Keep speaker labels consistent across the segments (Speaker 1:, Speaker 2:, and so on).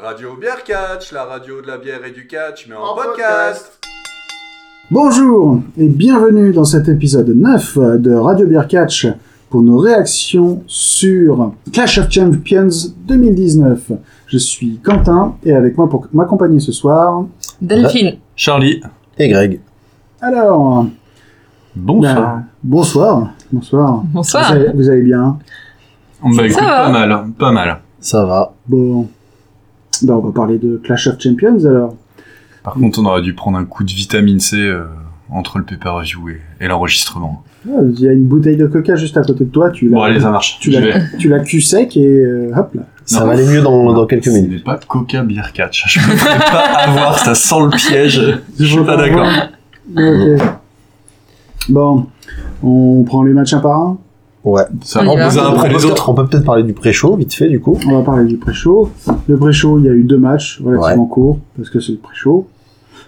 Speaker 1: Radio Bière Catch, la radio de la bière et du catch, mais en,
Speaker 2: En
Speaker 1: podcast.
Speaker 3: Bonjour et bienvenue dans cet épisode 9 de Radio Beer Catch pour nos réactions sur Clash of Champions 2019. Je suis Quentin et avec moi pour m'accompagner ce soir.
Speaker 4: Delphine.
Speaker 5: Charlie.
Speaker 6: Et Greg.
Speaker 3: Alors,
Speaker 5: Bonsoir.
Speaker 3: bah, bonsoir. Bonsoir.
Speaker 4: Bonsoir.
Speaker 3: Vous allez, vous allez bien
Speaker 5: Bah écoute,
Speaker 4: Ça va
Speaker 5: pas mal, pas mal.
Speaker 6: Ça va.
Speaker 3: Bon. Ben, on va parler de Clash of Champions alors.
Speaker 5: Par contre, on aurait dû prendre un coup de vitamine C euh, entre le pay-per-view et, et l'enregistrement.
Speaker 3: Ah, Il y a une bouteille de coca juste à côté de toi. Tu la,
Speaker 5: Bon, allez, ça marche.
Speaker 3: tu
Speaker 5: J'y
Speaker 3: la,
Speaker 5: vais.
Speaker 3: tu la cul sec et euh, hop là.
Speaker 6: Ça
Speaker 5: Non.
Speaker 6: va aller mieux dans, dans quelques
Speaker 5: Ce
Speaker 6: minutes.
Speaker 5: n'est pas Coca Beer Catch. Je ne peux pas avoir, ça sent le piège. Je suis pas d'accord.
Speaker 3: Ok. Bon, on prend les matchs un par un.
Speaker 6: Ouais.
Speaker 5: Ça
Speaker 4: On y va.
Speaker 5: va,
Speaker 4: Les
Speaker 5: les uns
Speaker 6: on peut
Speaker 5: après les
Speaker 6: peut-être-
Speaker 5: autres.
Speaker 6: On peut peut-être parler du pré-show, vite fait, du coup.
Speaker 3: On va parler du pré-show. Le pré-show, il y a eu deux matchs relativement courts, parce que c'est le pré-show.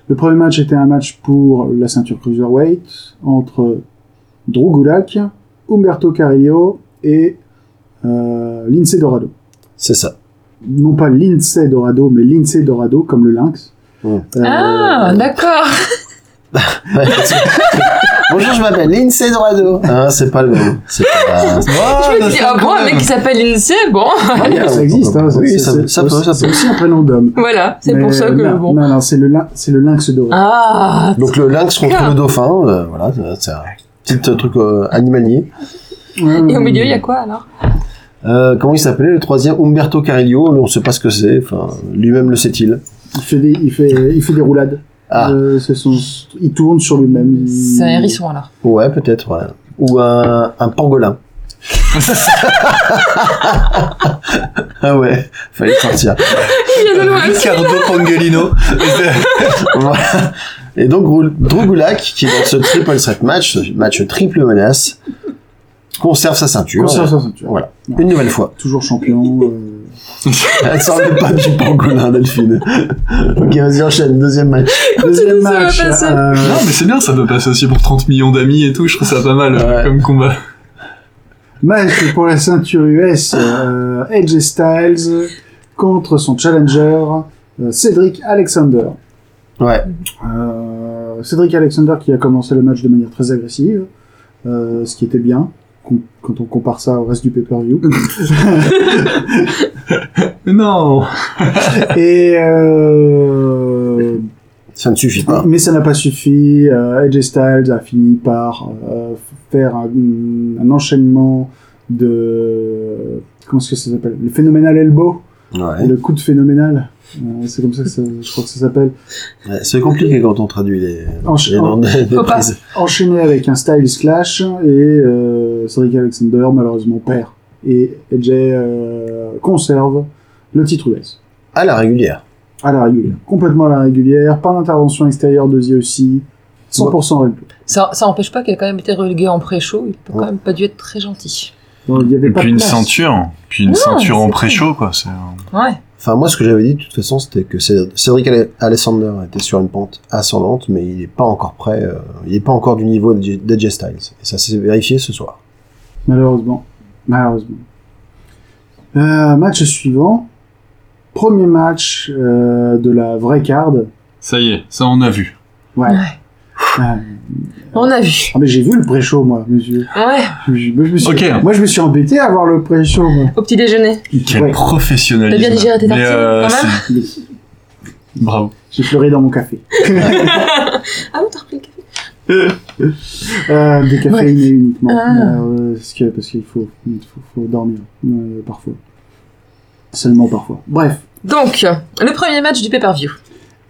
Speaker 3: Le premier match était un match pour la ceinture Cruiserweight entre Drew Gulak, Umberto Carrillo et euh, Lindsay Dorado.
Speaker 6: C'est ça.
Speaker 3: Non pas Lindsay Dorado, mais Lindsay Dorado, comme le lynx.
Speaker 6: Mmh.
Speaker 3: Euh,
Speaker 4: Ah, d'accord.
Speaker 6: Ouais. Bonjour, je m'appelle Lindsay Dorado. Hein, c'est pas le même. C'est pas...
Speaker 4: je me dis, ah bon, un mec qui s'appelle Lindsay, bon.
Speaker 3: ah, ça existe. hein,
Speaker 6: Oui,
Speaker 3: c'est-
Speaker 6: ça-
Speaker 3: c'est-
Speaker 6: ça peut, ça
Speaker 3: c'est
Speaker 6: peut.
Speaker 3: aussi un prénom d'homme.
Speaker 4: Voilà, c'est
Speaker 3: Mais
Speaker 4: pour ça que
Speaker 3: non,
Speaker 4: bon.
Speaker 3: Non, non, c'est le, lin- c'est le lynx doré.
Speaker 4: Ah,
Speaker 6: Donc le lynx contre
Speaker 4: Ah.
Speaker 6: le dauphin, euh, voilà, c'est- c'est un petit euh, truc euh, animalier.
Speaker 4: et au milieu, il y a quoi alors
Speaker 6: Euh, comment il s'appelait le troisième Umberto Carillo, on ne sait pas ce que c'est, enfin, lui-même le sait-il.
Speaker 3: Il fait des, il fait, il fait des roulades.
Speaker 6: Ah,
Speaker 3: Euh, c'est son- il tourne sur lui-même. Il-
Speaker 4: C'est un hérisson alors.
Speaker 6: ouais, peut-être, ouais. Ou un, un pangolin. ah ouais, fallait le sortir.
Speaker 4: Il y a de l'Ouest.
Speaker 5: Ricardo Pangolino.
Speaker 6: Voilà. Et donc Grou- Drew Gulak, qui dans ce triple threat match, ce match triple menace, conserve sa ceinture.
Speaker 3: Conserve sa ceinture.
Speaker 6: Voilà, une nouvelle fois.
Speaker 3: Toujours champion. euh,
Speaker 6: Elle sort le pas du pangolin, Delphine. ok, vas-y, enchaîne, deuxième match.
Speaker 3: Deuxième
Speaker 4: nous as
Speaker 3: match.
Speaker 4: passé.
Speaker 3: euh,
Speaker 5: Non, mais c'est bien, ça peut passer aussi pour 30 millions d'amis et tout. Je trouve ça pas mal euh,
Speaker 6: Ouais.
Speaker 5: comme combat.
Speaker 3: match pour la ceinture US. euh, AJ Styles contre son challenger euh, Cédric Alexander.
Speaker 6: Ouais,
Speaker 3: Euh, Cédric Alexander qui a commencé le match de manière très agressive, euh, ce qui était bien com- quand on compare ça au reste du pay-per-view.
Speaker 5: Mais non
Speaker 3: Et euh,
Speaker 6: ça ne suffit pas.
Speaker 3: Mais ça n'a pas suffi. euh, AJ Styles a fini par euh, faire un, un enchaînement de. Comment est-ce que ça s'appelle Le phénoménal elbow,
Speaker 6: Ouais.
Speaker 3: le coup de phénoménal. Euh, c'est comme ça que ça, je crois que ça s'appelle.
Speaker 6: Ouais, C'est compliqué quand on traduit les,
Speaker 3: Encha-
Speaker 6: les noms des, des
Speaker 4: Faut pas.
Speaker 6: prises.
Speaker 3: Enchaîné avec un Styles clash et euh, Cedric Alexander malheureusement perd. Et AJ euh, conserve le titre US.
Speaker 6: À la régulière.
Speaker 3: À la régulière. Complètement à la régulière, pas d'intervention extérieure de The aussi. 100% elbow.
Speaker 4: Ça, ça empêche pas qu'il a quand même été relégué en pré-show. Il n'a
Speaker 6: Ouais.
Speaker 4: quand même pas dû être très gentil.
Speaker 3: Donc, il y avait
Speaker 5: Et
Speaker 3: pas
Speaker 5: puis
Speaker 3: de
Speaker 5: une
Speaker 3: place.
Speaker 5: ceinture. Puis une
Speaker 4: Non,
Speaker 5: ceinture en
Speaker 4: c'est
Speaker 5: pré-show, quoi. c'est-
Speaker 4: Ouais.
Speaker 6: Enfin, moi, ce que j'avais dit, de toute façon, c'était que Cé- Cédric Ale- Alexander était sur une pente ascendante, mais il n'est pas encore prêt, euh, il n'est pas encore du niveau d'Edge Styles. Et ça s'est vérifié ce soir.
Speaker 3: Malheureusement. Malheureusement. Euh, match suivant. Premier match euh, de la vraie card.
Speaker 5: Ça y est, ça on a vu.
Speaker 3: Ouais.
Speaker 4: Ouais.
Speaker 3: Euh,
Speaker 4: On a vu. Ah
Speaker 3: ah, mais j'ai vu le pré-show, moi, monsieur.
Speaker 4: Ouais.
Speaker 3: Je, me- je me suis,
Speaker 5: Ok.
Speaker 3: Moi, je me suis embêté à voir le pré-show, moi.
Speaker 4: Au petit déjeuner.
Speaker 5: Quel
Speaker 3: Ouais.
Speaker 5: professionnalisme.
Speaker 4: T'as bien digéré tes
Speaker 5: Mais, euh,
Speaker 4: tartines, quand
Speaker 5: c'est-
Speaker 3: Mais
Speaker 5: Bravo.
Speaker 3: J'ai pleuré dans mon café.
Speaker 4: Ah oui, t'as repris le café.
Speaker 3: Euh, décaféiné uniquement.
Speaker 4: Ah.
Speaker 3: Euh, parce que- parce qu'il faut, il faut, faut dormir, euh, parfois. Seulement parfois. Bref.
Speaker 4: Donc, le premier match du pay-per-view.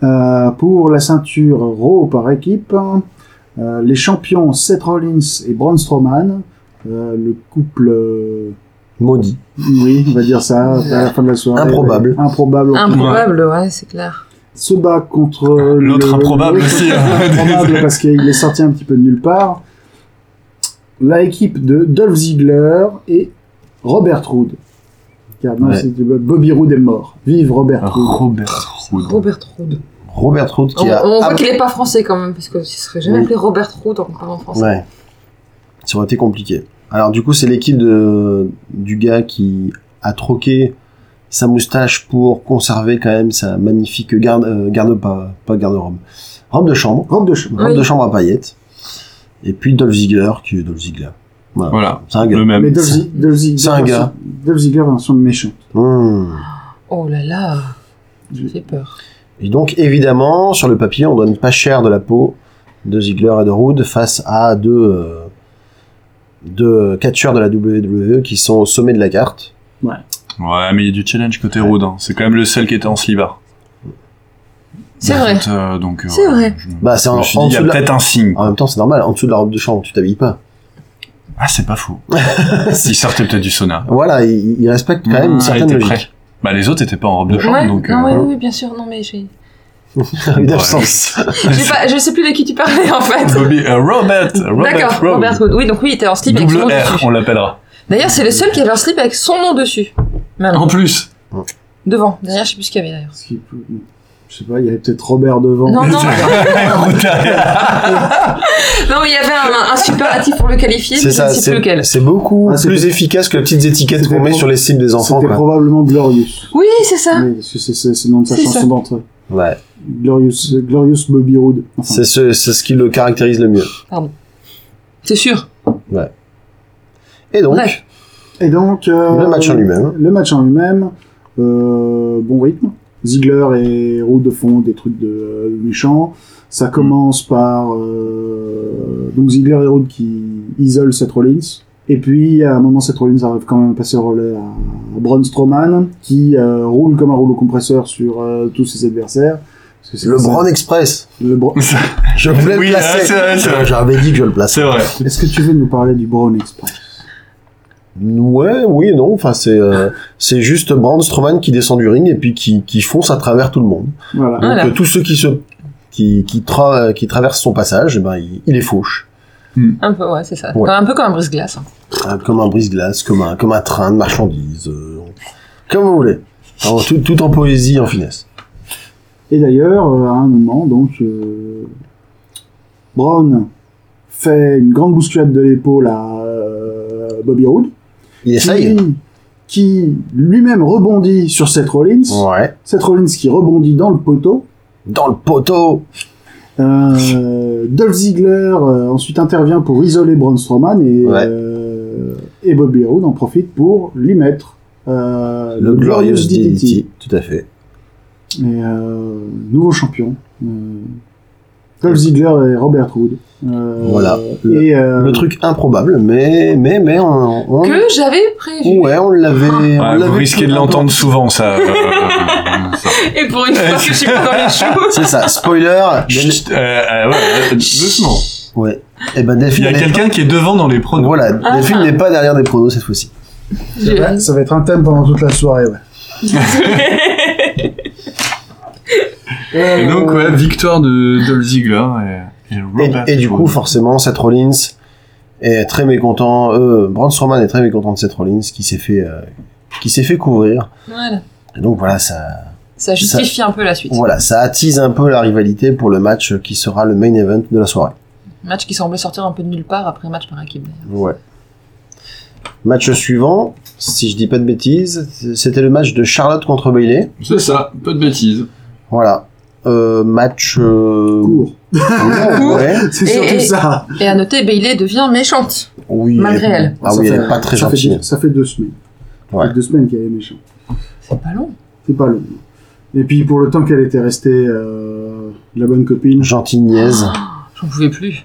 Speaker 3: Euh, pour la ceinture Raw par équipe, euh, les champions Seth Rollins et Braun Strowman, euh, le couple, euh,
Speaker 6: Maudit.
Speaker 3: oui, on va dire ça, à la fin de la soirée.
Speaker 6: Improbable.
Speaker 3: Ouais, improbable.
Speaker 4: Improbable, ouais, c'est clair.
Speaker 3: Se bat contre
Speaker 5: L'autre
Speaker 3: le-
Speaker 5: improbable
Speaker 3: l'autre
Speaker 5: aussi. hein.
Speaker 3: improbable parce qu'il est sorti un petit peu de nulle part. La équipe de Dolph Ziggler et Robert Roode. Car non,
Speaker 6: Ouais.
Speaker 3: c'est- euh, Bobby Roode est mort. Vive Robert
Speaker 5: Oh,
Speaker 3: Roode.
Speaker 5: Robert Roode.
Speaker 4: Robert Roode.
Speaker 6: Robert Roode
Speaker 4: On,
Speaker 6: qui
Speaker 3: Oh,
Speaker 6: a.
Speaker 4: on voit
Speaker 6: ab-
Speaker 4: qu'il est pas français quand même, parce que ce serait jamais
Speaker 6: Oui.
Speaker 4: appelé Robert Roode en parlant
Speaker 3: oh,
Speaker 4: français.
Speaker 6: Ouais. Ça aurait été compliqué. Alors du coup, c'est l'équipe de du gars qui a troqué sa moustache pour conserver quand même sa magnifique garde euh, garde pas pas garde-robe, robe de chambre,
Speaker 3: Robe de chemin.
Speaker 6: robe
Speaker 4: Oui.
Speaker 6: de chambre à paillettes. Et puis Dolph Ziggler qui est Dolph Ziggler. Voilà.
Speaker 5: Voilà.
Speaker 6: C'est un gars.
Speaker 5: Le même.
Speaker 3: Mais Dolph Zi- Dolph Ziggler.
Speaker 6: C'est un
Speaker 3: version-
Speaker 6: gars.
Speaker 3: Dolph Ziggler version méchant.
Speaker 6: Hmm.
Speaker 4: Oh là là, j'ai peur.
Speaker 6: Et donc évidemment, sur le papier, on donne pas cher de la peau de Ziggler et de Roode face à deux euh, deux catcheurs de la WWE qui sont au sommet de la carte.
Speaker 5: Ouais, mais il y a du challenge côté
Speaker 6: Ouais.
Speaker 5: Roode. hein. C'est quand même le seul qui était en slibard.
Speaker 4: C'est
Speaker 5: Bah,
Speaker 4: vrai.
Speaker 5: écoute, euh, donc, euh,
Speaker 4: C'est vrai.
Speaker 5: Je,
Speaker 6: Bah, c'est
Speaker 5: je
Speaker 6: en-
Speaker 5: me suis
Speaker 6: en
Speaker 5: dit, il y a
Speaker 6: dessous de la-
Speaker 5: peut-être un signe.
Speaker 6: En même temps, c'est normal, en dessous de la robe de chambre, tu t'habilles pas.
Speaker 5: Ah, c'est pas faux. il sortait peut-être du sauna.
Speaker 6: Voilà, il, il respecte quand même
Speaker 5: Mmh,
Speaker 6: une
Speaker 5: il
Speaker 6: certaine
Speaker 5: était
Speaker 6: logique.
Speaker 5: prêt. Bah, les autres étaient pas en robe de chambre,
Speaker 4: Ouais,
Speaker 5: donc.
Speaker 4: non,
Speaker 5: euh,
Speaker 4: oui, oui, bien sûr, non mais j'ai.
Speaker 6: Une
Speaker 5: Ouais.
Speaker 6: absence.
Speaker 4: j'ai pas- je sais plus de qui tu parlais en fait.
Speaker 5: Bobby- euh, Robert,
Speaker 4: D'accord,
Speaker 5: Robert Roode.
Speaker 4: Robert Hood. Oui, donc oui, il était en slip avec son nom
Speaker 5: Double R,
Speaker 4: dessus.
Speaker 5: on l'appellera.
Speaker 4: D'ailleurs, c'est le seul qui avait un slip avec son nom dessus. Maintenant.
Speaker 5: En plus,
Speaker 4: Devant, derrière, je sais plus ce qu'il y avait d'ailleurs.
Speaker 3: Ce qui peut- Je sais pas, il y avait peut-être Robert devant.
Speaker 4: Ah Non, non,
Speaker 5: Roode derrière.
Speaker 4: non, mais il y avait un, un superlatif pour le qualifier, mais
Speaker 6: C'est
Speaker 4: je ne
Speaker 6: ça,
Speaker 4: sais plus
Speaker 6: c'est
Speaker 4: lequel.
Speaker 6: c'est beaucoup
Speaker 3: Ah, c'était-
Speaker 6: plus efficace que les petites étiquettes
Speaker 3: c'était
Speaker 6: qu'on met
Speaker 3: pro-
Speaker 6: sur les cibles des enfants.
Speaker 3: C'était
Speaker 6: quoi.
Speaker 3: probablement Glorious.
Speaker 4: Oui, c'est ça.
Speaker 3: Oui, parce que c'est- c'est c'est le nom de sa
Speaker 4: Ah. C'est
Speaker 3: chanson
Speaker 4: ça.
Speaker 3: d'entrée.
Speaker 6: Ouais,
Speaker 3: Glorious, Glorious Bobby Roode. Enfin,
Speaker 6: c'est ce, c'est ce qui le caractérise le mieux.
Speaker 4: C'est sûr.
Speaker 6: Et donc,
Speaker 4: Ouais.
Speaker 3: Et donc euh,
Speaker 6: Le match en lui-même.
Speaker 3: Le match en lui-même, euh, bon rythme. Ziggler et Roode font des trucs de euh, méchants.
Speaker 6: Mm.
Speaker 3: Ça commence par euh, donc Ziggler et Roode qui isolent Seth Rollins. Et puis à un moment, Seth Rollins arrive quand même à passer le relais à Braun Strowman qui euh, roule comme un rouleau compresseur sur euh, tous ses adversaires. Parce que c'est
Speaker 6: le
Speaker 3: ça-
Speaker 6: Braun Express.
Speaker 3: le Bra-
Speaker 6: Je voulais
Speaker 5: Oui,
Speaker 6: le placer.
Speaker 5: ah, c'est vrai, c'est vrai.
Speaker 6: J'avais dit que je le plaçais.
Speaker 5: C'est vrai.
Speaker 3: Est-ce que tu veux nous parler du Braun Express
Speaker 6: Ouais, oui, non. Enfin, c'est euh, c'est juste Braun Strowman qui descend du ring et puis qui, qui fonce à travers tout le monde.
Speaker 3: Voilà.
Speaker 5: Ah
Speaker 6: Donc
Speaker 4: Voilà.
Speaker 6: euh, tous ceux qui se qui qui, tra- qui traversent son passage, eh ben il, il les fauche.
Speaker 4: Un peu, ouais, c'est ça.
Speaker 6: Ouais.
Speaker 4: Un peu comme un brise-glace. hein.
Speaker 6: Euh, comme un brise-glace, comme un, comme un train de marchandises, euh, comme vous voulez. Alors, tout, tout en poésie, en finesse.
Speaker 3: Et d'ailleurs, euh, à un moment, donc, euh, Brown fait une grande bousculade de l'épaule à euh, Bobby Roode.
Speaker 6: Il essaye
Speaker 3: Qui, qui lui-même rebondit sur Seth Rollins.
Speaker 6: Ouais.
Speaker 3: Seth Rollins qui rebondit dans le poteau.
Speaker 6: Dans le poteau
Speaker 3: Euh, Dolph Ziggler euh, ensuite intervient pour isoler Braun Strowman et,
Speaker 6: Ouais.
Speaker 3: euh, et Bobby Roode en profite pour lui mettre euh,
Speaker 6: Le glorious DDT. Tout à fait.
Speaker 3: Et euh, nouveau champion. Euh, Dolph Ziggler et Robert Wood.
Speaker 6: Voilà.
Speaker 3: Et, euh,
Speaker 6: Le truc improbable, mais, mais, mais, on... on-
Speaker 4: Que j'avais prévu.
Speaker 6: Ouais, on l'avait... on
Speaker 5: Ah, vous
Speaker 6: l'avait
Speaker 5: risquez de
Speaker 6: prévu.
Speaker 5: l'entendre souvent, ça. euh, ça.
Speaker 4: Et pour une fois que je suis pas dans les choux.
Speaker 6: C'est ça, spoiler. Def-
Speaker 5: Chut, euh, euh, ouais, euh, doucement.
Speaker 6: ouais. Eh ben,
Speaker 5: Il y
Speaker 6: Delphine
Speaker 5: a
Speaker 6: n'est-
Speaker 5: quelqu'un qui est devant dans les pronos.
Speaker 6: Voilà,
Speaker 4: Ah.
Speaker 6: Delphine n'est pas derrière des pronos cette fois-ci.
Speaker 3: ça, va, ça va être un thème pendant toute la soirée, ouais.
Speaker 5: Et
Speaker 3: Euh,
Speaker 5: donc, ouais, victoire de Dolph Ziggler et, et
Speaker 6: Et,
Speaker 5: Robert
Speaker 6: et du coup,
Speaker 5: Roode.
Speaker 6: forcément, Seth Rollins est très mécontent. Euh, Braun Strowman est très mécontent de Seth Rollins qui s'est fait, euh, qui s'est fait couvrir.
Speaker 4: Voilà.
Speaker 6: Et donc voilà, ça,
Speaker 4: Ça justifie un peu la suite.
Speaker 6: voilà, ça attise un peu la rivalité pour le match qui sera le main event de la soirée.
Speaker 4: Match qui semblait sortir un peu de nulle part après match par équipe d'ailleurs.
Speaker 6: Ouais. Match suivant, si je dis pas de bêtises, c'était le match de Charlotte contre Bailey.
Speaker 5: C'est ça, pas de bêtises.
Speaker 6: Voilà. Euh, match euh,
Speaker 3: Court.
Speaker 6: court, ouais.
Speaker 3: C'est
Speaker 4: Et-
Speaker 3: surtout
Speaker 4: et-
Speaker 3: ça.
Speaker 4: Et à noter, Bailey devient méchante.
Speaker 6: Oui. elle est-
Speaker 4: Malgré elle.
Speaker 6: Ah
Speaker 3: Ça
Speaker 6: oui,
Speaker 3: fait-
Speaker 6: elle est pas très
Speaker 3: ça fait
Speaker 6: gentille.
Speaker 3: deux- ça fait deux semaines. Ça
Speaker 6: Ouais.
Speaker 3: fait deux semaines qu'elle est méchante.
Speaker 4: C'est pas long.
Speaker 3: C'est pas long. Et puis, pour le temps qu'elle était restée euh, la bonne copine,
Speaker 6: Gentille niaise.
Speaker 4: J'en pouvais plus.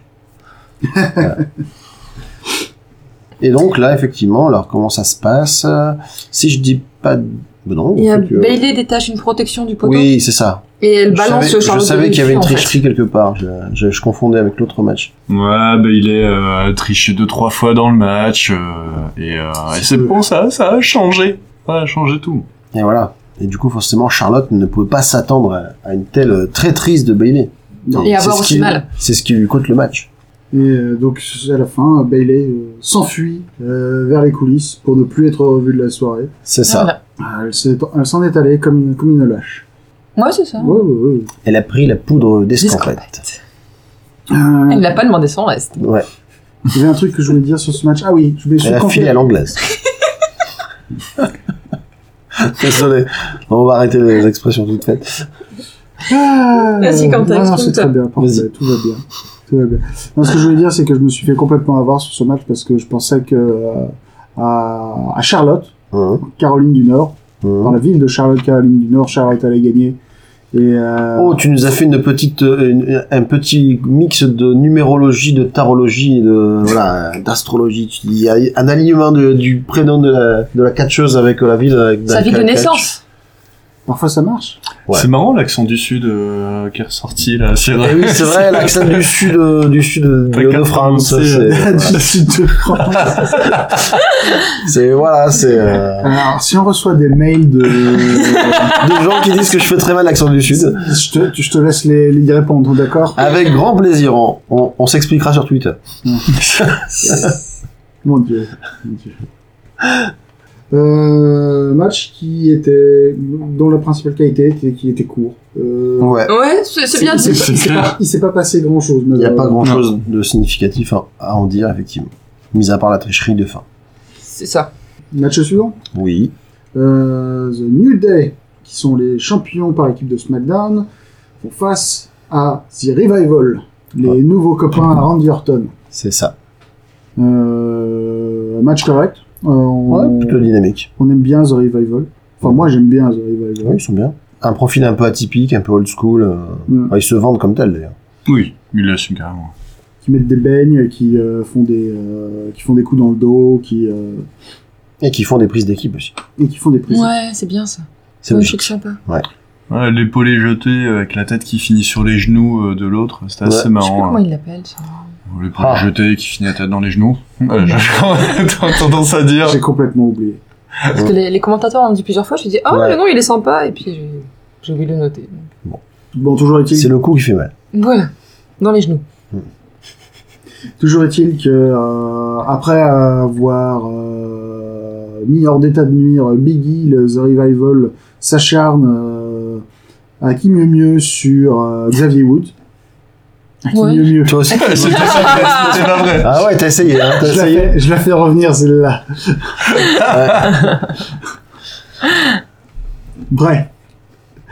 Speaker 6: Et donc là, effectivement, alors comment ça se passe euh, Si je dis pas de... non,
Speaker 4: Et
Speaker 6: en
Speaker 4: euh,
Speaker 6: fait, euh,
Speaker 4: Bailey détache une protection du poteau
Speaker 6: Oui, c'est ça.
Speaker 4: et elle
Speaker 6: Je
Speaker 4: balance
Speaker 6: savais, je
Speaker 4: Charlotte
Speaker 6: savais qu'il y avait une
Speaker 4: dessus, en fait.
Speaker 6: tricherie quelque part. Je, je- je confondais avec l'autre match.
Speaker 5: Ouais, bah, il est euh, triché deux, trois fois dans le match. euh, et euh, et c'est bon, ça, ça a changé. Ça a changé tout.
Speaker 6: Et voilà. Et du coup, forcément, Charlotte ne pouvait pas s'attendre à, à une telle traîtrise euh, de Bailey.
Speaker 3: Non.
Speaker 4: Et
Speaker 6: c'est
Speaker 4: avoir
Speaker 6: ce
Speaker 4: aussi
Speaker 6: qui-
Speaker 4: mal.
Speaker 6: C'est ce qui lui coûte le match.
Speaker 3: Et euh, donc à la fin, Bailey euh, s'enfuit euh, vers les coulisses pour ne plus être revue de la soirée.
Speaker 6: C'est ça.
Speaker 2: Voilà.
Speaker 3: Ah, Elle s'est- elle s'en est allée comme une, comme une lâche.
Speaker 2: Ouais, c'est ça.
Speaker 3: Ouais, ouais, ouais.
Speaker 6: Elle a pris la poudre d'escampette.
Speaker 2: Discrète.
Speaker 3: Euh,
Speaker 2: Elle n'a pas demandé son reste.
Speaker 6: Ouais.
Speaker 3: Il y avait un truc que je voulais dire sur ce match. Ah oui, je me suis
Speaker 6: Elle a
Speaker 3: confondu.
Speaker 6: filé à l'anglaise. Désolé. On va arrêter les expressions toutes faites.
Speaker 3: Ah,
Speaker 2: Vas-y, quand t'as
Speaker 3: non, non,
Speaker 2: expliqué
Speaker 3: c'est
Speaker 2: ça.
Speaker 3: très bien, parfait,
Speaker 6: Vas-y.
Speaker 3: tout va bien. Tout va bien. Non, ce que je voulais dire, c'est que je me suis fait complètement avoir sur ce match parce que je pensais que euh, à, à Charlotte,
Speaker 6: Hum,
Speaker 3: Caroline du Nord,
Speaker 6: hum.
Speaker 3: dans la ville de Charlotte, Caroline du Nord, Charlotte allait gagner. Et euh,
Speaker 6: Oh, tu nous as fait une petite, euh, une- un petit mix de numérologie, de tarologie, et de voilà, d'astrologie. Tu- Il y a un alignement de- du prénom de la, de la catcheuse avec la ville. Avec
Speaker 2: Sa vie de
Speaker 6: avec la catch.
Speaker 2: naissance.
Speaker 3: parfois ça marche.
Speaker 6: Ouais.
Speaker 5: C'est marrant l'accent du sud euh, qui est ressorti là. C'est
Speaker 6: Eh
Speaker 5: vrai.
Speaker 6: oui, c'est vrai, l'accent du sud, euh, du sud de,
Speaker 5: T'as
Speaker 6: de
Speaker 5: qu'à
Speaker 6: France.
Speaker 5: prononcer,
Speaker 6: C'est
Speaker 5: euh,
Speaker 6: voilà,
Speaker 3: Du sud de France.
Speaker 6: c'est voilà, c'est, euh,
Speaker 3: Alors, si on reçoit des mails de,
Speaker 6: des gens qui disent que je fais très mal l'accent du sud.
Speaker 3: je te, tu- je te laisse les, les y répondre, d'accord
Speaker 6: Avec grand plaisir, on, on- on s'expliquera sur Twitter.
Speaker 3: Mon dieu. Mon dieu. Euh, match qui était dont la principale qualité était qu'il était court. Euh,
Speaker 6: Ouais.
Speaker 4: Ouais, c'est c'est bien
Speaker 3: il
Speaker 4: dit.
Speaker 3: s'est pas- il s'est pas- il s'est pas passé euh, grand chose.
Speaker 6: Il n'y a pas grand chose de significatif à, à en dire, effectivement. Mis à part la tricherie de fin.
Speaker 4: C'est ça.
Speaker 3: Match suivant.
Speaker 6: Oui.
Speaker 3: Euh, The New Day, qui sont les champions par équipe de SmackDown, font face à The Revival, les
Speaker 6: Ouais.
Speaker 3: nouveaux copains à Randy Orton.
Speaker 6: C'est ça.
Speaker 3: Euh, match correct. Euh,
Speaker 6: Ouais,
Speaker 3: on,
Speaker 6: plutôt dynamique.
Speaker 3: on aime bien The Revival. Enfin, moi j'aime bien The Revival.
Speaker 6: Ouais, ils sont bien. Un profil un peu atypique, un peu old school. euh,
Speaker 3: Mm.
Speaker 6: ouais, ils se vendent comme tel, d'ailleurs.
Speaker 5: Oui, il l'assume carrément.
Speaker 3: qui mettent des beignes, qui euh, font des euh, qui font des coups dans le dos, qui euh,
Speaker 6: Et qui font des prises d'équipe aussi.
Speaker 3: et qui font des prises.
Speaker 4: Ouais, c'est bien ça.
Speaker 6: C'est
Speaker 4: Ouais,
Speaker 6: logique.
Speaker 4: je trouve sympa.
Speaker 5: Ouais, L'épaulé jeté avec la tête qui finit sur les genoux euh, de l'autre, c'était
Speaker 6: Ouais.
Speaker 5: assez
Speaker 4: Je sais plus
Speaker 5: marrant.
Speaker 4: comment
Speaker 5: hein.
Speaker 4: il l'appelle. ça.
Speaker 5: L'épaulé
Speaker 6: Ah.
Speaker 5: jeté qui finit la tête dans les genoux. Euh, J'ai tendance à dire.
Speaker 3: J'ai complètement oublié.
Speaker 4: Parce que les, les commentateurs l'ont dit plusieurs fois. Je dit, ah,
Speaker 6: Ouais.
Speaker 4: le nom, il est sympa. Et puis, j'ai- j'ai oublié de le noter. donc.
Speaker 3: Bon, toujours
Speaker 6: C'est
Speaker 3: est-il
Speaker 6: le coup qui fait mal.
Speaker 4: Voilà. Dans les genoux.
Speaker 3: toujours est-il que euh, après avoir euh, mis hors d'état de nuire Biggie, le The Revival s'acharne euh, à qui mieux mieux sur euh, Xavier Wood. À qui
Speaker 4: Ouais.
Speaker 3: mieux mieux.
Speaker 6: Toi aussi.
Speaker 5: C'était pas c'était pas vrai.
Speaker 6: ah ouais, t'as essayé, hein, t'as
Speaker 3: Je la,
Speaker 6: essayé.
Speaker 3: fais, je la fais revenir celle-là. Bref.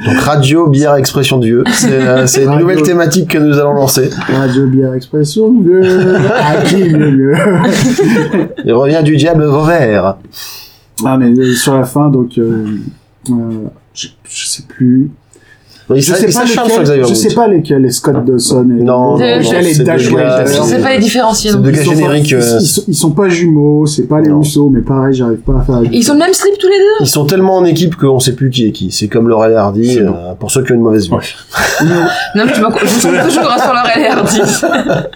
Speaker 6: Donc radio, bière, expression de Dieu. C'est euh, c'est une
Speaker 3: Radio.
Speaker 6: nouvelle thématique que nous allons lancer.
Speaker 3: Radio Bière Expression de à qui mieux mieux.
Speaker 6: Il revient du diable vert.
Speaker 3: Ah mais euh, sur la fin donc euh, euh, je, je sais plus.
Speaker 6: Il
Speaker 3: je
Speaker 6: s'a-
Speaker 3: sais
Speaker 6: il s'acharne sur
Speaker 3: lesquels-
Speaker 6: Xavier
Speaker 3: je
Speaker 6: Wood.
Speaker 3: sais pas lesquels, les Scott Dawson et
Speaker 4: non,
Speaker 6: Non,
Speaker 4: non,
Speaker 3: et
Speaker 6: c'est
Speaker 3: Dash
Speaker 6: deux gars,
Speaker 3: Wilder.
Speaker 4: Je sais pas les différencier.
Speaker 6: C'est
Speaker 4: non
Speaker 6: deux
Speaker 4: plus.
Speaker 6: gars
Speaker 3: Ils sont
Speaker 6: génériques,
Speaker 3: pas-
Speaker 6: euh,
Speaker 3: Ils, ils sont, ils sont pas jumeaux, c'est pas les
Speaker 6: Non.
Speaker 3: Rousseau, mais pareil, j'arrive pas à faire.
Speaker 4: Ils sont le même slip tous les deux
Speaker 6: Ils sont tellement en équipe qu'on sait plus qui est qui. C'est comme Laurel et Hardy,
Speaker 5: C'est
Speaker 6: euh, pour ceux qui ont une mauvaise vue.
Speaker 5: Ouais.
Speaker 4: Non, mais je me je me sens toujours hein, sur leur LRD.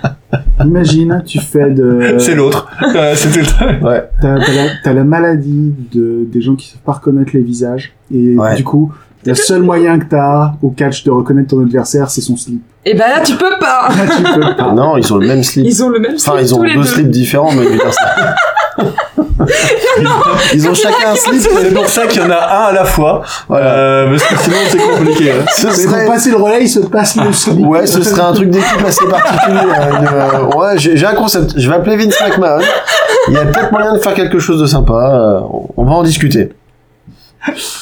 Speaker 3: Imagine, tu fais de.
Speaker 5: C'est l'autre. Euh, C'était le
Speaker 6: Ouais.
Speaker 3: T'as t'as la, t'as la maladie de, des gens qui savent pas reconnaître les visages. Et
Speaker 6: Ouais.
Speaker 3: du coup, le seul moyen que t'as au catch de reconnaître ton adversaire, c'est son slip.
Speaker 4: Et ben là, tu peux pas
Speaker 3: Là, tu peux pas.
Speaker 6: Non, ils ont le même slip.
Speaker 4: Ils ont le même slip
Speaker 6: Enfin, ils ont
Speaker 4: tous les
Speaker 6: deux
Speaker 4: deux.
Speaker 6: slips différents, mais je veux dire ça. Ils ont chacun un slip.
Speaker 5: C'est pour ça qu'il y en a un à la fois.
Speaker 6: Voilà.
Speaker 5: Euh, parce que sinon, c'est compliqué. hein.
Speaker 6: Ce
Speaker 3: Mais
Speaker 6: serait-
Speaker 3: pour passer le relais, il se passe le slip.
Speaker 6: Ouais, ce serait un truc d'équipe assez particulier. euh, une, euh, ouais, j'ai j'ai un concept. Je vais appeler Vince McMahon. Il y a peut-être moyen de faire quelque chose de sympa. euh, on- on va en discuter.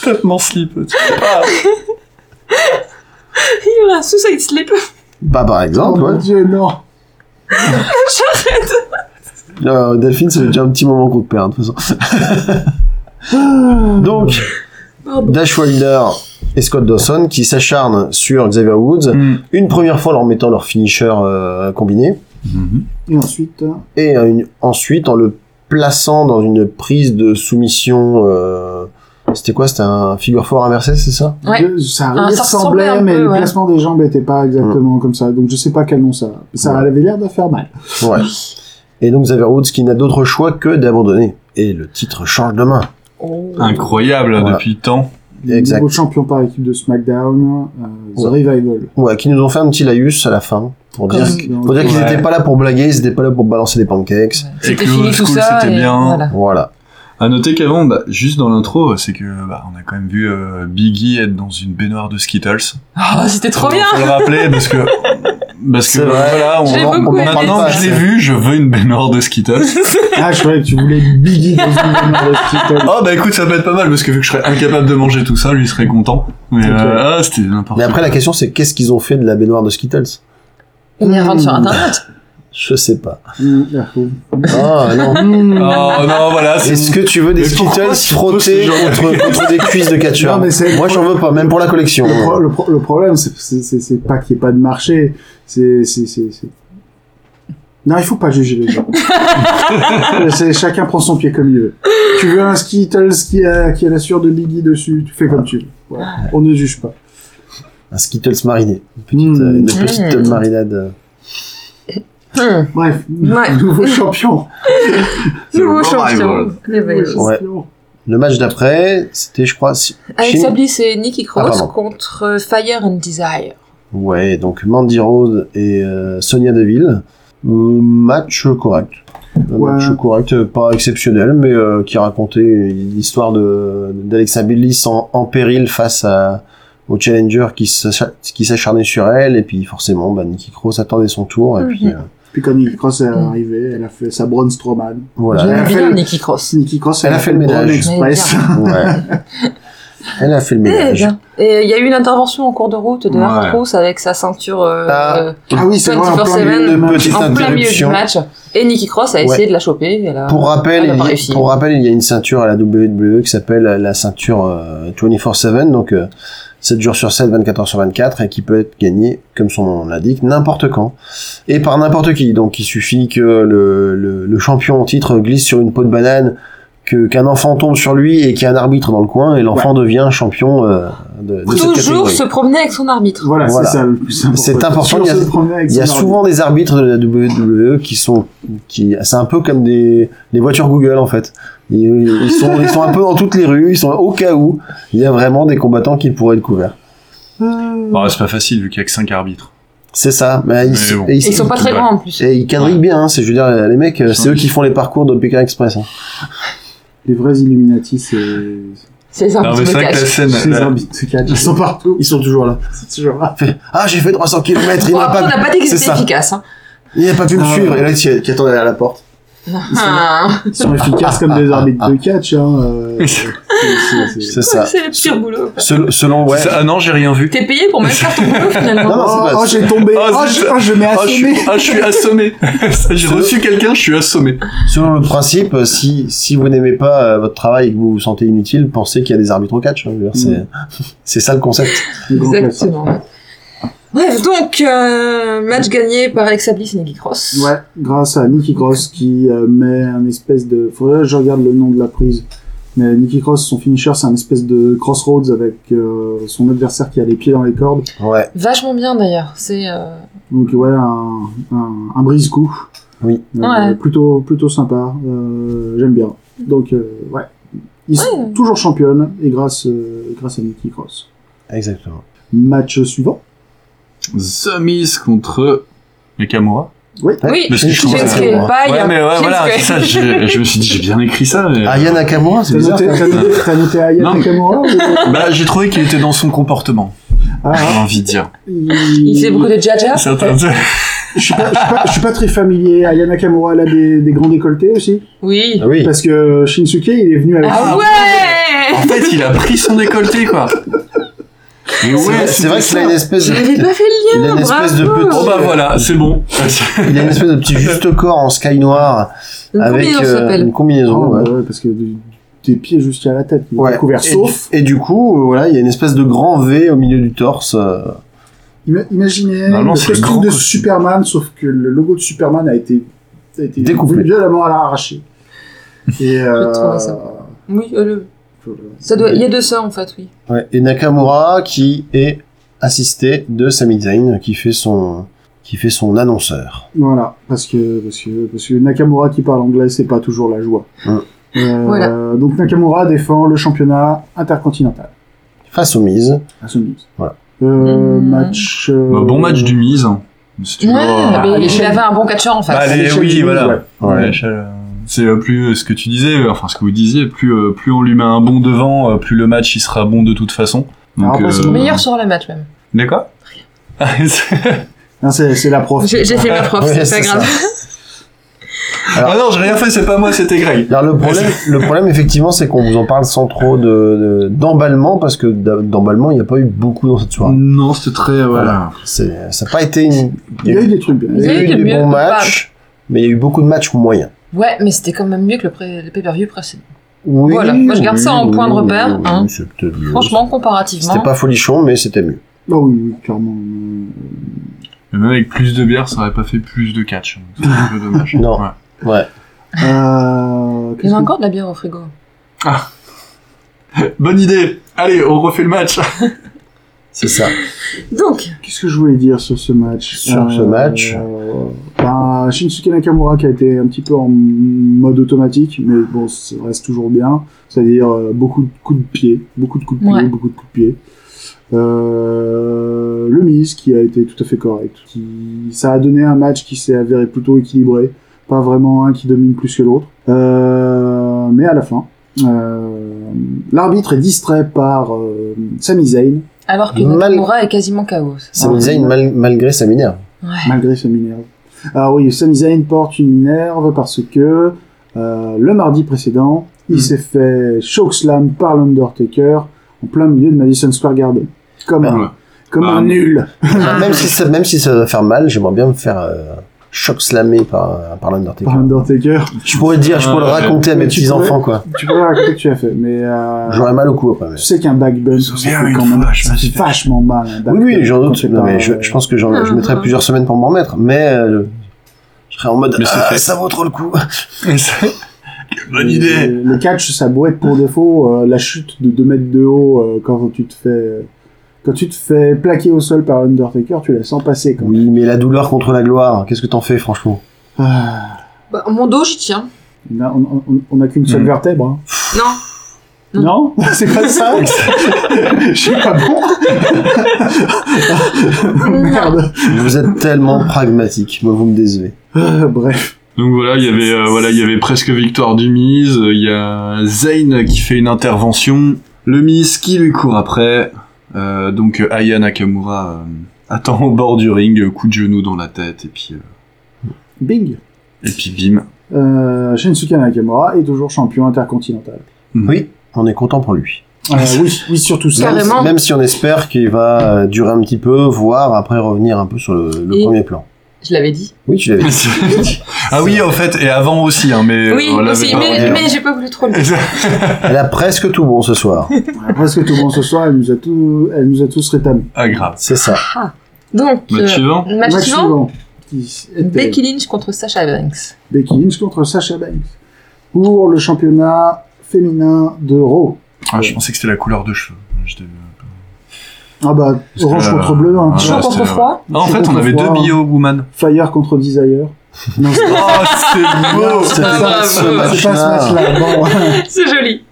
Speaker 5: Tape mon slip. Tu sais pas.
Speaker 4: Il a un Ah, suicide slip.
Speaker 6: Bah, par
Speaker 3: Oh
Speaker 6: exemple, ouais.
Speaker 3: mon dieu, non.
Speaker 6: Euh, Delphine, c'est déjà un petit moment qu'on te perd, de toute façon. Donc,
Speaker 4: Pardon.
Speaker 6: Dash Wilder et Scott Dawson qui s'acharnent sur Xavier Woods.
Speaker 5: Hmm.
Speaker 6: Une première fois en leur mettant leur finisher euh, combiné.
Speaker 3: Et ensuite, hein,
Speaker 6: Et euh, une- ensuite en le plaçant dans une prise de soumission. euh, c'était quoi C'était un figure fort inversé, c'est ça
Speaker 4: Ouais.
Speaker 3: deux- ça,
Speaker 4: Ah, ça ressemblait
Speaker 3: ressemblait,
Speaker 4: un
Speaker 3: mais
Speaker 4: peu,
Speaker 3: le
Speaker 4: ouais.
Speaker 3: placement des jambes n'était pas exactement comme ça. Donc je sais pas quel nom ça. a. Ça
Speaker 6: Ouais.
Speaker 3: avait l'air de faire mal.
Speaker 6: Ouais. Et donc Xavier Woods qui n'a d'autre choix que d'abandonner. Et le titre change de main. Oh.
Speaker 5: Incroyable
Speaker 6: Voilà.
Speaker 5: depuis le temps.
Speaker 6: Exact.
Speaker 3: Nouveau champion par équipe de SmackDown, euh, The
Speaker 6: Ouais.
Speaker 3: Revival.
Speaker 6: Ouais, qui nous ont fait un petit laïus à la fin. Pour
Speaker 2: Comme-
Speaker 6: dire, pour dire qu'ils
Speaker 5: Ouais.
Speaker 6: étaient pas là pour blaguer, ils étaient pas là pour balancer des pancakes.
Speaker 5: que Old School, c'était
Speaker 2: et
Speaker 5: bien.
Speaker 2: voilà.
Speaker 6: Voilà.
Speaker 5: À noter qu'avant, bah, juste dans l'intro, c'est que bah, on a quand même vu euh, Biggie être dans une baignoire de Skittles.
Speaker 2: Ah, c'était trop
Speaker 5: Faut-
Speaker 2: bien
Speaker 5: Faut le rappeler parce que parce que bah,
Speaker 6: C'est vrai.
Speaker 5: voilà, on,
Speaker 2: Je l'ai beaucoup aimé.
Speaker 5: maintenant
Speaker 6: pas
Speaker 5: que je l'ai
Speaker 6: assez.
Speaker 5: vu, je veux une baignoire de Skittles.
Speaker 3: Ah, je croyais que tu voulais Biggie dans une baignoire de Skittles.
Speaker 5: oh bah écoute, ça peut être pas mal parce que vu que je serais incapable de manger tout ça, lui serait content. Mais
Speaker 3: Ok.
Speaker 5: euh, ah, c'était n'importe.
Speaker 6: Mais après,
Speaker 5: quoi.
Speaker 6: la question, c'est qu'est-ce qu'ils ont fait de la baignoire de Skittles
Speaker 2: On invente sur internet.
Speaker 6: Je sais pas.
Speaker 3: Mmh, ah, oui.
Speaker 6: Ah non.
Speaker 3: Mm.
Speaker 5: Oh non, voilà, c'est
Speaker 6: Est-ce que tu veux des
Speaker 5: Mais pourquoi
Speaker 6: Skittles
Speaker 5: tu poses ce
Speaker 6: frottés
Speaker 5: genre de
Speaker 6: contre, contre des cuisses de catcheur
Speaker 3: Non, mais c'est-
Speaker 6: Moi, j'en veux pas, même pour la collection.
Speaker 3: Le, pro- le pro- le problème, c'est- c'est c'est- c'est pas qu'il n'y ait pas de marché. C'est. c'est- c'est- c'est- Non, il faut pas juger les gens. C'est- chacun prend son pied comme il veut. Tu veux un Skittles qui a, qui a la sueur de Biggie dessus, tu fais comme tu veux. Voilà. On ne juge pas.
Speaker 6: Un Skittles mariné. Une
Speaker 3: Mm.
Speaker 4: Hmm.
Speaker 6: petite, euh, une petite
Speaker 2: Mm.
Speaker 6: marinade. euh.
Speaker 2: Hmm.
Speaker 3: Bref,
Speaker 4: Ouais.
Speaker 3: nouveau champion.
Speaker 4: Nouveau
Speaker 5: Bon,
Speaker 4: champion.
Speaker 5: bah,
Speaker 4: Réveil.
Speaker 3: Nouveau champion.
Speaker 6: Le match d'après, c'était, je crois. si-
Speaker 4: Avec
Speaker 6: Shin-
Speaker 4: Sablis et Nikki
Speaker 6: Ah,
Speaker 4: Cross
Speaker 6: pardon.
Speaker 4: contre euh, Fire and Desire.
Speaker 6: Ouais, donc Mandy Rose et euh, Sonia Deville. Euh, match correct. Un
Speaker 3: Ouais.
Speaker 6: match correct, euh, pas exceptionnel, mais euh, qui racontait l'histoire de- d'Alexa Bliss en, en péril face à, au challenger qui s'acharn- qui s'acharnait sur elle. Et puis forcément, bah, Nikki Cross attendait son tour.
Speaker 4: Ah
Speaker 6: Et puis euh,
Speaker 3: Puis quand Nikki Cross est arrivée, elle a fait sa Braun Strowman.
Speaker 6: voilà.
Speaker 3: Elle a
Speaker 4: J'aime
Speaker 3: fait
Speaker 4: bien
Speaker 3: le-
Speaker 4: Nikki Cross.
Speaker 3: Nikki Cross, elle, a fait le
Speaker 6: ménage.
Speaker 3: Braun Express.
Speaker 6: Ouais. Elle a fait le
Speaker 4: Eh
Speaker 6: ménage.
Speaker 4: bien. Et il y a eu une intervention en cours de route de
Speaker 5: Ouais.
Speaker 4: Hart Cross avec sa ceinture euh,
Speaker 6: Ah.
Speaker 4: euh,
Speaker 3: Ah oui, c'est vrai, en plein
Speaker 4: 24/7,
Speaker 3: milieu de
Speaker 6: une
Speaker 3: match.
Speaker 6: petite
Speaker 4: en plein milieu du
Speaker 6: interruption.
Speaker 4: match. Et Nikki Cross a
Speaker 6: Ouais.
Speaker 4: essayé de la choper. Elle a,
Speaker 6: Pour rappel,
Speaker 4: elle a pas
Speaker 6: il y,
Speaker 4: réussi.
Speaker 6: pour rappel, il y a une ceinture à la WWE qui s'appelle la ceinture euh, 24/7, donc euh, 7 jours sur 7, 24 heures sur 24, et qui peut être gagnée, comme son nom l'indique, n'importe quand et par n'importe qui. Donc il suffit que le, le, le champion en titre glisse sur une peau de banane, que qu'un enfant tombe sur lui et qu'il y a un arbitre dans le coin, et l'enfant devient champion euh, de, de cette
Speaker 4: Toujours
Speaker 6: catégorie.
Speaker 4: se promener avec son arbitre.
Speaker 3: Voilà,
Speaker 6: Voilà.
Speaker 3: c'est ça le plus important.
Speaker 6: C'est important,
Speaker 3: Sur
Speaker 6: il y a-
Speaker 3: ce premier avec
Speaker 6: Il y a
Speaker 3: son
Speaker 6: souvent des arbitres de la WWE qui sont, qui, c'est un peu comme des, des voitures Google en fait. Ils, ils sont, ils sont un peu dans toutes les rues, ils sont au cas où. Il y a vraiment des combattants qui pourraient être couverts.
Speaker 5: Bah, c'est pas facile vu qu'il y a que 5 arbitres.
Speaker 6: C'est ça. Mais ils,
Speaker 5: Mais bon.
Speaker 6: et
Speaker 4: Ils sont pas très
Speaker 5: Ouais.
Speaker 4: grands en plus.
Speaker 6: et ils quadrillent bien. hein. c'est, je veux dire, les mecs, c'est eux qui font les parcours de Pékin Express. hein.
Speaker 3: Les vrais Illuminati, c'est.
Speaker 4: Ces
Speaker 5: Non, mais
Speaker 4: arbitres
Speaker 5: Ah,
Speaker 4: me
Speaker 5: c'est vrai que la
Speaker 4: cachent.
Speaker 5: scène,
Speaker 3: Ces
Speaker 5: la-
Speaker 3: arbitres, ces cadres, Ils sont partout.
Speaker 6: Ils sont toujours là.
Speaker 3: C'est toujours là.
Speaker 6: Fait, ah, j'ai fait 300 km. Il
Speaker 4: Bon,
Speaker 6: n'a
Speaker 4: après, on n'a
Speaker 6: pas,
Speaker 4: pas dit que
Speaker 6: c'est
Speaker 4: c'était
Speaker 6: ça.
Speaker 4: efficace. Hein.
Speaker 6: il n'a pas pu me
Speaker 3: Ah,
Speaker 6: suivre.
Speaker 3: ouais.
Speaker 6: Et là, qui, qui attend derrière la porte.
Speaker 4: Ah,
Speaker 3: Ils sont efficaces comme des arbitres de catch. Hein. euh, c'est- c'est- c'est-
Speaker 6: C'est ça.
Speaker 4: C'est le pire boulot.
Speaker 6: Sel- selon, ouais.
Speaker 5: C'est- Ah non, j'ai rien vu.
Speaker 4: T'es payé pour même faire ton boulot
Speaker 6: Non,
Speaker 4: finalement.
Speaker 6: non, c'est
Speaker 3: Oh,
Speaker 6: pas-
Speaker 3: oh, j'ai tombé.
Speaker 5: Oh,
Speaker 3: Oh,
Speaker 5: c'est
Speaker 3: je,
Speaker 5: ça.
Speaker 3: oh, je m'ai
Speaker 5: Ah, je suis,
Speaker 3: assommé.
Speaker 5: ah, je suis assommé. J'ai reçu quelqu'un, je suis assommé.
Speaker 6: Selon le principe, euh, si, si vous n'aimez pas euh, votre travail et que vous vous sentez inutile, pensez qu'il y a des arbitres au catch. hein. Je veux dire, c'est-
Speaker 3: Mm.
Speaker 6: C'est ça le concept.
Speaker 3: Le grand classique.
Speaker 4: Exactement. Bref, donc, euh, match gagné par Alexa Bliss et Nikki Cross.
Speaker 3: Ouais, grâce à Nikki Cross qui euh, met un espèce de. Faudrait que je regarde le nom de la prise. Mais Nikki Cross, son finisher, c'est un espèce de crossroads avec euh, son adversaire qui a les pieds dans les cordes.
Speaker 6: Ouais.
Speaker 4: Vachement bien d'ailleurs. C'est euh,
Speaker 3: Donc ouais, un, un, un brise-coup.
Speaker 6: Oui.
Speaker 3: Euh,
Speaker 4: Ouais.
Speaker 3: Plutôt, plutôt sympa. Euh, J'aime bien. Donc euh, ouais. Ils sont toujours championnes et grâce, euh, grâce à Nikki Cross.
Speaker 6: Exactement.
Speaker 3: Match suivant.
Speaker 5: The Miz contre Nakamura.
Speaker 4: oui.
Speaker 5: Parce que je trouve
Speaker 6: Shinsuke
Speaker 5: ça.
Speaker 4: Shinsuke Pai,
Speaker 5: Ouais, mais ouais,
Speaker 4: Shinsuke.
Speaker 5: voilà, c'est ça. j'ai- Je me suis dit, j'ai bien écrit ça. Mais...
Speaker 6: Ah, Yana Nakamura, c'est
Speaker 3: T'as
Speaker 6: bizarre.
Speaker 3: noté, t'as noté, t'as noté Aya
Speaker 5: Non, mais-
Speaker 3: Nakamura ou-
Speaker 6: Ah.
Speaker 5: Bah, j'ai trouvé qu'il était dans son comportement. J'ai
Speaker 3: Ah,
Speaker 5: envie de dire.
Speaker 3: il-
Speaker 4: Il fait beaucoup de jaja.
Speaker 5: C'est interdit.
Speaker 3: Je suis pas, je suis pas- je suis pas très familier. Aya Nakamura, elle a des, des grands décolletés aussi.
Speaker 4: Oui.
Speaker 6: Ah Oui.
Speaker 3: Parce que Shinsuke, il est venu avec.
Speaker 4: Ah
Speaker 5: En
Speaker 4: ouais
Speaker 5: fait, il a pris son décolleté, quoi. Mais
Speaker 6: C'est
Speaker 5: ouais,
Speaker 6: vrai- c'est vrai
Speaker 5: c'était
Speaker 6: qu'il a une
Speaker 5: ça.
Speaker 6: espèce de,
Speaker 4: J'avais pas fait le
Speaker 6: il a
Speaker 4: lien,
Speaker 6: une espèce de
Speaker 4: bravo.
Speaker 5: Bon, bah voilà, c'est bon.
Speaker 6: il a une espèce de petit juste corps en sky noir
Speaker 4: Une
Speaker 6: avec
Speaker 4: combinaison
Speaker 6: euh,
Speaker 4: s'appelle.
Speaker 6: une combinaison.
Speaker 3: Ah,
Speaker 6: ouais.
Speaker 3: bah ouais, parce que du- des pieds jusqu'à la tête. Il est
Speaker 6: Ouais.
Speaker 3: couvert.
Speaker 6: Et
Speaker 3: Sauf,
Speaker 6: Et du coup, euh, voilà, il y a une espèce de grand V au milieu du torse. euh,
Speaker 3: ima- imaginez le
Speaker 5: Normalement, c'est le grand
Speaker 3: costume de
Speaker 5: costume.
Speaker 3: Superman, sauf que le logo de Superman a été, a été
Speaker 6: Découpé.
Speaker 3: violemment à l'arraché. Et euh,
Speaker 4: trouvé ça. Oui, euh, le-
Speaker 3: faut le-
Speaker 4: ça doit... il y a de ça en fait, oui.
Speaker 6: ouais. Et Nakamura qui est assisté de Sami Zayn qui fait son qui fait son annonceur.
Speaker 3: Voilà, parce que, parce, que, parce que Nakamura qui parle anglais, c'est pas toujours la joie.
Speaker 6: Mm.
Speaker 5: Hein.
Speaker 3: Euh,
Speaker 4: Voilà.
Speaker 3: Donc Nakamura défend le championnat intercontinental.
Speaker 6: Face aux mises.
Speaker 3: à Sunnis.
Speaker 6: Voilà.
Speaker 3: Euh,
Speaker 4: Mm.
Speaker 3: Match. euh,
Speaker 5: Bah, bon match du Miz. C'est
Speaker 2: Ouais,
Speaker 5: toujours, euh,
Speaker 2: mais
Speaker 4: les
Speaker 2: il
Speaker 4: chefs-
Speaker 2: avait un bon catcheur en
Speaker 5: bah,
Speaker 2: face.
Speaker 5: les-
Speaker 3: l'échelle
Speaker 5: oui,
Speaker 3: du
Speaker 5: voilà.
Speaker 3: monde,
Speaker 5: Ouais,
Speaker 6: Ouais.
Speaker 5: l'échelle, euh, C'est euh, plus euh, ce que tu disais, euh, enfin ce que vous disiez, plus, euh, plus on lui met un bon devant, euh, plus le match il sera bon de toute façon.
Speaker 2: Ah,
Speaker 5: euh,
Speaker 3: Alors après, c'est le
Speaker 2: Meilleur sur le match même.
Speaker 5: D'accord
Speaker 3: Non, Ah, c'est c'est la prof.
Speaker 4: J'ai j'ai fait ma prof,
Speaker 6: Ouais,
Speaker 4: c'est
Speaker 6: c'est
Speaker 4: pas
Speaker 6: ça.
Speaker 4: grave.
Speaker 5: Ah non, j'ai rien fait, c'est pas moi, c'était Greg.
Speaker 6: Alors, le problème, le problème effectivement, c'est qu'on vous en parle sans trop de- de- d'emballement, parce que d'a- d'emballement, il n'y a pas eu beaucoup dans cette soirée.
Speaker 5: Non, c'était très.
Speaker 6: Voilà. C'est- Ça n'a pas été une.
Speaker 3: Il y a eu des trucs bien.
Speaker 6: il y a eu
Speaker 2: de
Speaker 6: des
Speaker 2: mieux,
Speaker 6: bons
Speaker 2: de pas-
Speaker 6: matchs, mais il y a eu beaucoup de matchs moyens.
Speaker 2: Ouais, mais c'était quand même mieux que le, pré- le pay-per-view précédent.
Speaker 6: Oui,
Speaker 2: Voilà. Moi, je garde ça en point de repère, hein.
Speaker 6: c'est peut-être mieux.
Speaker 2: Franchement, comparativement.
Speaker 6: C'était pas folichon, mais c'était mieux.
Speaker 3: Ah oui, oui, clairement. euh,
Speaker 5: Même avec plus de bière, ça aurait pas fait plus de catch. donc C'est un peu dommage.
Speaker 6: Non.
Speaker 5: Ouais.
Speaker 6: Ouais.
Speaker 3: Euh,
Speaker 2: Il y
Speaker 3: qu'est-ce
Speaker 2: en a
Speaker 3: que-
Speaker 2: encore de la bière au frigo.
Speaker 5: Bonne idée Allez, on refait le match
Speaker 6: C'est ça.
Speaker 4: Donc,
Speaker 3: Qu'est-ce que je voulais dire sur ce match
Speaker 6: Sur ce match
Speaker 3: euh, ben, Shinsuke Nakamura qui a été un petit peu en mode automatique, mais bon, ça reste toujours bien. C'est-à-dire euh, beaucoup de coups de pied, beaucoup de coups de pied,
Speaker 2: Ouais.
Speaker 3: beaucoup de coups de pied. Euh, le Miz qui a été tout à fait correct. Qui... Ça a donné un match qui s'est avéré plutôt équilibré. Pas vraiment un qui domine plus que l'autre. Euh, mais à la fin, euh, l'arbitre est distrait par euh, Sami Zayn,
Speaker 2: Alors que
Speaker 6: Mal-
Speaker 2: Nakamura est quasiment chaos.
Speaker 6: Ça me disait, mal- malgré sa minerve.
Speaker 2: Ouais.
Speaker 3: malgré sa minerve. Alors oui, Sami Zayn porte une minerve parce que euh, le mardi précédent, il
Speaker 6: Hmm.
Speaker 5: Mhm.
Speaker 3: s'est fait chokeslam par l'Undertaker en plein milieu de Madison Square Garden. Comme un,
Speaker 5: Ouais.
Speaker 3: comme
Speaker 5: Ah.
Speaker 3: un nul.
Speaker 4: Ah.
Speaker 6: Même, si ça, même si ça va faire mal, j'aimerais bien me faire euh, choc slammer par, par l'Undertaker.
Speaker 3: Par l'Undertaker.
Speaker 6: Je pourrais dire, je pourrais le
Speaker 5: Ah, ouais.
Speaker 6: raconter à mes
Speaker 3: Mais tu
Speaker 6: petits-enfants, quoi.
Speaker 3: tu peux raconter ce que tu as fait, mais euh,
Speaker 6: J'aurais mal au cou après. mais-
Speaker 3: tu sais qu'un backbun,
Speaker 5: Je me
Speaker 3: ça fait
Speaker 5: souviens une
Speaker 3: quand même
Speaker 5: fois, je
Speaker 3: ça
Speaker 5: me
Speaker 3: fait
Speaker 5: suis fait-
Speaker 3: vachement mal. un
Speaker 6: Oui,
Speaker 3: backbun
Speaker 6: oui, j'en
Speaker 3: quand
Speaker 6: doute.
Speaker 3: t'es
Speaker 6: Non,
Speaker 3: pas-
Speaker 6: mais je, je pense que j'en- je mettrai plusieurs semaines pour m'en remettre, mais euh, je serais en mode
Speaker 5: Mais c'est
Speaker 6: ah,
Speaker 5: fait.
Speaker 6: ça vaut trop le coup.
Speaker 5: Bonne
Speaker 3: Et
Speaker 5: idée
Speaker 3: Le catch, ça doit être pour défaut. euh, la chute de 2 mètres de haut, euh, quand tu te fais... euh, Quand tu te fais plaquer au sol par Undertaker, tu la sens passer. Quand même.
Speaker 6: Oui, mais la douleur contre la gloire, qu'est-ce que t'en fais, franchement
Speaker 3: Ah.
Speaker 4: bah, mon dos, j'y tiens.
Speaker 3: On a- on- on- on n'a qu'une seule
Speaker 5: Mm.
Speaker 3: vertèbre. hein.
Speaker 4: Non.
Speaker 3: Non, c'est pas ça. Je suis pas bon. Merde.
Speaker 6: Vous êtes tellement pragmatique, moi vous me décevez.
Speaker 3: Euh, bref.
Speaker 5: Donc voilà, il y avait euh, voilà, il y avait presque victoire du Miz, euh, il y a Zayn qui fait une intervention, le Miz qui lui court après, euh, donc euh, Aya Nakamura euh, attend au bord du ring, euh, coup de genou dans la tête, et puis, euh,
Speaker 3: Bing.
Speaker 5: et puis bim.
Speaker 3: Euh, Shinsuke Nakamura est toujours champion intercontinental.
Speaker 6: Oui, on est content pour lui.
Speaker 3: Euh, oui, oui, surtout ça.
Speaker 6: Même,
Speaker 4: Carrément.
Speaker 6: même si on espère qu'il va euh, durer un petit peu, voire après revenir un peu sur le, le
Speaker 2: Et-
Speaker 6: premier plan.
Speaker 2: Je l'avais dit.
Speaker 6: Oui, tu l'avais dit.
Speaker 5: ah oui, en fait, et avant aussi, hein, mais
Speaker 4: Oui,
Speaker 5: on l'avait
Speaker 4: aussi,
Speaker 5: pas
Speaker 4: mais,
Speaker 5: redit.
Speaker 4: mais j'ai pas voulu trop le
Speaker 6: Elle a presque tout bon ce soir.
Speaker 3: On a presque tout bon ce soir, elle nous a, tout, elle nous a tous rétablis.
Speaker 5: ah grave. hein
Speaker 6: C'est ça.
Speaker 2: Donc,
Speaker 5: Match
Speaker 2: euh,
Speaker 5: suivant.
Speaker 2: match suivant,
Speaker 3: qui était
Speaker 2: Becky Lynch contre Sasha Banks.
Speaker 3: Becky Lynch contre Sasha Banks pour le championnat féminin de Raw.
Speaker 5: Ah, je pensais que c'était la couleur de cheveux. J'étais-
Speaker 3: Ah bah,
Speaker 5: Parce
Speaker 3: orange
Speaker 5: que,
Speaker 3: contre bleu. hein.
Speaker 5: Ah,
Speaker 2: Chaud
Speaker 5: ouais,
Speaker 2: contre
Speaker 5: c'était-
Speaker 2: froid.
Speaker 5: Ah, en fait, on
Speaker 3: contre
Speaker 5: avait
Speaker 3: froid,
Speaker 5: deux
Speaker 3: hein.
Speaker 5: billets au Woman.
Speaker 3: Fire contre Desire. Non, c'est
Speaker 5: Oh, c'est beau
Speaker 6: C'est
Speaker 4: Ah, bravo.
Speaker 6: ça, ce
Speaker 3: C'est pas ce
Speaker 6: match-là.
Speaker 3: match-là. Bon,
Speaker 4: C'est joli.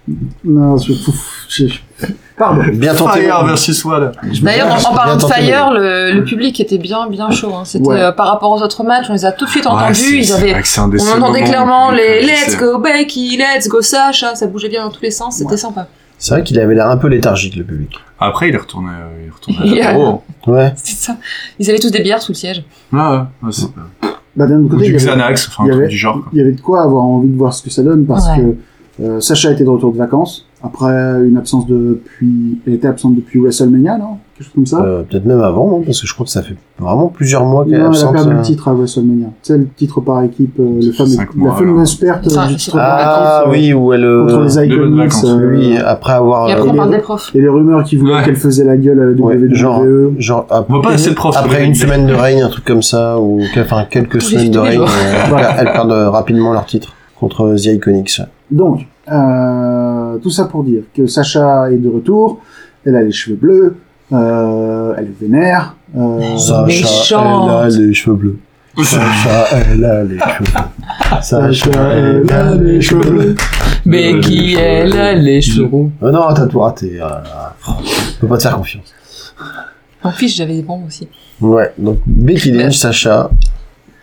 Speaker 3: non, je pouf, je- Pardon.
Speaker 6: Bien tenté.
Speaker 5: Fire versus Wad.
Speaker 2: D'ailleurs, en- en,
Speaker 6: Bien
Speaker 2: parlant de
Speaker 6: tenté,
Speaker 2: Fire, le, le public était bien, bien chaud. hein. C'était
Speaker 3: Ouais.
Speaker 2: euh, par rapport aux autres matchs, on les a tout de suite
Speaker 5: Ouais,
Speaker 2: entendus.
Speaker 5: c'est-
Speaker 2: Ils
Speaker 5: c'est
Speaker 2: avaient,
Speaker 5: vrai que c'est un des
Speaker 2: on
Speaker 5: seuls
Speaker 2: entendait
Speaker 5: moments où
Speaker 2: clairement
Speaker 5: le
Speaker 2: les
Speaker 5: public, euh,
Speaker 2: Let's
Speaker 5: c'est-
Speaker 2: go Becky, Let's go Sasha. Ça bougeait bien dans tous les sens. C'était sympa.
Speaker 6: C'est vrai qu'il avait l'air un peu léthargique, le public.
Speaker 5: Après, il est retourné, euh, il est retourné à
Speaker 2: Il est-
Speaker 5: la Pro.
Speaker 6: Ouais.
Speaker 2: C'était ça. Ils avaient tous des bières sous le siège.
Speaker 5: Ah, ouais, ouais, c'est-
Speaker 3: Bah, d'un autre
Speaker 5: Ou
Speaker 3: côté,
Speaker 5: du
Speaker 3: il y, avait,
Speaker 5: Xanax,
Speaker 3: il
Speaker 5: enfin un
Speaker 3: y
Speaker 5: truc
Speaker 3: avait-
Speaker 5: du genre. quoi.
Speaker 3: il y avait de quoi avoir envie de voir ce que ça donne parce
Speaker 2: Ouais.
Speaker 3: que euh, Sacha était de retour de vacances après une absence depuis. Elle était absente depuis WrestleMania, non Quelque chose comme ça
Speaker 6: Euh, Peut-être même avant, non parce que je crois que ça fait vraiment plusieurs mois qu'elle est
Speaker 3: Non, elle a
Speaker 6: absente.
Speaker 3: perdu
Speaker 6: euh.
Speaker 3: le titre à WrestleMania. C'est le titre par équipe, euh, le fameux,
Speaker 5: Cinq
Speaker 3: la
Speaker 5: mois,
Speaker 3: fameuse perte euh,
Speaker 2: Ah,
Speaker 3: du
Speaker 2: ils
Speaker 3: titre
Speaker 2: sont
Speaker 3: par
Speaker 6: Ah
Speaker 3: équipe, euh,
Speaker 6: oui, où elle. euh,
Speaker 3: contre les
Speaker 5: de bonnes
Speaker 3: Iconics.
Speaker 5: vacances.
Speaker 3: euh,
Speaker 6: Oui, après avoir.
Speaker 2: Et après,
Speaker 6: euh,
Speaker 2: on
Speaker 3: les-
Speaker 2: parle des profs.
Speaker 3: Et les rumeurs qui voulaient
Speaker 5: Ouais.
Speaker 3: qu'elle faisait la E. gueule à la
Speaker 6: Ouais,
Speaker 3: WWE.
Speaker 6: genre- genre après,
Speaker 5: On voit pas assez de profs sur
Speaker 6: après
Speaker 5: le
Speaker 6: une
Speaker 5: ring.
Speaker 6: semaine de règne, un truc comme ça, ou que- enfin quelques
Speaker 2: J'ai
Speaker 6: semaines de
Speaker 2: tous les
Speaker 6: règne,
Speaker 2: jours.
Speaker 6: euh,
Speaker 3: Voilà.
Speaker 6: elles perdent euh, rapidement leur titre contre euh, The Iconics.
Speaker 3: Donc, euh, tout ça pour dire que Sacha est de retour, elle a les cheveux bleus, euh, elle est vénère. euh,
Speaker 6: Sacha,
Speaker 2: méchante.
Speaker 6: elle a les cheveux bleus. Sacha, elle a les cheveux bleus. Sacha, elle a les cheveux bleus.
Speaker 2: Becky, elle a les cheveux roux.
Speaker 6: euh, Oh non, t'as tout raté. euh, on peut pas te faire confiance.
Speaker 2: En fiche, j'avais des bons aussi.
Speaker 6: Ouais, donc Becky Lynch, Sacha,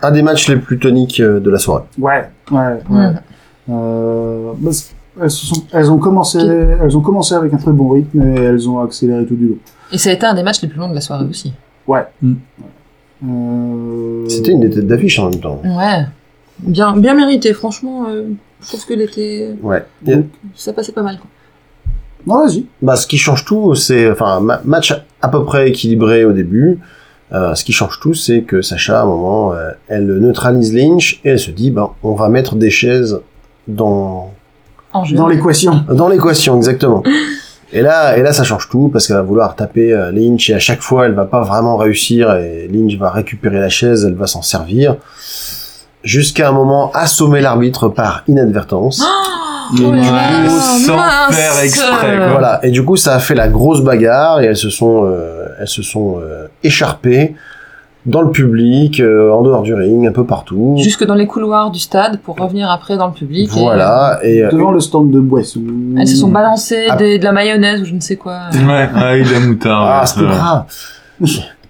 Speaker 6: un des matchs les plus toniques euh, de la soirée.
Speaker 3: Ouais, ouais, ouais. Euh, bah, c- elles, se sont- elles ont commencé, elles ont commencé avec un très bon rythme et elles ont accéléré tout du long.
Speaker 2: Et ça a été un des matchs les plus longs de la soirée aussi.
Speaker 3: Euh,
Speaker 6: C'était une des têtes d'affiche en même temps.
Speaker 2: Ouais.
Speaker 4: Bien, bien mérité, franchement. euh, je trouve que l'été,
Speaker 6: Ouais. Et-
Speaker 3: Donc,
Speaker 2: Ça passait pas mal. Quoi.
Speaker 3: non, vas-y.
Speaker 6: Bah, ce qui change tout, c'est enfin ma- match à peu près équilibré au début. Euh, ce qui change tout, c'est que Sacha, à un moment, euh, elle neutralise Lynch et elle se dit, bah, on va mettre des chaises dans
Speaker 2: En jeu.
Speaker 3: Dans l'équation.
Speaker 6: dans l'équation exactement. Et là, et là, ça change tout parce qu'elle va vouloir taper euh, Lynch et à chaque fois, elle va pas vraiment réussir et Lynch va récupérer la chaise, elle va s'en servir jusqu'à un moment assommer l'arbitre par inadvertance.
Speaker 2: Oh là
Speaker 5: Ouais,
Speaker 2: là,
Speaker 5: sans
Speaker 2: mince.
Speaker 5: faire exprès,
Speaker 6: Et
Speaker 5: quoi.
Speaker 6: Voilà, et du coup, ça a fait la grosse bagarre et elles se sont, euh, elles se sont euh, écharpées dans le public, euh, en dehors du ring, un peu partout.
Speaker 2: Jusque dans les couloirs du stade pour revenir après dans le public. et,
Speaker 6: Voilà, et euh,
Speaker 3: Devant le stand de boisson.
Speaker 2: euh, Elles se sont balancées
Speaker 6: Ah.
Speaker 2: des- de la mayonnaise ou je ne sais quoi.
Speaker 5: Ouais, ah, il a moutarde.
Speaker 6: ah, c'était
Speaker 5: euh,
Speaker 6: grave.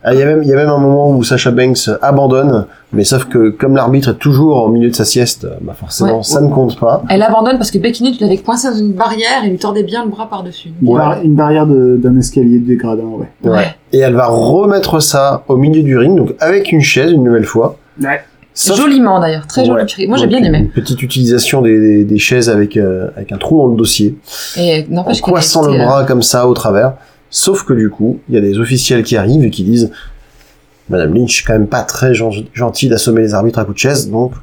Speaker 6: Ah, Il y, a même, il y a même un moment où Sacha Banks abandonne, mais sauf que comme l'arbitre est toujours au milieu de sa sieste, bah forcément
Speaker 2: Ouais.
Speaker 6: ça ne compte pas.
Speaker 2: Elle abandonne parce que Becky Lynch l'avait coincée dans une barrière et lui tordait bien le bras par-dessus.
Speaker 3: Une,
Speaker 6: Ouais.
Speaker 3: bar- une barrière de- d'un escalier de dégradant, ouais.
Speaker 6: Ouais. Et elle va remettre ça au milieu du ring, donc avec une chaise une nouvelle fois.
Speaker 3: Ouais.
Speaker 6: Sauf
Speaker 2: Joliment d'ailleurs, très joli
Speaker 6: Ouais.
Speaker 2: cri. Moi j'ai
Speaker 6: Donc,
Speaker 2: bien aimé.
Speaker 6: Une petite utilisation des, des- des chaises avec, euh, avec un trou dans le dossier,
Speaker 2: Et
Speaker 6: en
Speaker 2: n'empêche qu'elle
Speaker 6: coissant
Speaker 2: était,
Speaker 6: le
Speaker 2: euh,
Speaker 6: bras comme ça au travers. Sauf que du coup, il y a des officiels qui arrivent et qui disent Madame Lynch, quand même pas très gen- gentille d'assommer les arbitres à coups de chaise, donc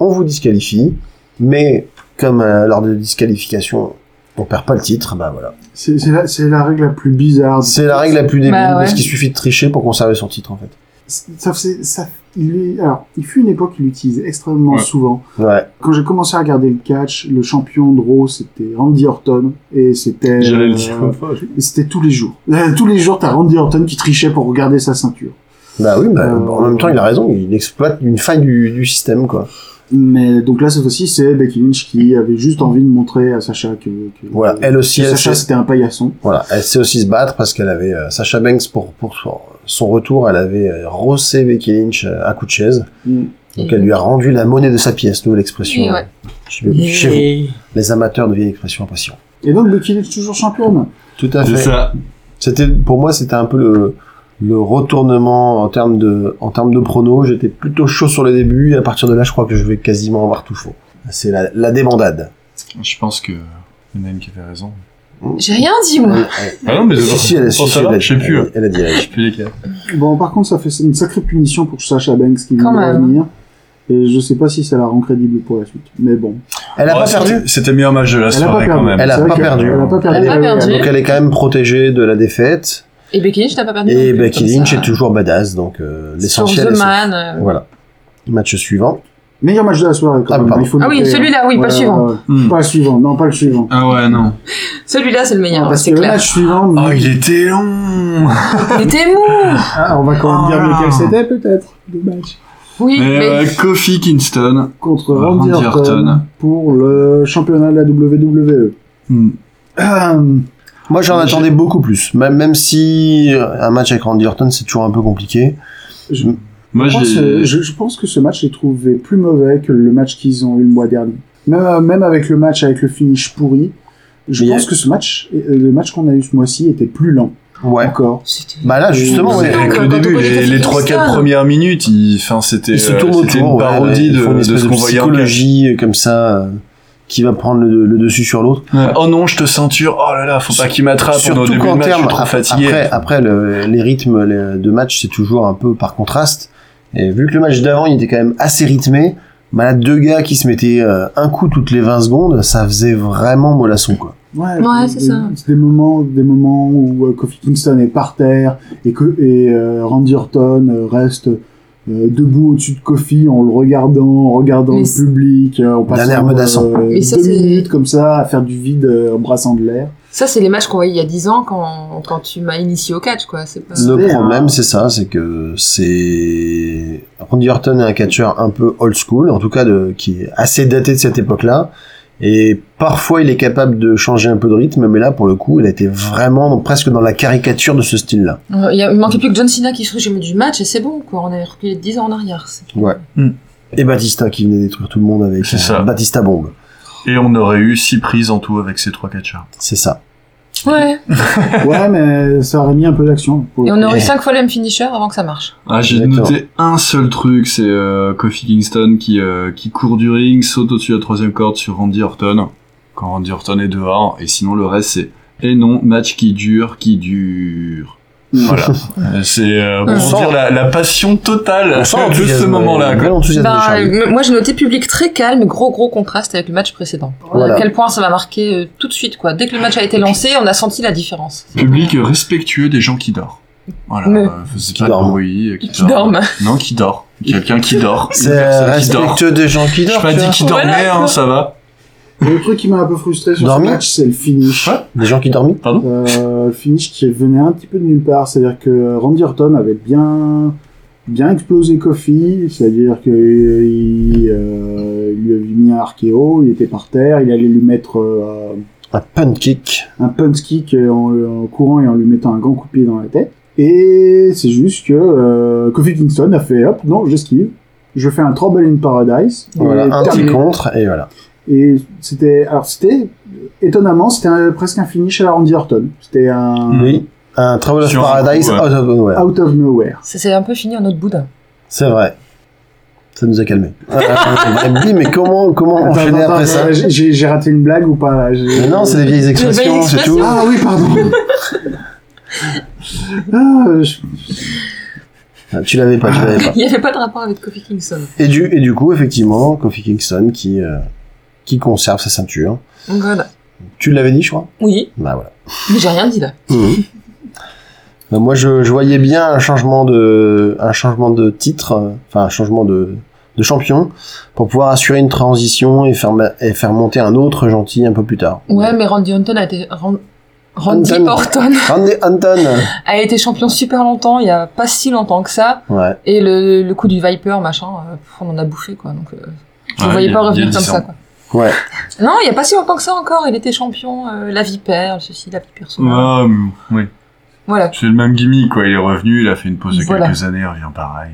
Speaker 6: on vous disqualifie. Mais comme euh, lors de disqualification, on perd pas le titre, bah voilà.
Speaker 3: C'est c'est la, c'est la règle la plus bizarre.
Speaker 6: C'est la règle la plus débile,
Speaker 2: Bah ouais.
Speaker 6: parce qu'il suffit de tricher pour conserver son titre en fait.
Speaker 3: Ça, c'est- ça, il est, alors, il fut une époque qu'il l'utilisait extrêmement
Speaker 5: Ouais.
Speaker 3: souvent.
Speaker 6: Ouais.
Speaker 3: Quand j'ai commencé à regarder le catch, le champion de Raw, c'était Randy Orton. Et c'était.
Speaker 5: J'allais le
Speaker 3: euh,
Speaker 5: dire.
Speaker 3: et c'était tous les jours. Euh, Tous les jours, t'as Randy Orton qui trichait pour regarder sa ceinture.
Speaker 6: Bah oui, bah,
Speaker 3: Euh,
Speaker 6: en même temps, il a raison, il exploite une faille du, du système quoi.
Speaker 3: Mais donc là, cette fois-ci, c'est Becky Lynch qui avait juste envie de montrer à Sacha que. que-
Speaker 6: Voilà, elle aussi,
Speaker 3: que
Speaker 6: elle
Speaker 3: Sacha,
Speaker 6: sait-
Speaker 3: c'était un paillasson.
Speaker 6: Voilà, elle sait aussi se battre parce qu'elle avait euh, Sacha Banks pour pour son- son retour, elle avait euh, rossé Becky Lynch euh, à coups de chaise.
Speaker 3: Mm.
Speaker 2: euh,
Speaker 6: Donc elle lui a rendu la monnaie de sa pièce, nouvelle expression.
Speaker 2: Et ouais.
Speaker 6: euh, chez, chez vous, les amateurs de vieilles expressions impatients.
Speaker 3: Et donc, Becky Lynch, toujours championne.
Speaker 6: Tout à
Speaker 5: C'est ça.
Speaker 6: C'était pour moi, c'était un peu le le retournement en termes de en termes de pronos. J'étais plutôt chaud sur le début. Et à partir de là, je crois que je vais quasiment avoir tout faux. C'est la, la débandade.
Speaker 5: Je pense que. Il y en a une qui avait raison.
Speaker 2: J'ai rien dit moi.
Speaker 6: Elle-
Speaker 5: Ah non, mais
Speaker 6: elle-
Speaker 5: c'est
Speaker 6: si, si, elle- si,
Speaker 5: pour
Speaker 6: si,
Speaker 5: ça,
Speaker 6: elle a-
Speaker 5: je sais plus.
Speaker 6: elle- elle a dit, elle a dit.
Speaker 5: Je sais plus lesquels.
Speaker 3: Bon, par contre, ça fait une sacrée punition pour Sacha Banks qui
Speaker 2: Quand
Speaker 3: vient de
Speaker 2: même.
Speaker 3: revenir. Et je sais pas si ça la rend crédible pour la suite. Mais bon.
Speaker 6: Elle a
Speaker 5: Ouais,
Speaker 6: pas perdu.
Speaker 5: c'était- C'était le meilleur match de la
Speaker 3: Elle a pas
Speaker 5: soirée quand
Speaker 3: perdu.
Speaker 5: même.
Speaker 6: Elle a
Speaker 3: C'est vrai
Speaker 6: pas
Speaker 3: qu'elle-
Speaker 6: perdu.
Speaker 3: Elle a pas perdu.
Speaker 2: Elle
Speaker 3: Ouais,
Speaker 2: a pas
Speaker 3: ouais,
Speaker 2: perdu.
Speaker 6: euh, Donc elle est quand même protégée de la défaite
Speaker 2: Et Becky Lynch n'a pas perdu.
Speaker 6: et
Speaker 2: non plus,
Speaker 6: Becky
Speaker 2: comme
Speaker 6: Lynch
Speaker 2: ça.
Speaker 6: est toujours badass donc euh,
Speaker 2: Sur
Speaker 6: l'essentiel
Speaker 2: The
Speaker 6: est
Speaker 2: Man. euh,
Speaker 6: voilà. Match suivant.
Speaker 3: Meilleur match de la soirée, quand
Speaker 6: Ah,
Speaker 3: même.
Speaker 6: pardon.
Speaker 3: Il faut
Speaker 2: Ah oui,
Speaker 3: noter, hein.
Speaker 2: celui-là, oui, pas le
Speaker 3: Ouais,
Speaker 2: suivant.
Speaker 3: ouais, ouais.
Speaker 5: Hmm.
Speaker 3: Pas le suivant, non, pas le suivant.
Speaker 5: Ah ouais, non.
Speaker 2: Celui-là, c'est le meilleur,
Speaker 3: Parce que
Speaker 2: c'est
Speaker 3: le
Speaker 2: clair.
Speaker 3: match suivant,
Speaker 5: Oh, il était long
Speaker 2: Il était mou
Speaker 3: ah, on va quand même
Speaker 5: Oh
Speaker 3: dire
Speaker 5: là.
Speaker 3: lequel c'était peut-être. Le match
Speaker 2: Oui,
Speaker 5: Mais,
Speaker 2: mais
Speaker 5: euh, Kofi Kingston.
Speaker 3: contre
Speaker 5: Randy
Speaker 3: Randy, Orton,
Speaker 5: Orton.
Speaker 3: pour le championnat de la WWE.
Speaker 5: Hmm.
Speaker 3: Euh,
Speaker 6: Moi j'en
Speaker 3: Moi,
Speaker 6: attendais beaucoup plus, même, même si euh, un match avec Randy Orton c'est toujours un peu compliqué.
Speaker 3: je,
Speaker 5: Moi,
Speaker 3: je pense, euh,
Speaker 5: j'ai.
Speaker 3: je- je pense que ce match est trouvé plus mauvais que le match qu'ils ont eu le mois dernier. Même, euh, même avec le match avec le finish pourri, je
Speaker 6: Mais
Speaker 3: pense
Speaker 6: y a-
Speaker 3: que ce match, euh, le match qu'on a eu ce mois-ci était plus lent
Speaker 6: Ouais.
Speaker 3: encore.
Speaker 2: c'était...
Speaker 6: Bah là justement,
Speaker 5: C'est
Speaker 6: ouais.
Speaker 5: vrai que
Speaker 2: Quand
Speaker 5: le
Speaker 2: on
Speaker 5: début,
Speaker 2: connaît
Speaker 5: les,
Speaker 2: Kofi
Speaker 5: les 3-4
Speaker 2: Kingston.
Speaker 5: premières minutes, il- enfin, c'était
Speaker 6: Ils se
Speaker 5: euh,
Speaker 6: tournent
Speaker 5: c'était
Speaker 6: autour.
Speaker 5: une
Speaker 6: ouais,
Speaker 5: parodie
Speaker 6: ils
Speaker 5: de,
Speaker 6: font une
Speaker 5: de
Speaker 6: espèce
Speaker 5: ce
Speaker 6: de
Speaker 5: qu'on voyait en cache.
Speaker 6: psychologie euh, comme ça euh, qui va prendre le, le dessus sur l'autre.
Speaker 5: Ouais. Oh non, je te ceinture. Oh là là, faut pas qu'il m'attrape. On est au
Speaker 6: Surtout
Speaker 5: début de
Speaker 6: qu'en
Speaker 5: match, je suis
Speaker 6: termes
Speaker 5: trop
Speaker 6: ap-
Speaker 5: fatigué.
Speaker 6: après, après le- les rythmes les- de match c'est toujours un peu par contraste. Et vu que le match d'avant il était quand même assez rythmé, bah là deux gars qui se mettaient euh, un coup toutes les 20 secondes, ça faisait vraiment mollasson quoi.
Speaker 3: Ouais,
Speaker 2: Ouais,
Speaker 3: des-
Speaker 2: c'est ça.
Speaker 3: des- Des moments, des moments où euh, Kofi Kingston est par terre et que et euh, Randy Orton euh, reste euh, debout au-dessus de Kofi en le regardant, en regardant
Speaker 2: Mais
Speaker 3: le
Speaker 2: c'est-
Speaker 3: public, euh, en
Speaker 6: D'un air
Speaker 3: passant
Speaker 6: menaçant.
Speaker 3: euh,
Speaker 2: Mais ça,
Speaker 3: deux
Speaker 2: c'est-
Speaker 3: minutes comme ça à faire du vide euh, en brassant de l'air.
Speaker 2: Ça, c'est les matchs qu'on voyait il y a 10 ans quand, quand tu m'as initié au catch, quoi. C'est pas...
Speaker 6: Le
Speaker 3: C'était
Speaker 6: problème,
Speaker 3: un-
Speaker 6: c'est ça, c'est que c'est Randy Orton est un catcheur un peu old school, en tout cas de, qui est assez daté de cette époque-là. Et parfois, il est capable de changer un peu de rythme, mais là, pour le coup, il a été vraiment dans- presque dans la caricature de ce style-là.
Speaker 2: Euh, il y a- il manquait plus que John Cena qui se jamais du match et c'est bon, quoi. On avait reculé 10 ans en arrière. c'est-
Speaker 6: Ouais.
Speaker 5: Hmm.
Speaker 6: Et Batista qui venait détruire tout le monde avec
Speaker 5: C'est
Speaker 6: euh,
Speaker 5: ça.
Speaker 6: Batista Bombe.
Speaker 5: Et on aurait eu six prises en tout avec ces trois catchers.
Speaker 6: C'est ça.
Speaker 2: Ouais.
Speaker 3: Ouais, mais ça aurait mis un peu d'action. pour le
Speaker 2: Et on
Speaker 3: coup.
Speaker 2: aurait eu 5 fois le même finisher avant que ça marche.
Speaker 5: Ah, j'ai
Speaker 6: Exactement.
Speaker 5: noté un seul truc, c'est euh, Kofi Kingston qui, euh, qui court du ring, saute au-dessus de la troisième corde sur Randy Orton, quand Randy Orton est dehors, et sinon le reste c'est et non, match qui dure, qui dure. Voilà. Euh, c'est euh, pour
Speaker 2: On
Speaker 6: sent-
Speaker 5: dire la, la passion totale
Speaker 6: On
Speaker 5: de
Speaker 6: sent
Speaker 5: ce
Speaker 6: l'enthousiasme,
Speaker 5: moment-là.
Speaker 6: euh,
Speaker 5: quoi.
Speaker 6: bel enthousiasme de
Speaker 3: Bah,
Speaker 2: Ben,
Speaker 6: Charlie.
Speaker 2: euh, moi, j'ai noté public très calme, gros gros contraste avec le match précédent.
Speaker 6: Voilà.
Speaker 2: À quel point ça m'a marqué euh, tout de suite, quoi. Dès que le match a été lancé, on a senti la différence.
Speaker 5: Public respectueux des gens qui dorment. Voilà,
Speaker 2: Mais-
Speaker 5: euh, c'est pas de
Speaker 6: dorment.
Speaker 5: bruit, euh, qui,
Speaker 2: Qui dorment.
Speaker 5: Non, qui dort. Quelqu'un qui dort. Une
Speaker 6: C'est
Speaker 5: personne qui dort.
Speaker 6: respectueux des gens qui
Speaker 5: J'ai
Speaker 6: dorment.
Speaker 5: pas
Speaker 6: tu
Speaker 5: dit
Speaker 6: vois.
Speaker 5: qui dormait,
Speaker 2: Voilà,
Speaker 5: hein,
Speaker 2: quoi.
Speaker 5: ça va.
Speaker 3: Le truc qui m'a un peu frustré sur ce
Speaker 6: Dormir
Speaker 3: match, c'est le finish.
Speaker 5: Ouais.
Speaker 6: Des gens qui dorment
Speaker 3: Euh, le finish qui venait un petit peu de nulle part. C'est-à-dire que Randy Orton avait bien, bien explosé Kofi. C'est-à-dire que euh, il, euh, il lui avait mis un archéo, il était par terre, il allait lui mettre euh,
Speaker 6: Un punt kick.
Speaker 3: un punch kick en, en courant et en lui mettant un grand coup de pied dans la tête. Et c'est juste que euh, Kofi Kingston a fait hop, non, j'esquive. Je fais un Trouble in Paradise. Et
Speaker 6: Voilà, un petit
Speaker 3: terminé.
Speaker 6: contre, et voilà.
Speaker 3: Et c'était, alors c'était, étonnamment, c'était un- presque un finish à la Randy Orton. C'était un
Speaker 6: Oui. Un Travel of
Speaker 5: Mm. Sur un
Speaker 6: Paradise oh,
Speaker 5: coup,
Speaker 6: out
Speaker 5: ouais.
Speaker 6: of nowhere.
Speaker 3: out of nowhere.
Speaker 2: Ça s'est un peu fini en autre hein. boudin.
Speaker 6: C'est vrai. Ça nous a calmés. Ah, ah, je me dis, mais comment, comment
Speaker 3: Attends,
Speaker 6: enchaîner
Speaker 3: attends,
Speaker 6: après
Speaker 3: attends,
Speaker 6: ça
Speaker 3: j'ai- J'ai j'ai raté une blague ou pas J'ai-
Speaker 6: Mais Non, c'est des vieilles expressions, c'est tout.
Speaker 3: Ah oui, pardon. Ah, je-
Speaker 6: Ah, Tu l'avais pas, tu l'avais pas.
Speaker 2: Il n'y avait pas de rapport avec Kofi Kingston.
Speaker 6: Et du, et du coup, effectivement, Kofi Kingston qui, euh, qui conserve sa ceinture.
Speaker 2: Donc voilà.
Speaker 6: Tu l'avais dit, je crois
Speaker 2: Oui,
Speaker 6: Bah voilà.
Speaker 2: mais j'ai rien dit là.
Speaker 6: Mhm. Ben, moi, je, je voyais bien un changement de, un changement de titre, euh, enfin un changement de, de champion, pour pouvoir assurer une transition et faire, ma- et faire monter un autre gentil un peu plus tard.
Speaker 2: Ouais, mais Randy Orton a été. Ran- Randy
Speaker 6: Orton.
Speaker 2: Orton
Speaker 6: Randy Anton
Speaker 2: a été champion super longtemps, il y a pas si longtemps que ça.
Speaker 6: Ouais,
Speaker 2: Et le, le coup du Viper, machin, euh, pff, on en a bouffé quoi. Donc, euh, je ne
Speaker 5: Ouais,
Speaker 2: voyais
Speaker 5: il y
Speaker 2: pas
Speaker 5: a- il y
Speaker 2: revenir
Speaker 5: a dix
Speaker 2: comme ça
Speaker 5: ans.
Speaker 2: quoi.
Speaker 6: ouais.
Speaker 2: Non, il n'y a pas si longtemps que ça encore, il était champion, euh, la Vipère, ceci, la Vipère, cela.
Speaker 5: Ouais, mais oui.
Speaker 2: Voilà.
Speaker 5: C'est le même gimmick, quoi. Il est revenu, il a fait une pause de
Speaker 2: Voilà.
Speaker 5: quelques années, il revient pareil.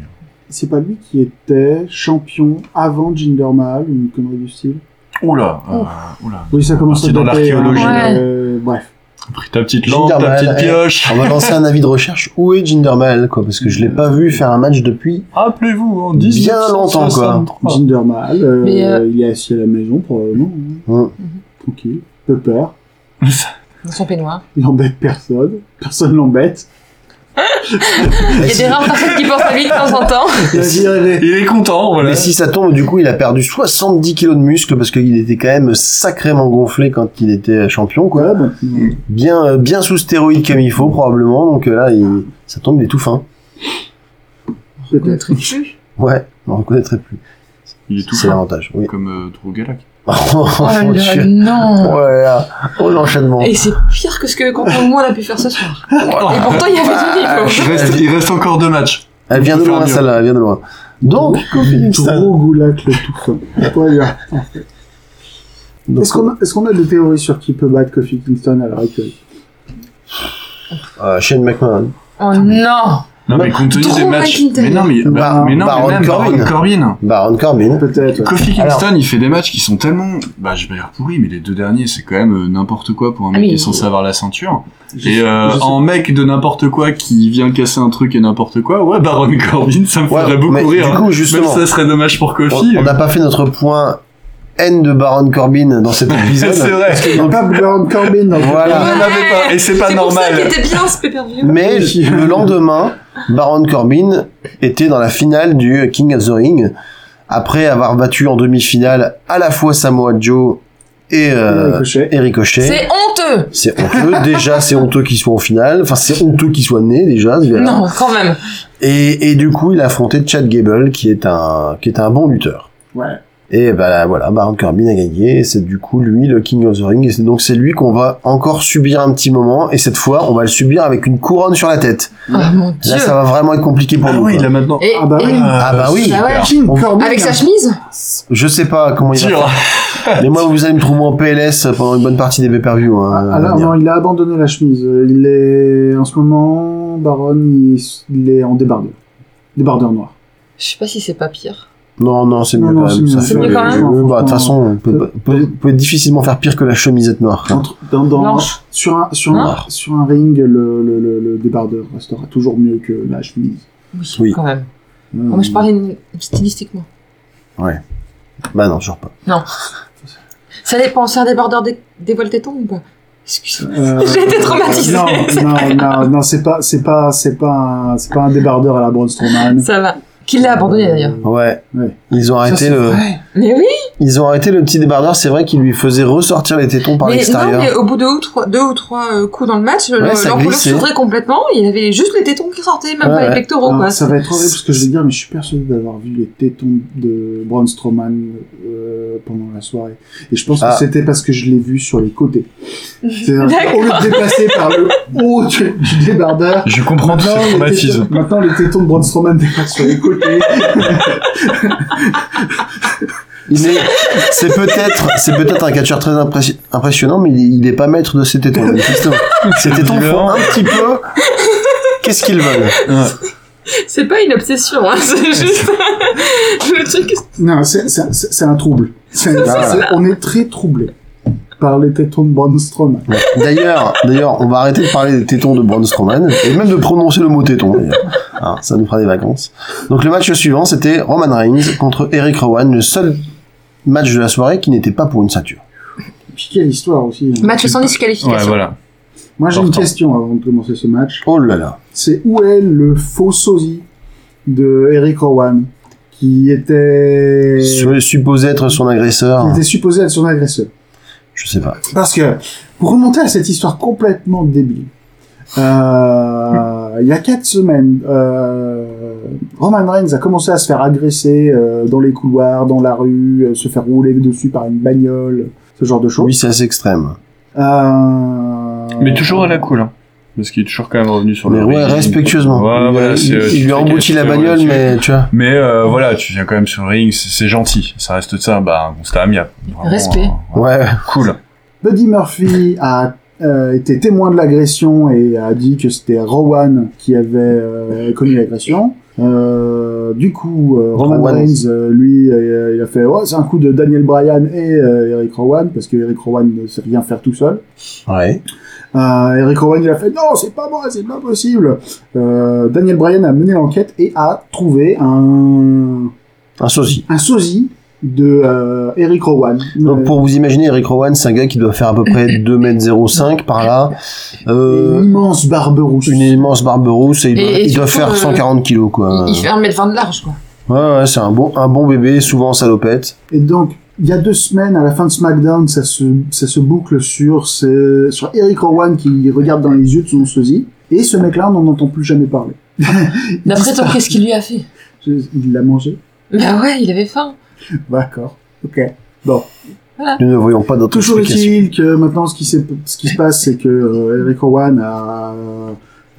Speaker 3: c'est pas lui qui était champion avant Jinder Mahal, une connerie du style.
Speaker 5: Oula, euh, oula.
Speaker 3: Oui, ça commence à
Speaker 5: Parti dans
Speaker 3: dater, hein,
Speaker 5: l'archéologie,
Speaker 2: là.
Speaker 3: euh, bref.
Speaker 5: Pris ta petite lampe, ta
Speaker 6: Gingerman,
Speaker 5: petite
Speaker 6: eh.
Speaker 5: pioche.
Speaker 6: On va lancer un avis de recherche. Où est Jinder Mahal, quoi Parce que je l'ai pas vu faire un match depuis.
Speaker 5: Rappelez-vous, en
Speaker 6: Bien
Speaker 5: 1963.
Speaker 3: Jinder Mahal, euh,
Speaker 2: Oh. Mais, euh, Mhm.
Speaker 3: il est assis à la maison probablement, hein,
Speaker 6: Hum.
Speaker 3: tranquille, peu peur.
Speaker 2: Dans son peignoir.
Speaker 3: Il embête personne, personne l'embête.
Speaker 2: Il y a des rares personnes qui portent la vie de temps en temps.
Speaker 3: Il a dit, allez,
Speaker 5: Il est content, voilà.
Speaker 6: Mais si ça tombe, du coup, il a perdu 70 kilos de muscles parce qu'il était quand même sacrément gonflé quand il était champion, quoi.
Speaker 3: quoi, bah,
Speaker 6: bien, euh, bien sous stéroïde comme il faut probablement. Donc euh, là, il, ça tombe, il est tout fin.
Speaker 3: peut-être.
Speaker 6: Ouais, on ne reconnaîtrait plus.
Speaker 5: Il est tout
Speaker 6: C'est
Speaker 5: fin,
Speaker 6: l'avantage. Oui.
Speaker 5: comme euh, Drew Gulak.
Speaker 6: oh,
Speaker 2: Oh
Speaker 6: mon
Speaker 2: là
Speaker 6: Dieu.
Speaker 2: non
Speaker 6: Oh là là. Oh, l'enchaînement.
Speaker 2: Et c'est pire que ce que quand on on a pu faire ce soir. Et pourtant, il y avait du niveau.
Speaker 5: Il reste, il reste encore deux matchs.
Speaker 6: Elle vient de
Speaker 5: Faut faire
Speaker 6: loin,
Speaker 5: mieux.
Speaker 6: celle-là. Elle vient de loin. Donc, Kofi Kingston.
Speaker 3: Trop goulac le tout fin. Voilà.
Speaker 6: Donc,
Speaker 3: Est-ce qu'on a, est-ce qu'on a des théories sur qui peut battre Kofi Kingston à l'heure actuelle
Speaker 6: euh, Shane McMahon.
Speaker 2: Oh non
Speaker 5: Non,
Speaker 3: Bah,
Speaker 5: mais compte tenu
Speaker 2: Drew
Speaker 5: des matchs.
Speaker 2: McIntyre.
Speaker 5: Mais non, mais, bah,
Speaker 6: Bah,
Speaker 5: mais non,
Speaker 6: Baron
Speaker 5: mais même Baron
Speaker 6: Corbin.
Speaker 5: Corbin.
Speaker 6: Baron Corbin.
Speaker 3: Peut-être. ouais.
Speaker 5: Kofi
Speaker 6: Alors-
Speaker 5: Kingston, il fait des matchs qui sont tellement, bah, je vais dire pourris, mais les deux derniers, c'est quand même euh, n'importe quoi pour un mec
Speaker 2: Ah, mais
Speaker 5: qui est
Speaker 2: il-
Speaker 5: censé avoir la ceinture.
Speaker 3: Je
Speaker 5: Et
Speaker 3: sais-
Speaker 5: euh,
Speaker 3: je sais-
Speaker 5: en mec de n'importe quoi qui vient casser un truc et n'importe quoi, ouais, Baron Corbin, ça me
Speaker 6: Ouais,
Speaker 5: ferait beaucoup
Speaker 6: mais
Speaker 5: rire.
Speaker 6: du coup,
Speaker 5: hein.
Speaker 6: justement,
Speaker 5: Même ça serait dommage pour
Speaker 6: On
Speaker 5: Kofi.
Speaker 6: on n'a pas fait notre point haine de Baron Corbin dans cet épisode.
Speaker 5: C'est vrai.
Speaker 3: Il n'y a pas Baron Corbin dans le-
Speaker 5: On
Speaker 6: Voilà.
Speaker 5: en avait pas, et c'est pas
Speaker 2: C'est pour ça qu'il
Speaker 5: normal.
Speaker 2: était bien ce pay-per-view.
Speaker 6: Mais le lendemain, Baron Corbin était dans la finale du King of the Ring après avoir battu en demi-finale à la fois Samoa Joe et euh,
Speaker 3: Ricochet.
Speaker 6: et Ricochet.
Speaker 2: C'est honteux
Speaker 6: C'est honteux. déjà, c'est honteux qu'il soit en finale. Enfin, c'est honteux qu'il soit né déjà. ce gars-là.
Speaker 2: Non, quand même.
Speaker 6: Et, et du coup, il a affronté Chad Gable, qui est un qui est un bon lutteur.
Speaker 3: Ouais.
Speaker 6: Et bah là, voilà, Baron Corbin a gagné, et c'est du coup lui le King of the Ring, et c'est- donc c'est lui qu'on va encore subir un petit moment, et cette fois on va le subir avec une couronne sur la tête.
Speaker 2: Ah mon dieu.
Speaker 6: Là ça va vraiment être compliqué pour
Speaker 5: Ah
Speaker 6: nous.
Speaker 5: oui,
Speaker 6: quoi.
Speaker 5: là maintenant.
Speaker 4: Et,
Speaker 3: Ah bah
Speaker 4: et-
Speaker 3: oui.
Speaker 6: Ah bah oui.
Speaker 4: Ah ouais.
Speaker 3: King
Speaker 6: On-
Speaker 3: Corbin,
Speaker 4: Avec sa
Speaker 3: hein.
Speaker 4: chemise
Speaker 6: Je sais pas comment il va
Speaker 5: Sûr.
Speaker 6: faire, mais moi vous allez me trouver en PLS pendant une bonne partie des pay-per-view. hein, à
Speaker 3: Ah, Alors
Speaker 6: venir.
Speaker 3: non, il a abandonné la chemise. Il est en ce moment, Baron, il, s- il est en débardeur, débardeur noir.
Speaker 2: Je sais pas si c'est pas pire.
Speaker 6: Non, non, c'est
Speaker 3: Non,
Speaker 6: mieux
Speaker 3: non,
Speaker 6: quand
Speaker 3: c'est
Speaker 6: même.
Speaker 3: mieux.
Speaker 6: ça
Speaker 2: C'est
Speaker 6: fait-
Speaker 2: mieux quand même.
Speaker 6: Euh, bah,
Speaker 3: Franchement,
Speaker 6: De toute façon, on peut, pas- peut- peut difficilement faire pire que la chemisette noire. hein. quoi.
Speaker 3: Entre- dans- dans-
Speaker 2: Blanche.
Speaker 3: sur un sur un,
Speaker 6: Noir.
Speaker 3: sur un ring, le, le, le, le débardeur restera toujours mieux que la chemise.
Speaker 2: Oui,
Speaker 6: Oui.
Speaker 2: quand même.
Speaker 3: Euh,
Speaker 2: Moi, je parlais une- stylistiquement.
Speaker 6: Bah non, toujours pas.
Speaker 2: Ça dépend, c'est un débordeur dé- dévoile téton ou pas Excuse-moi.
Speaker 3: euh,
Speaker 2: J'ai été traumatisée.
Speaker 3: Non, non, non, non, c'est pas, c'est pas, c'est pas, un- c'est pas un débardeur à la Braun Strowman. Euh,
Speaker 2: Ça va. Qui l'a abandonné d'ailleurs
Speaker 6: Ouais.
Speaker 3: Ouais.
Speaker 6: Ils ont
Speaker 3: Ça,
Speaker 6: arrêté
Speaker 3: c'est
Speaker 6: le,
Speaker 3: vrai.
Speaker 2: Mais oui,
Speaker 6: ils ont arrêté le petit débardeur. C'est vrai qu'il lui faisait ressortir les tétons par
Speaker 2: mais non,
Speaker 6: l'extérieur.
Speaker 2: mais au bout de deux ou trois, deux ou trois euh, coups dans le match, le-
Speaker 6: ça
Speaker 2: l'encolure
Speaker 6: glissait.
Speaker 2: s'ouvrait complètement, il y avait juste les tétons qui sortaient, même
Speaker 6: Ouais,
Speaker 2: pas
Speaker 6: ouais.
Speaker 2: les pectoraux.
Speaker 3: Alors,
Speaker 2: quoi.
Speaker 3: ça va être horrible parce que je vais dire, mais je suis persuadé d'avoir vu les tétons de Braun Strowman euh, pendant la soirée. Et je pense
Speaker 6: Ah.
Speaker 3: que c'était parce que je l'ai vu sur les côtés. C'est-à-dire,
Speaker 2: D'accord.
Speaker 3: au lieu de dépasser par le haut du, du débardeur,
Speaker 5: Je comprends tous
Speaker 3: maintenant les,
Speaker 5: ces
Speaker 3: tétons,
Speaker 5: traumatismes.
Speaker 3: maintenant, les tétons de Braun Strowman dépassent sur les côtés.
Speaker 6: Il est- c'est peut-être, c'est peut-être un catcheur très impressi- impressionnant, mais il, il est pas maître de ses tétons. manifestement. Ses tétons font un petit peu. Qu'est-ce qu'ils veulent
Speaker 5: Ouais.
Speaker 2: C'est pas une obsession, hein, c'est juste le truc.
Speaker 3: non, c'est- c'est c'est- c'est un trouble. C'est-
Speaker 6: Ah.
Speaker 3: c'est- on est très troublé par les tétons de Braun Strowman.
Speaker 6: Ouais. D'ailleurs, d'ailleurs, on va arrêter de parler des tétons de Braun Strowman et même de prononcer le mot téton. D'ailleurs, Hein, ça nous fera des vacances. Donc le match suivant, c'était Roman Reigns contre Eric Rowan, le seul match de la soirée qui n'était pas pour une ceinture.
Speaker 3: Puis quelle histoire aussi. hein.
Speaker 2: Match sans disqualification.
Speaker 5: Ouais, voilà.
Speaker 3: Moi j'ai une
Speaker 5: Important.
Speaker 3: question avant de commencer ce match.
Speaker 6: Oh là là.
Speaker 3: c'est où est le faux sosie de Eric Rowan qui était
Speaker 6: Je supposé être son agresseur.
Speaker 3: qui était supposé être son agresseur.
Speaker 6: Je sais pas.
Speaker 3: Parce que pour remonter à cette histoire complètement débile, euh, il y a quatre semaines, euh, Roman Reigns a commencé à se faire agresser euh, dans les couloirs, dans la rue, euh, se faire rouler dessus par une bagnole, ce genre de choses.
Speaker 6: Oui, c'est assez extrême.
Speaker 3: Euh,
Speaker 5: Mais toujours à la cool. Hein. Parce qu'il est toujours quand même revenu sur
Speaker 6: Mais
Speaker 5: le.
Speaker 6: ouais,
Speaker 5: ring.
Speaker 6: respectueusement.
Speaker 5: Ouais,
Speaker 6: il,
Speaker 5: voilà,
Speaker 6: il-
Speaker 5: c'est-
Speaker 6: il
Speaker 5: tu
Speaker 6: lui
Speaker 5: fais
Speaker 6: a embouti la
Speaker 5: gaffe,
Speaker 6: bagnole,
Speaker 5: ouais, tu-
Speaker 6: mais tu vois.
Speaker 5: Mais euh, voilà, tu viens quand même sur le ring, c'est c'est gentil. Ça reste ça, bah, un constat amiable. Vraiment,
Speaker 2: Respect.
Speaker 5: euh, ouais,
Speaker 6: Ouais.
Speaker 5: Cool.
Speaker 3: Buddy Murphy a euh, été témoin de l'agression et a dit que c'était Rowan qui avait euh, commis l'agression. Euh, du coup, euh, Roman
Speaker 6: Rowan.
Speaker 3: Reigns, euh, lui, euh, il a fait ouais, c'est un coup de Daniel Bryan et euh, Eric Rowan parce que Eric Rowan ne sait rien faire tout seul.
Speaker 6: Ouais.
Speaker 3: Euh, Eric Rowan, il a fait non, c'est pas moi, c'est pas possible. Euh, Daniel Bryan a mené l'enquête et a trouvé un
Speaker 6: Un sosie.
Speaker 3: un sosie de euh, Eric Rowan.
Speaker 6: Donc pour vous imaginer, Eric Rowan, c'est un gars qui doit faire à peu près 2m05 par là.
Speaker 3: une
Speaker 6: Euh,
Speaker 3: immense barbe rousse.
Speaker 6: une immense barbe rousse et il
Speaker 2: Et-
Speaker 6: doit,
Speaker 2: et
Speaker 6: il doit
Speaker 2: surtout,
Speaker 6: faire
Speaker 2: euh,
Speaker 6: 140 kilos quoi.
Speaker 2: Il, il fait 1m20 de large, quoi.
Speaker 6: Ouais, ouais, c'est un bon, un bon bébé, souvent en salopette.
Speaker 3: Et donc, il y a deux semaines, à la fin de SmackDown, ça se, ça se boucle sur, ce- sur Eric Rowan qui regarde dans les yeux de son sosie. Et ce mec-là, on n'en entend plus jamais parler. Il
Speaker 2: D'après toi,
Speaker 3: disparaît.
Speaker 2: qu'est-ce qu'il lui a fait
Speaker 3: Il l'a mangé
Speaker 2: Bah ouais, il avait faim.
Speaker 3: D'accord. Ok.
Speaker 6: Nous ne voyons pas d'autres
Speaker 3: Toujours
Speaker 6: explications.
Speaker 3: est-il que maintenant, ce qui, s'est- ce qui se passe, c'est que euh, Eric Rowan a,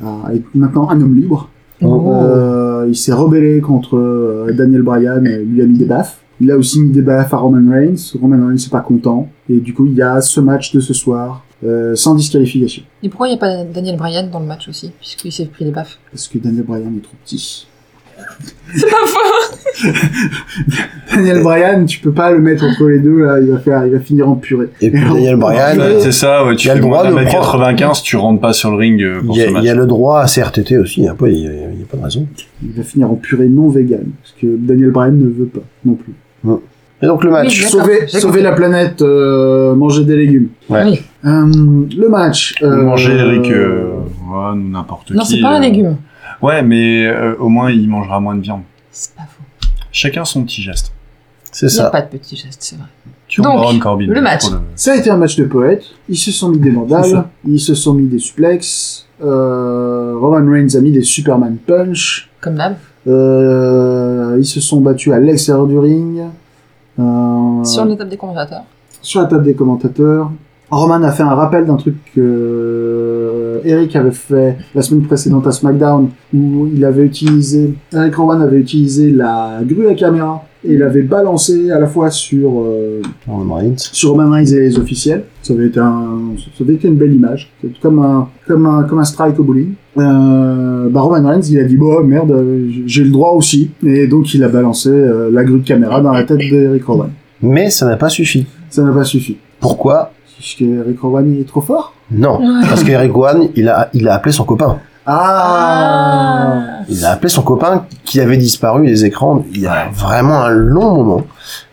Speaker 3: a- est maintenant un homme libre.
Speaker 6: Oh,
Speaker 5: Oh.
Speaker 3: Euh, il s'est rebellé contre euh, Daniel Bryan et lui a mis des baffes. Il a aussi mis des baffes à Roman Reigns. Roman Reigns n'est pas content. Et du coup, il y a ce match de ce soir euh, sans disqualification.
Speaker 2: Et pourquoi il n'y a pas Daniel Bryan dans le match aussi, puisqu'il s'est pris les baffes
Speaker 3: Parce que Daniel Bryan est trop petit.
Speaker 2: C'est pas fort
Speaker 3: Daniel Bryan, tu peux pas le mettre entre les deux, là, il va, faire, il va finir en purée.
Speaker 6: Et puis Daniel Bryan, euh,
Speaker 3: Ouais, euh,
Speaker 5: c'est ça, ouais, tu
Speaker 6: il a
Speaker 5: fais
Speaker 6: le droit
Speaker 5: moins d'un
Speaker 6: de
Speaker 5: mètre
Speaker 6: prendre-
Speaker 5: 95, tu rentres pas sur le ring euh,
Speaker 6: il
Speaker 5: pour
Speaker 6: y, a,
Speaker 5: ce match.
Speaker 6: il y a le droit à CRTT aussi, un peu, il n'y a, il y a pas de raison.
Speaker 3: Il va finir en purée non vegan. Parce que Daniel Bryan ne veut pas non plus.
Speaker 6: Et donc le match,
Speaker 2: Oui, D'accord,
Speaker 3: Sauver,
Speaker 2: j'ai
Speaker 3: sauver
Speaker 2: compris.
Speaker 3: la planète, euh, manger des légumes.
Speaker 6: Ouais.
Speaker 2: Oui.
Speaker 3: Euh, le match. euh,
Speaker 5: Manger Eric, euh, ouais, n'importe qui.
Speaker 2: Non, c'est pas un
Speaker 5: euh,
Speaker 2: légume.
Speaker 5: Ouais, mais euh, au moins il mangera moins de viande.
Speaker 2: C'est pas faux.
Speaker 5: Chacun son petit geste.
Speaker 6: c'est
Speaker 2: Il n'y a
Speaker 6: ça.
Speaker 2: pas de petit geste, c'est vrai.
Speaker 5: Tu vois,
Speaker 2: Donc,
Speaker 5: Baron Corbin,
Speaker 2: le match.
Speaker 5: pour
Speaker 3: Ça a été un match de poètes. Ils se sont mis des
Speaker 5: C'est
Speaker 3: mandales,
Speaker 5: ça.
Speaker 3: ils se sont mis des suplexes. Euh, Roman Reigns a mis des Superman Punch.
Speaker 2: Comme d'hab.
Speaker 3: Euh, ils se sont battus à l'extérieur du ring. Euh,
Speaker 2: Sur l'étape des commentateurs.
Speaker 3: sur la table des commentateurs. Roman a fait un rappel d'un truc que Eric avait fait la semaine précédente à SmackDown, où il avait utilisé, Eric Roman avait utilisé la grue à caméra et l'avait balancé à la fois sur, euh,
Speaker 6: Roman Reigns.
Speaker 3: sur Roman Reigns et les officiels. Ça avait été, un, ça avait été une belle image. C'est comme un, comme un, comme un strike au bowling. Euh, bah Roman Reigns, il a dit, bon, merde, euh, j'ai le droit aussi. Et donc, il a balancé euh, la grue de caméra dans la tête d'Eric Roman.
Speaker 6: Mais ça n'a pas suffi.
Speaker 3: Ça n'a pas suffi.
Speaker 6: Pourquoi
Speaker 3: Parce que Eric Rowan il est trop fort
Speaker 6: Non. Parce que Eric One, il a, il a appelé son copain.
Speaker 3: Ah,
Speaker 6: Il a appelé son copain qui avait disparu des écrans il y a vraiment un long moment,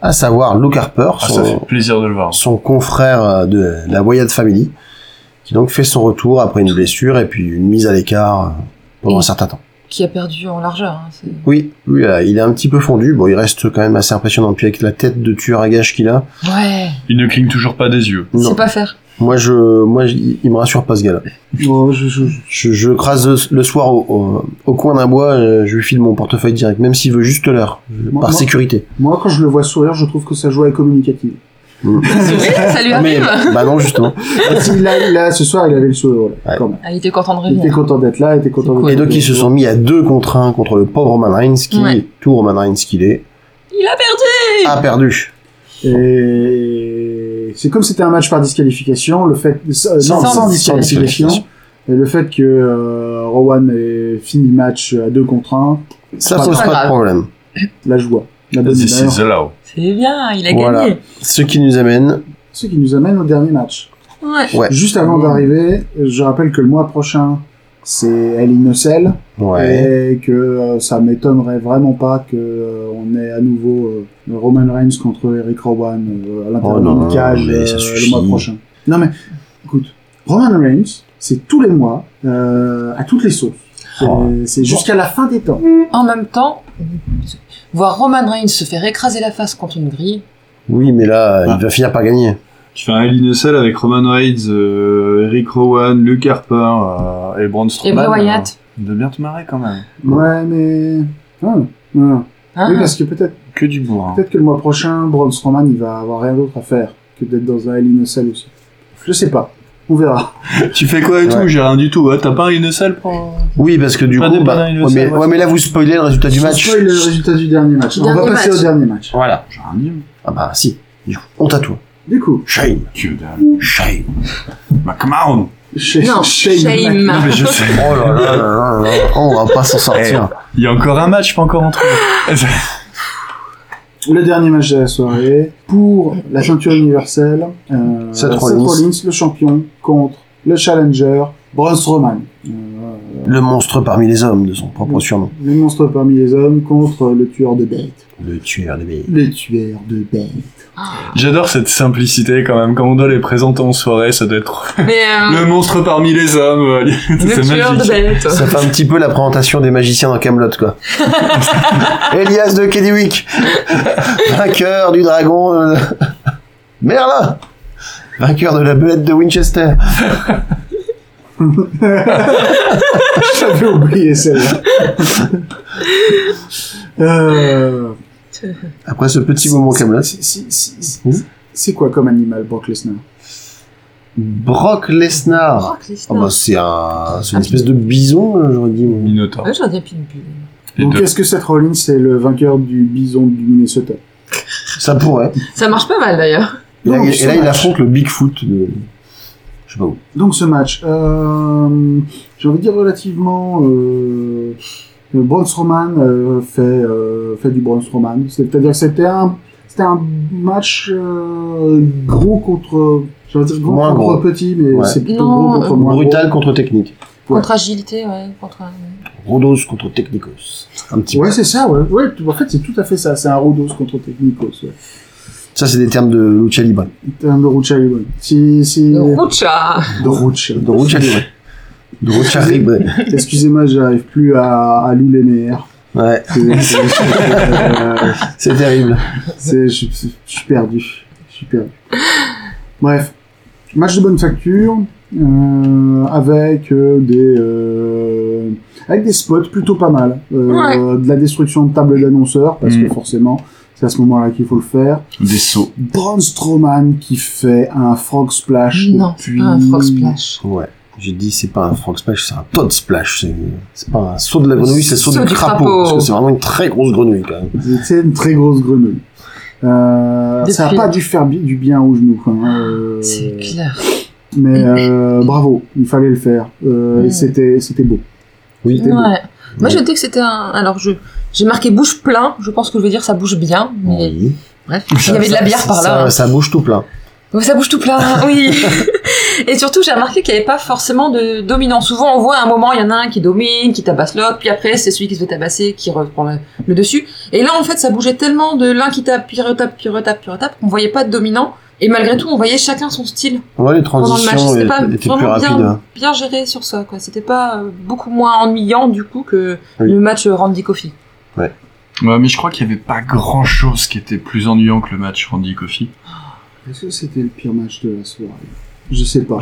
Speaker 6: à savoir Luke Harper,
Speaker 5: Ah,
Speaker 3: Oh.
Speaker 6: son,
Speaker 5: ça fait plaisir de le voir.
Speaker 6: son confrère euh, de la Wyatt Family, qui donc fait son retour après une blessure et puis une mise à l'écart euh, pendant un certain temps.
Speaker 2: Qui a perdu en largeur. hein, c'est-
Speaker 6: Oui, lui, euh, il est un petit peu fondu. Bon, il reste quand même assez impressionnant. Puis avec la tête de tueur à gage qu'il a,
Speaker 2: Ouais,
Speaker 5: Il ne cligne toujours pas des yeux.
Speaker 6: non.
Speaker 2: c'est pas faire.
Speaker 6: Moi, je, moi, je- il me rassure pas ce gars-là.
Speaker 3: Oh, je- je- je-
Speaker 6: Je, je crase le, le soir au, au- au coin d'un bois, euh, je lui file mon portefeuille direct, même s'il veut juste l'heure,
Speaker 3: moi,
Speaker 6: par
Speaker 3: moi-
Speaker 6: sécurité.
Speaker 3: moi, quand je le vois sourire, je trouve que sa joie est communicative.
Speaker 2: ça lui
Speaker 6: Ah, mais-
Speaker 2: arrive.
Speaker 6: bah non, justement.
Speaker 3: Ah, si, là, là, ce soir, il avait le sourire. là,
Speaker 6: Ouais.
Speaker 3: quand même.
Speaker 2: Ah, il était content de
Speaker 3: Il était
Speaker 2: revenir.
Speaker 3: content d'être là, il était content
Speaker 2: C'est cool.
Speaker 6: Et donc ils se sont mis à deux contre un contre le pauvre Roman Reigns qui,
Speaker 2: Ouais.
Speaker 6: tout Roman Reigns qu'il est,
Speaker 2: Il a perdu
Speaker 6: a perdu.
Speaker 3: Et c'est comme c'était un match par disqualification, le fait. euh, non,
Speaker 2: Sans
Speaker 3: sans
Speaker 6: disqualification.
Speaker 3: disqualification. Et le fait que euh, Rowan ait fini le match à 2 contre 1,
Speaker 6: Ça
Speaker 3: pas
Speaker 6: pose
Speaker 2: grave.
Speaker 6: pas de problème.
Speaker 3: la joie. La bonne
Speaker 5: This
Speaker 3: humeur.
Speaker 5: is allowed.
Speaker 2: C'est bien, il a
Speaker 6: Voilà.
Speaker 2: gagné.
Speaker 6: Ce qui nous amène,
Speaker 3: Ce qui nous amène au dernier match.
Speaker 2: Ouais.
Speaker 6: ouais,
Speaker 3: Juste avant d'arriver, je rappelle que le mois prochain, c'est El Innocel.
Speaker 6: ouais,
Speaker 3: et que euh, ça m'étonnerait vraiment pas que euh, on ait à nouveau euh, Roman Reigns contre Eric Rowan euh, à l'intérieur
Speaker 6: Oh non,
Speaker 3: d'une cage
Speaker 6: mais
Speaker 3: euh,
Speaker 6: ça
Speaker 3: le
Speaker 6: suffit.
Speaker 3: mois prochain. Non mais écoute, Roman Reigns, c'est tous les mois euh, à toutes les sauces. C'est-
Speaker 6: Oh.
Speaker 3: C'est jusqu'à la fin des temps.
Speaker 2: En même temps, voir Roman Reigns se faire écraser la face contre une grille,
Speaker 6: oui, mais là,
Speaker 5: Ah.
Speaker 6: il va finir par gagner.
Speaker 5: Tu fais un L.I.N.S.L. avec Roman Reigns, euh, Eric Rowan, Luke Harper euh, et Braun
Speaker 2: et
Speaker 5: Strowman.
Speaker 2: Bray Wyatt.
Speaker 5: euh, de bien te marrer quand même.
Speaker 3: Ouais, mais ah, ah.
Speaker 2: hein.
Speaker 3: oui parce que peut-être
Speaker 5: Que du bourrin.
Speaker 3: peut-être que le mois prochain Braun Strowman il va avoir rien d'autre à faire que d'être dans un Hell in a Cell aussi. Je sais pas, on verra.
Speaker 5: tu fais quoi et tout
Speaker 6: Ouais.
Speaker 5: J'ai rien du tout. hein. Ouais, T'as pas un L.I.N.S.L.
Speaker 2: Oh.
Speaker 5: pour...
Speaker 6: Oui, parce que du
Speaker 5: Pas
Speaker 6: coup,
Speaker 5: des
Speaker 6: bah,
Speaker 5: bananes, il le
Speaker 6: ouais,
Speaker 5: sait,
Speaker 6: mais,
Speaker 5: ouais.
Speaker 6: ouais, mais là, vous spoilez le résultat du
Speaker 3: Je
Speaker 6: match.
Speaker 3: spoil le résultat du dernier match. on va
Speaker 2: Dernier
Speaker 3: passer
Speaker 2: match.
Speaker 3: au dernier match.
Speaker 6: Voilà.
Speaker 5: J'ai rien dit.
Speaker 6: Ah bah si. Du coup, on tatoue.
Speaker 3: Du coup,
Speaker 6: Shame,
Speaker 5: Que dalle.
Speaker 6: shame.
Speaker 5: Bah, come on
Speaker 3: Sh-
Speaker 4: Non,
Speaker 3: Shane
Speaker 4: Shane.
Speaker 2: Ah.
Speaker 3: Mac-
Speaker 5: mais je sais.
Speaker 6: Oh là là là là là. Oh, on va pas s'en sortir.
Speaker 5: Il y a encore un match pas encore entré.
Speaker 3: Le dernier match de la soirée pour la ceinture universelle. Euh,
Speaker 6: Seth Rollins.
Speaker 3: le champion, contre le challenger, Braun Strowman. Euh,
Speaker 6: Le monstre parmi les hommes de son propre surnom.
Speaker 3: le monstre parmi les hommes contre le tueur de bêtes.
Speaker 6: Le tueur des bébés.
Speaker 3: Le tueur de bêtes.
Speaker 5: J'adore cette simplicité quand même. Quand on doit les présenter en soirée, ça doit être
Speaker 2: Mais euh,
Speaker 5: le monstre parmi les hommes.
Speaker 2: le
Speaker 5: C'est
Speaker 2: tueur de
Speaker 5: magique.
Speaker 2: bête.
Speaker 6: Ça fait un petit peu la présentation des magiciens dans Camelot, quoi. Elias de Kedwick, vainqueur du dragon euh, Merlin, vainqueur de la belette de Winchester.
Speaker 3: J'avais oublié celle-là. Euh,
Speaker 6: Après ce petit moment Camelot, Mmh.
Speaker 3: c'est- c'est- c'est- c'est- C'est quoi comme animal, Brock Lesnar
Speaker 6: Brock
Speaker 2: Oh,
Speaker 6: Lesnar. Ah bah c'est un, c'est une espèce de bison, euh, j'aurais dit. moi.
Speaker 5: Minotaur.
Speaker 2: Ouais, j'en ai plus de bulle.
Speaker 5: Et
Speaker 3: Donc
Speaker 5: deux.
Speaker 3: est-ce que Seth Rollins est le vainqueur du bison du Minnesota
Speaker 6: Ça pourrait.
Speaker 2: Ça marche pas mal d'ailleurs.
Speaker 6: Et là,
Speaker 3: Non,
Speaker 6: il-
Speaker 3: ce
Speaker 6: et là, il
Speaker 3: match.
Speaker 6: affronte le Bigfoot de, je sais pas où.
Speaker 3: Donc ce match, euh, j'ai envie de dire relativement, euh, le Braun Strowman euh, fait euh, fait du Braun Strowman, c'est-à-dire que c'était un c'était un match euh, gros contre, j'ai envie de dire gros
Speaker 6: Moins
Speaker 3: contre
Speaker 6: gros.
Speaker 3: petit, mais
Speaker 6: Ouais.
Speaker 3: c'est plutôt
Speaker 2: Non,
Speaker 3: gros contre moins gros.
Speaker 6: Brutal contre technique.
Speaker 3: Ouais.
Speaker 2: Contre agilité, ouais. Contre...
Speaker 6: Rodos contre Technicos. Un petit
Speaker 3: Ouais, c'est ça, ouais. ouais. tout- En fait, c'est tout à fait ça. C'est un Rodos contre Technicos. Ouais.
Speaker 6: Ça, c'est des termes de Lucha Libre.
Speaker 3: C'est un de Rucha Libre. Si, si,
Speaker 2: Le Roucha
Speaker 3: de Rucha.
Speaker 6: De Lucha Libre. De Lucha Libre.
Speaker 3: Excusez-moi, j'arrive plus à, à louer les meilleurs.
Speaker 6: Ouais,
Speaker 3: C'est- c'est- euh,
Speaker 6: c'est terrible.
Speaker 3: C'est, je, je- je suis perdu. Je suis perdu. Bref, match de bonne facture euh, avec euh, des euh, avec des spots plutôt pas mal. Euh, De la destruction de table d'annonceurs parce
Speaker 5: Mm.
Speaker 3: que forcément C'est à ce moment-là qu'il faut le faire.
Speaker 5: Des sauts.
Speaker 3: Braun Strowman qui fait un frog splash.
Speaker 2: Non, c'est
Speaker 3: depuis...
Speaker 2: pas un frog splash.
Speaker 6: Ouais. J'ai dit, c'est pas un frog splash, c'est un pod splash. C'est- C'est pas un saut de la grenouille, c'est le saut,
Speaker 2: Saut
Speaker 6: du
Speaker 2: du
Speaker 6: crapaud.
Speaker 2: crapaud.
Speaker 6: Parce que c'est vraiment une très grosse grenouille, quand même.
Speaker 3: C'est une très grosse grenouille. Euh,
Speaker 2: Depuis-
Speaker 3: ça n'a pas dû faire bi- du bien aux genoux. hein, euh,
Speaker 2: C'est clair.
Speaker 3: mais euh, bravo, il fallait le faire. Euh,
Speaker 2: Ouais.
Speaker 3: C'était c'était beau.
Speaker 6: Oui.
Speaker 3: C'était beau.
Speaker 2: Ouais. Moi, j'ai noté que c'était un. Alors, je j'ai marqué bouche plein. Je pense que je vais dire ça bouge bien. Mais
Speaker 6: Oui.
Speaker 2: bref, il y avait de la bière
Speaker 6: Ça-
Speaker 2: par là. hein.
Speaker 6: Ça, ça bouge tout plein.
Speaker 2: Ouais, ça bouge tout plein, hein, oui. Et surtout, j'ai remarqué qu'il n'y avait pas forcément de dominant. Souvent, on voit à un moment, il y en a un qui domine, qui tabasse l'autre, puis après, c'est celui qui se fait tabasser qui reprend le, le dessus. Et là, en fait, ça bougeait tellement de l'un qui tape, puis retape, puis retape, puis retape, qu'on voyait pas de dominant. Et malgré tout, on voyait chacun son style
Speaker 6: Ouais, les
Speaker 2: pendant le match.
Speaker 6: transitions
Speaker 2: C'était pas
Speaker 6: étaient étaient plus
Speaker 2: vraiment
Speaker 6: rapides.
Speaker 2: bien,
Speaker 6: hein.
Speaker 2: bien géré sur ça, quoi. C'était pas euh, beaucoup moins ennuyant, du coup, que
Speaker 6: Oui.
Speaker 2: le match euh, Randy Coffey.
Speaker 5: Ouais, mais je crois qu'il y avait pas grand chose qui était plus ennuyant que le match Randy Coffey.
Speaker 3: Est-ce que c'était le pire match de la soirée Je sais pas.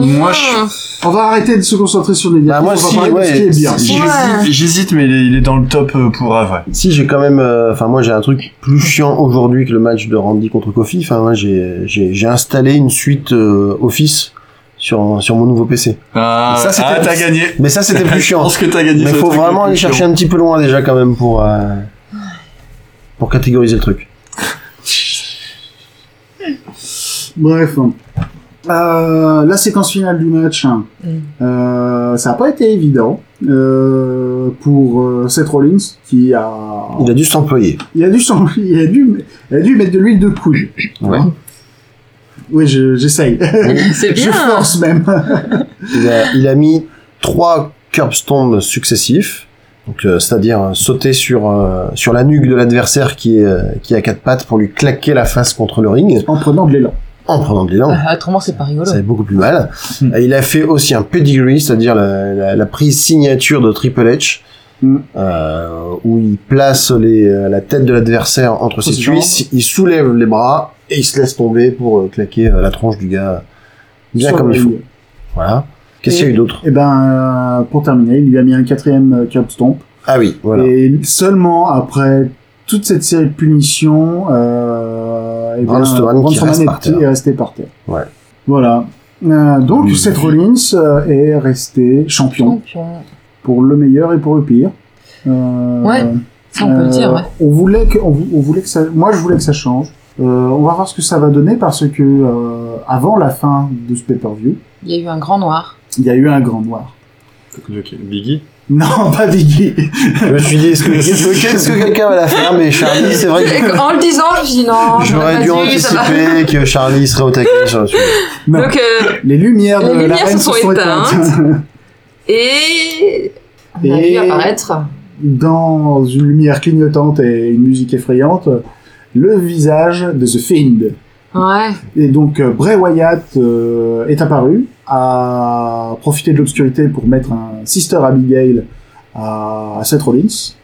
Speaker 5: Moi,
Speaker 2: Ah.
Speaker 5: je-
Speaker 3: On va arrêter de se concentrer sur les
Speaker 6: Bah,
Speaker 3: négatifs.
Speaker 6: moi,
Speaker 3: on va
Speaker 6: si,
Speaker 3: parler
Speaker 6: ouais,
Speaker 3: de ce qui est bien.
Speaker 5: j'hésite-
Speaker 2: Ouais.
Speaker 5: J'hésite, mais il est- il est dans le top euh, pour Avray.
Speaker 6: Si j'ai quand même, euh, enfin moi j'ai un truc plus chiant aujourd'hui que le match de Randy contre Kofi. Enfin moi j'ai j'ai j'ai installé une suite euh, Office sur sur mon nouveau PC.
Speaker 5: Ah,
Speaker 6: Ça, c'était-
Speaker 5: ah, t'as gagné.
Speaker 6: Mais ça c'était plus
Speaker 5: Je
Speaker 6: chiant.
Speaker 5: pense que t'as gagné.
Speaker 6: Mais
Speaker 5: ce
Speaker 6: faut
Speaker 5: truc
Speaker 6: vraiment
Speaker 5: le
Speaker 6: aller
Speaker 5: plus
Speaker 6: chercher un petit peu loin déjà quand même pour euh, pour catégoriser le truc.
Speaker 3: Bref. Euh, la séquence finale du match, hein.
Speaker 6: Mm.
Speaker 3: Euh, ça n'a pas été évident euh, pour euh, Seth Rollins qui a,
Speaker 6: Il a dû s'employer.
Speaker 3: il a dû, s'en- il a dû, il a dû mettre de l'huile de coude.
Speaker 6: Ouais.
Speaker 3: Oui, je- j'essaye.
Speaker 2: C'est
Speaker 3: je
Speaker 2: bien.
Speaker 3: force même.
Speaker 6: Il a, il a mis trois curb stombs successifs, donc euh, c'est-à-dire euh, sauter sur euh, sur la nuque de l'adversaire qui est euh, qui a quatre pattes pour lui claquer la face contre le ring
Speaker 3: en prenant de l'élan.
Speaker 6: en prenant de l'élan.
Speaker 2: Ah, Autrement, c'est pas rigolo.
Speaker 6: Ça fait beaucoup plus mal.
Speaker 3: Hmm.
Speaker 5: Mm.
Speaker 6: Et il a fait aussi un pedigree, c'est-à-dire la, la- la prise signature de Triple H,
Speaker 3: Mm.
Speaker 6: euh, où il place les, euh, la tête de l'adversaire entre ses
Speaker 3: ses jambes.
Speaker 6: cuisses, il soulève les bras et il se laisse tomber pour euh, claquer euh, la tronche du gars bien
Speaker 3: Sur
Speaker 6: comme
Speaker 3: le
Speaker 6: il faut.
Speaker 3: ring.
Speaker 6: Voilà. Qu'est-ce qu'il y a eu d'autre
Speaker 3: Et ben, euh, pour terminer, il lui a mis un quatrième euh, curb stomp.
Speaker 6: Ah oui, voilà.
Speaker 3: Et seulement après toute cette série de punitions, euh, eh
Speaker 6: Braun
Speaker 3: bien,
Speaker 6: Strowman
Speaker 3: Braun
Speaker 6: qui
Speaker 3: Strowman
Speaker 6: reste
Speaker 3: est,
Speaker 6: par terre.
Speaker 3: est resté par terre.
Speaker 6: Ouais.
Speaker 3: Voilà. Euh, donc,
Speaker 5: Oui.
Speaker 3: Seth Rollins euh, est resté champion
Speaker 2: Champion.
Speaker 3: pour le meilleur et pour le pire. Euh,
Speaker 2: Ouais, ça, on peut le dire, ouais.
Speaker 3: On voulait que, on, vou- on voulait que ça, moi je voulais que ça change. Euh, on va voir ce que ça va donner parce que euh, avant la fin de ce pay-per-view,
Speaker 2: Il y a eu un grand noir.
Speaker 3: il y a eu un grand noir.
Speaker 5: chaud. Ok, Biggie.
Speaker 3: Non, pas Biggie.
Speaker 6: Je me suis dit, est-ce que, est-ce que- est-ce que quelqu'un va la faire Mais Charlie, c'est vrai que
Speaker 2: En le disant, je me suis dit non,
Speaker 6: j'aurais
Speaker 2: j'aurais
Speaker 6: dû
Speaker 2: pas dû, ça va.
Speaker 6: anticiper que Charlie serait au taquet sur le sujet.
Speaker 3: Non.
Speaker 2: Donc, euh,
Speaker 3: Les lumières de
Speaker 2: Les
Speaker 3: la
Speaker 2: lumières
Speaker 3: reine
Speaker 2: se sont et. On a
Speaker 3: Et-
Speaker 2: vu apparaître.
Speaker 3: dans une lumière clignotante et une musique effrayante, le visage de The Fiend.
Speaker 2: Ouais.
Speaker 3: Et donc euh, Bray Wyatt euh, est apparu, a profité de l'obscurité pour mettre un Sister Abigail à, à Seth Rollins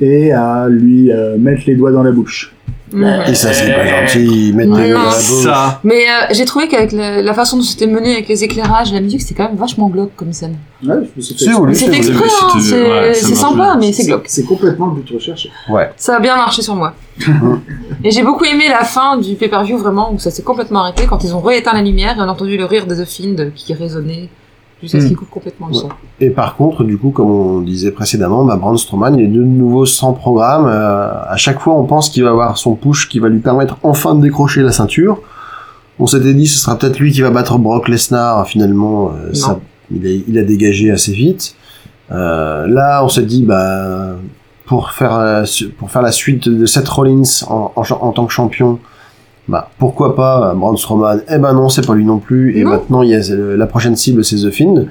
Speaker 3: et à lui euh, mettre les doigts dans la bouche.
Speaker 2: Mm.
Speaker 6: Et ça, c'est pas gentil, mettre des
Speaker 2: Non.
Speaker 6: dans la bouche.
Speaker 5: Ça.
Speaker 2: Mais euh, j'ai trouvé qu'avec la, la façon dont c'était mené, avec les éclairages, la musique, c'était quand même vachement glauque comme scène.
Speaker 3: Ouais,
Speaker 6: C'est voulu.
Speaker 2: C'est
Speaker 5: c'est-
Speaker 2: exprès, hein,
Speaker 5: c'était- ouais,
Speaker 2: c'est
Speaker 5: ça
Speaker 2: c'est
Speaker 5: marche
Speaker 2: sympa,
Speaker 5: bien.
Speaker 2: mais c'est glauque.
Speaker 3: C'est complètement le but recherché.
Speaker 2: Ça a bien marché sur moi. et j'ai beaucoup aimé la fin du pay-per-view, vraiment, où ça s'est complètement arrêté, quand ils ont rééteint la lumière et on a entendu le rire de The Fiend qui résonnait jusqu'à ce qu'il coupe complètement le
Speaker 6: Hmm. Ouais.
Speaker 2: son.
Speaker 6: Et par contre, du coup, comme on disait précédemment, bah, Braun Strowman, il est de nouveau sans programme. Euh, à chaque fois, on pense qu'il va avoir son push qui va lui permettre enfin de décrocher la ceinture. On s'était dit, ce sera peut-être lui qui va battre Brock Lesnar. Finalement, euh, ça- il, est- il a dégagé assez vite. Euh, là, on s'est dit, bah, pour faire la, su- pour faire la suite de Seth Rollins en, en cha- en tant que champion, bah, pourquoi pas euh, Braun Strowman Eh ben non, c'est pas lui non plus. Et
Speaker 2: Non.
Speaker 6: maintenant, il y a euh, la prochaine cible, c'est The Fiend.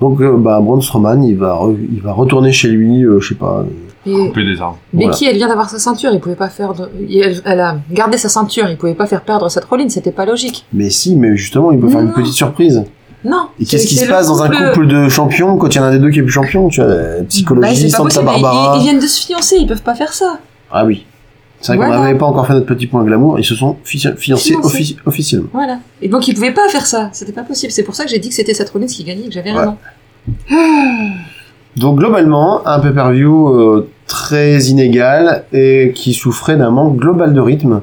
Speaker 6: Donc, euh, bah, Braun Strowman, il va, re- il va retourner chez lui, euh, je sais pas.
Speaker 2: Et
Speaker 5: Couper des arbres.
Speaker 6: Voilà.
Speaker 2: Becky, elle vient d'avoir sa ceinture, il pouvait pas faire. de- il- Elle a gardé sa ceinture, il pouvait pas faire perdre cette Rollins, c'était pas logique.
Speaker 6: Mais si, mais justement, il peut faire
Speaker 2: Non.
Speaker 6: une petite surprise.
Speaker 2: Non.
Speaker 6: Et qu'est-ce qui
Speaker 2: c'est
Speaker 6: se
Speaker 2: le
Speaker 6: passe dans un couple de champions quand il y en a un des deux qui est plus champion Tu vois, euh,
Speaker 2: Bah,
Speaker 6: psychologie,
Speaker 2: c'est pas
Speaker 6: Santa
Speaker 2: possible, mais
Speaker 6: Barbara.
Speaker 2: ils, ils viennent de se fiancer, ils peuvent pas faire ça.
Speaker 6: Ah oui. C'est vrai qu'on
Speaker 2: Voilà.
Speaker 6: n'avait pas encore fait notre petit point glamour. Ils se sont fici- fiancés
Speaker 2: Fiancés.
Speaker 6: offici- officiellement.
Speaker 2: Voilà. Et donc ils pouvaient pas faire ça, c'était pas possible. C'est pour ça que j'ai dit que c'était Seth Rollins qui gagnait, et que j'avais
Speaker 6: Ouais.
Speaker 2: raison.
Speaker 6: Donc globalement, un pay-per-view euh, très inégale et qui souffrait d'un manque global de rythme.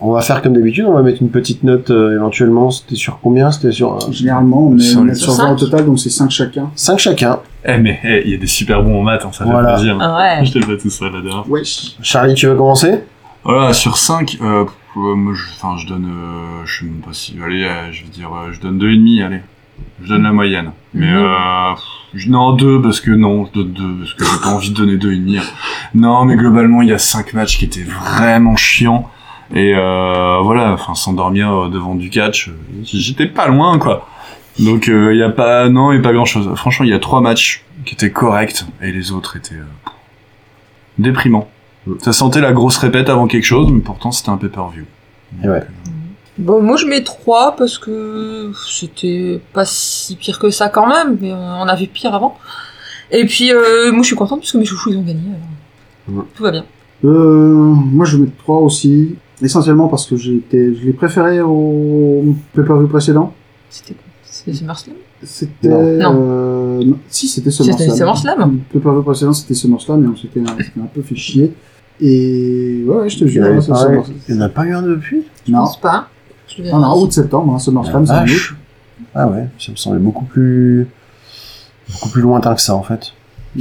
Speaker 6: On va faire comme d'habitude, on va mettre une petite note euh, éventuellement. C'était sur combien C'était sur euh,
Speaker 3: Généralement, on est,
Speaker 5: Sur
Speaker 3: on
Speaker 5: les
Speaker 3: est sur
Speaker 2: cinq.
Speaker 3: 20 au total, donc c'est 5 chacun.
Speaker 6: 5 chacun.
Speaker 5: Eh, mais eh, il y a des super bons en maths, hein, ça fait
Speaker 6: Voilà.
Speaker 5: plaisir.
Speaker 2: Ah ouais.
Speaker 5: Je t'ai fait tout ça la dernière.
Speaker 3: Wesh.
Speaker 6: Charlie, tu veux commencer
Speaker 5: Voilà, sur 5, euh, p- euh, moi, je, enfin, je donne, euh, je sais même pas si, allez, euh, je vais dire, euh, je donne 2,5, allez. Je donne la moyenne. Mais,
Speaker 2: Mhm.
Speaker 5: euh, je- non, 2, parce que non, je donne 2, parce que j'ai pas envie de donner 2,5. hein. Non, mais globalement, il y a 5 matchs qui étaient vraiment chiants. Et, euh, voilà, enfin, s'endormir euh, devant du catch, euh, j'étais pas loin, quoi. Donc, euh, il y a pas, non, il y a pas grand chose. Franchement, il y a 3 matchs qui étaient corrects, et les autres étaient, euh, déprimants. Ça sentait la grosse répète avant quelque chose, mais pourtant c'était un pay-per-view.
Speaker 6: Et ouais.
Speaker 2: Bon, moi je mets 3 parce que c'était pas si pire que ça quand même, mais euh, on a vu pire avant. Et puis euh, moi je suis contente parce que mes chouchous ils ont gagné. alors,
Speaker 6: Ouais.
Speaker 2: Tout va bien.
Speaker 3: Euh, moi, je vais mettre 3 aussi. Essentiellement parce que j'étais, je l'ai préféré au pay-per-view précédent.
Speaker 2: C'était quoi C'est SummerSlam
Speaker 3: C'était.
Speaker 6: Non.
Speaker 3: euh, non. Si, c'était SummerSlam.
Speaker 2: C'était SummerSlam.
Speaker 3: Le pay-per-view précédent, c'était SummerSlam, mais on s'était on s'était un peu fait chier. Et ouais, ouais, je te
Speaker 6: Il y
Speaker 3: jure,
Speaker 6: en avait
Speaker 3: hein, c'est
Speaker 6: pas un-
Speaker 3: SummerSlam.
Speaker 6: il n'y en a pas eu un depuis
Speaker 2: Je
Speaker 3: Non,
Speaker 2: pense pas. Je vais
Speaker 3: non, non,
Speaker 2: vérifier.
Speaker 3: août-septembre, hein, SummerSlam, c'est
Speaker 6: Ah,
Speaker 3: en août.
Speaker 6: vache. Ah ouais, ça me semblait beaucoup plus beaucoup plus lointain que ça en fait.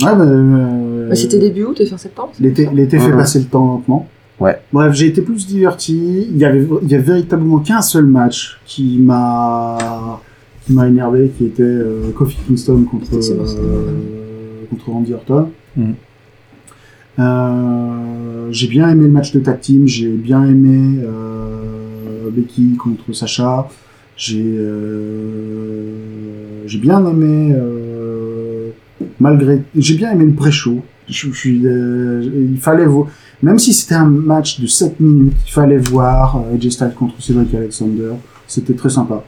Speaker 3: Ouais, mais, euh,
Speaker 2: Bah, c'était début août et fin septembre. c'est
Speaker 3: L'été,
Speaker 2: ça
Speaker 3: l'été fait
Speaker 6: Mhm.
Speaker 3: passer le temps lentement.
Speaker 6: Ouais.
Speaker 3: Bref, j'ai été plus diverti. Il y avait, il y a véritablement qu'un seul match qui m'a, qui m'a énervé, qui était euh, Kofi Kingston contre,
Speaker 2: C'était Sébastien.
Speaker 3: euh, contre Randy Orton.
Speaker 5: Mhm.
Speaker 3: Euh, j'ai bien aimé le match de tag team. J'ai bien aimé euh, Becky contre Sacha. J'ai, euh, j'ai bien aimé. euh, malgré j'ai bien aimé le pré-show je, je suis euh, il fallait voir même si c'était un match de 7 minutes il fallait voir euh, AJ Styles contre Cedric Alexander c'était très sympa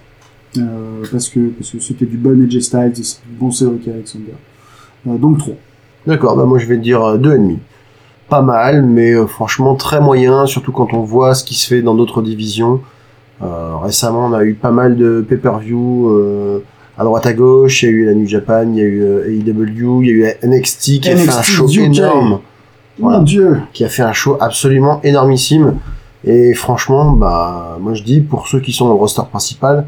Speaker 3: Euh, parce que parce que c'était du bon AJ Styles et c'est du bon Cedric Alexander Euh, donc 3
Speaker 6: D'accord, bah moi je vais te dire euh, deux et demi. Pas mal, mais euh, franchement très moyen, surtout quand on voit ce qui se fait dans d'autres divisions. Euh, récemment, on a eu pas mal de pay-per-view euh, à droite à gauche. Il y a eu la New Japan, il y a eu euh, AEW, il y a eu la NXT qui a fait un
Speaker 3: NXT
Speaker 6: show
Speaker 3: UK.
Speaker 6: énorme, Voilà.
Speaker 3: mon dieu
Speaker 6: qui a fait un show absolument énormissime. Et franchement, bah moi je dis pour ceux qui sont dans le roster principal,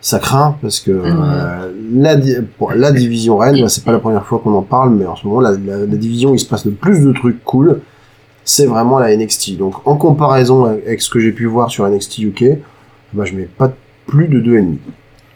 Speaker 6: ça craint parce que euh, la, di- bon, la division Rennes, bah, c'est pas la première fois qu'on en parle, mais en ce moment, la, la- la division, il se passe le plus de trucs cool, c'est vraiment la NXT. Donc, en comparaison avec ce que j'ai pu voir sur NXT UK, bah, je mets pas plus de 2,5.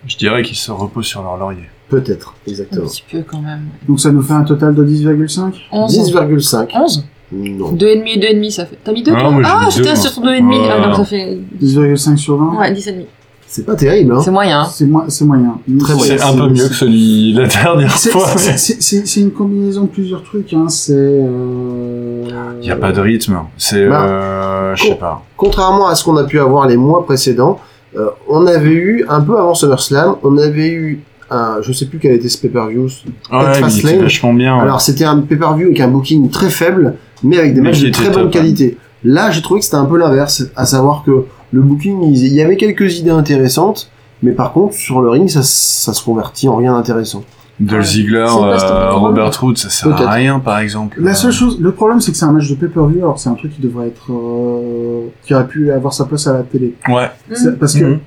Speaker 5: Je dirais qu'ils se reposent sur leur laurier.
Speaker 6: Peut-être,
Speaker 2: Un
Speaker 6: exactement.
Speaker 2: petit peu quand même.
Speaker 3: donc ça nous fait un total de 10,5
Speaker 2: 11
Speaker 6: 10,5.
Speaker 2: 11
Speaker 6: Non.
Speaker 2: 2,5 et 2,5 ça fait. T'as mis 2
Speaker 5: Ah, moi, j'ai
Speaker 2: Ah,
Speaker 5: mis
Speaker 2: j'étais
Speaker 5: deux,
Speaker 2: sur
Speaker 5: moi.
Speaker 2: 2,5. Ah,
Speaker 5: Ouais.
Speaker 2: donc ça fait.
Speaker 3: 10,5 sur 20
Speaker 2: Ouais, 10,5.
Speaker 6: C'est pas terrible, hein.
Speaker 2: C'est moyen. hein.
Speaker 3: c'est moins c'est moyen
Speaker 6: Très moyen.
Speaker 5: C'est un peu mieux que celui la dernière
Speaker 3: c'est
Speaker 5: fois.
Speaker 3: c'est- c'est- c'est- c'est une combinaison de plusieurs trucs hein c'est euh...
Speaker 5: Il n'y a pas de rythme. C'est,
Speaker 6: Bah,
Speaker 5: euh, je sais pas.
Speaker 6: contrairement à ce qu'on a pu avoir les mois précédents, euh, on avait eu, un peu avant SummerSlam, on avait eu un, je sais plus quel était ce pay-per-view,
Speaker 5: Ouais, mais
Speaker 6: Fastlane.
Speaker 5: c'est vachement bien. ouais.
Speaker 6: Alors c'était un pay-per-view avec un booking très faible, mais avec des
Speaker 5: Mais
Speaker 6: matchs
Speaker 5: qui
Speaker 6: de
Speaker 5: était
Speaker 6: très bonne
Speaker 5: top, hein.
Speaker 6: qualité. Là, j'ai trouvé que c'était un peu l'inverse, à savoir que le booking, ils- il y avait quelques idées intéressantes, mais par contre sur le ring, ça, ça se convertit en rien d'intéressant.
Speaker 5: Dolph Ziggler,
Speaker 2: C'est pas ce
Speaker 5: euh,
Speaker 2: qu'on
Speaker 5: Robert Roode, ça sert
Speaker 6: Peut-être.
Speaker 5: à rien, par exemple.
Speaker 3: La seule chose, le problème, c'est que c'est un match de pay-per-view, alors c'est un truc qui devrait être, euh, qui aurait pu avoir sa place à la télé.
Speaker 5: Ouais.
Speaker 2: Mmh.
Speaker 3: C'est-
Speaker 2: Mm.
Speaker 3: Parce que
Speaker 6: Mm.
Speaker 5: Mhm.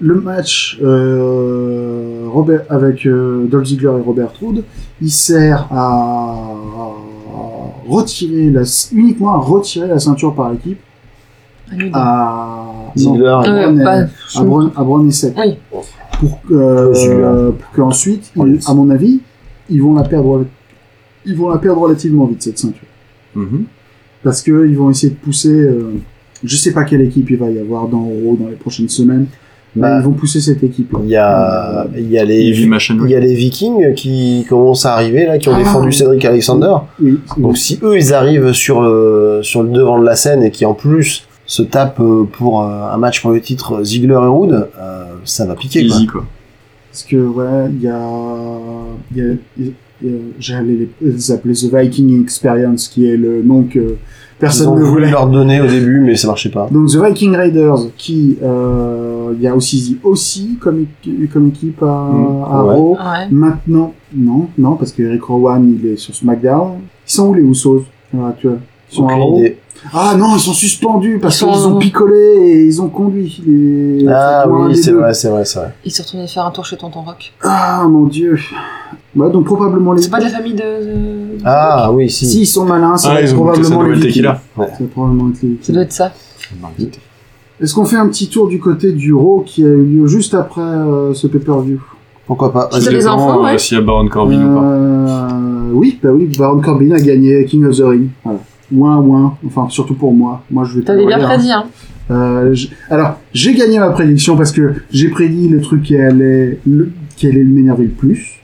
Speaker 3: le match euh, Robert avec euh, Dolph Ziggler et Robert Roode, il sert à, à retirer la, uniquement à retirer la ceinture par équipe à non,
Speaker 6: Ziggler,
Speaker 3: à Braun et-
Speaker 2: Euh, bah,
Speaker 3: à Braun- à Braun et Seth.
Speaker 2: Oui.
Speaker 3: Pour que, euh,
Speaker 6: Ziggler.
Speaker 3: pour qu'ensuite,
Speaker 6: Oui.
Speaker 3: ils- à mon avis, ils vont la perdre, ils vont la perdre relativement vite cette ceinture.
Speaker 5: Mhm.
Speaker 3: parce que ils vont essayer de pousser. euh, je sais pas quelle équipe il va y avoir dans Euro dans les prochaines semaines, mais
Speaker 6: Bah,
Speaker 3: ils vont pousser cette équipe.
Speaker 6: il y a, il y a les,
Speaker 5: Il vit ma chaîne.
Speaker 6: il y a les Vikings qui commencent à arriver là, qui ont
Speaker 3: Ah.
Speaker 6: défendu Cédric Alexander.
Speaker 3: Oui,
Speaker 6: Donc si eux ils arrivent sur le, sur le devant de la scène et qui en plus se tapent euh, pour euh, un match pour le titre euh, Ziggler et Roode, euh, ça va piquer quoi.
Speaker 5: Easy, quoi.
Speaker 3: parce que ouais, il y a, il y a- il y a- j'allais les, les appeler The Viking Experience, qui est le nom que
Speaker 6: Ils
Speaker 3: personne
Speaker 6: ont
Speaker 3: ne
Speaker 6: voulu
Speaker 3: voulait.
Speaker 6: leur donner au début mais ça marchait pas.
Speaker 3: Donc The Viking Raiders, qui euh, il y a aussi aussi comme équi- comme équipe à,
Speaker 6: Mm,
Speaker 3: à
Speaker 6: ouais.
Speaker 3: Raw.
Speaker 2: Ouais.
Speaker 3: Maintenant, non, non, parce que Eric Rowan il est sur SmackDown. Ils sont où les Usos Ah, tu vois. Ils sont à
Speaker 6: Aucune
Speaker 3: Raw.
Speaker 6: idée.
Speaker 3: Ah non, ils sont suspendus parce
Speaker 2: Ils sont-
Speaker 3: qu'ils ont picolé et ils ont conduit. Les...
Speaker 6: Ah
Speaker 3: Enfin, un
Speaker 6: oui,
Speaker 3: des
Speaker 6: c'est
Speaker 3: deux.
Speaker 6: vrai, c'est vrai, c'est vrai.
Speaker 2: Il s'est retourné faire un tour chez Tonton Rock.
Speaker 3: Ah mon dieu. Bah donc probablement les.
Speaker 2: C'est pas de la famille de. de-
Speaker 6: Ah oui, si.
Speaker 3: Si ils sont malins, ça va
Speaker 5: Ah,
Speaker 3: être
Speaker 5: ils ont goûté ça
Speaker 3: probablement
Speaker 5: dans
Speaker 3: les
Speaker 5: le
Speaker 3: Vikings.
Speaker 5: tequila.
Speaker 3: Ça va probablement être les
Speaker 2: Ça
Speaker 3: Vikings.
Speaker 2: doit être ça.
Speaker 3: Est-ce qu'on fait un petit tour du côté du Raw qui a eu lieu juste après euh, ce pay-per-view
Speaker 6: Pourquoi pas
Speaker 2: Si t'as des infos, ouais.
Speaker 5: euh, S'il y a Baron Corbin ou pas.
Speaker 3: Euh, Oui, bah oui, Baron Corbin a gagné King of the Ring. Voilà. Ouin, ouin. Enfin, surtout pour moi. Moi, je vais
Speaker 2: T'avais bien
Speaker 3: pleurer, hein.
Speaker 2: prédit, hein.
Speaker 3: Euh, j- alors, j'ai gagné ma prédiction parce que j'ai prédit le truc qui allait, le, qui allait m'énerver le plus.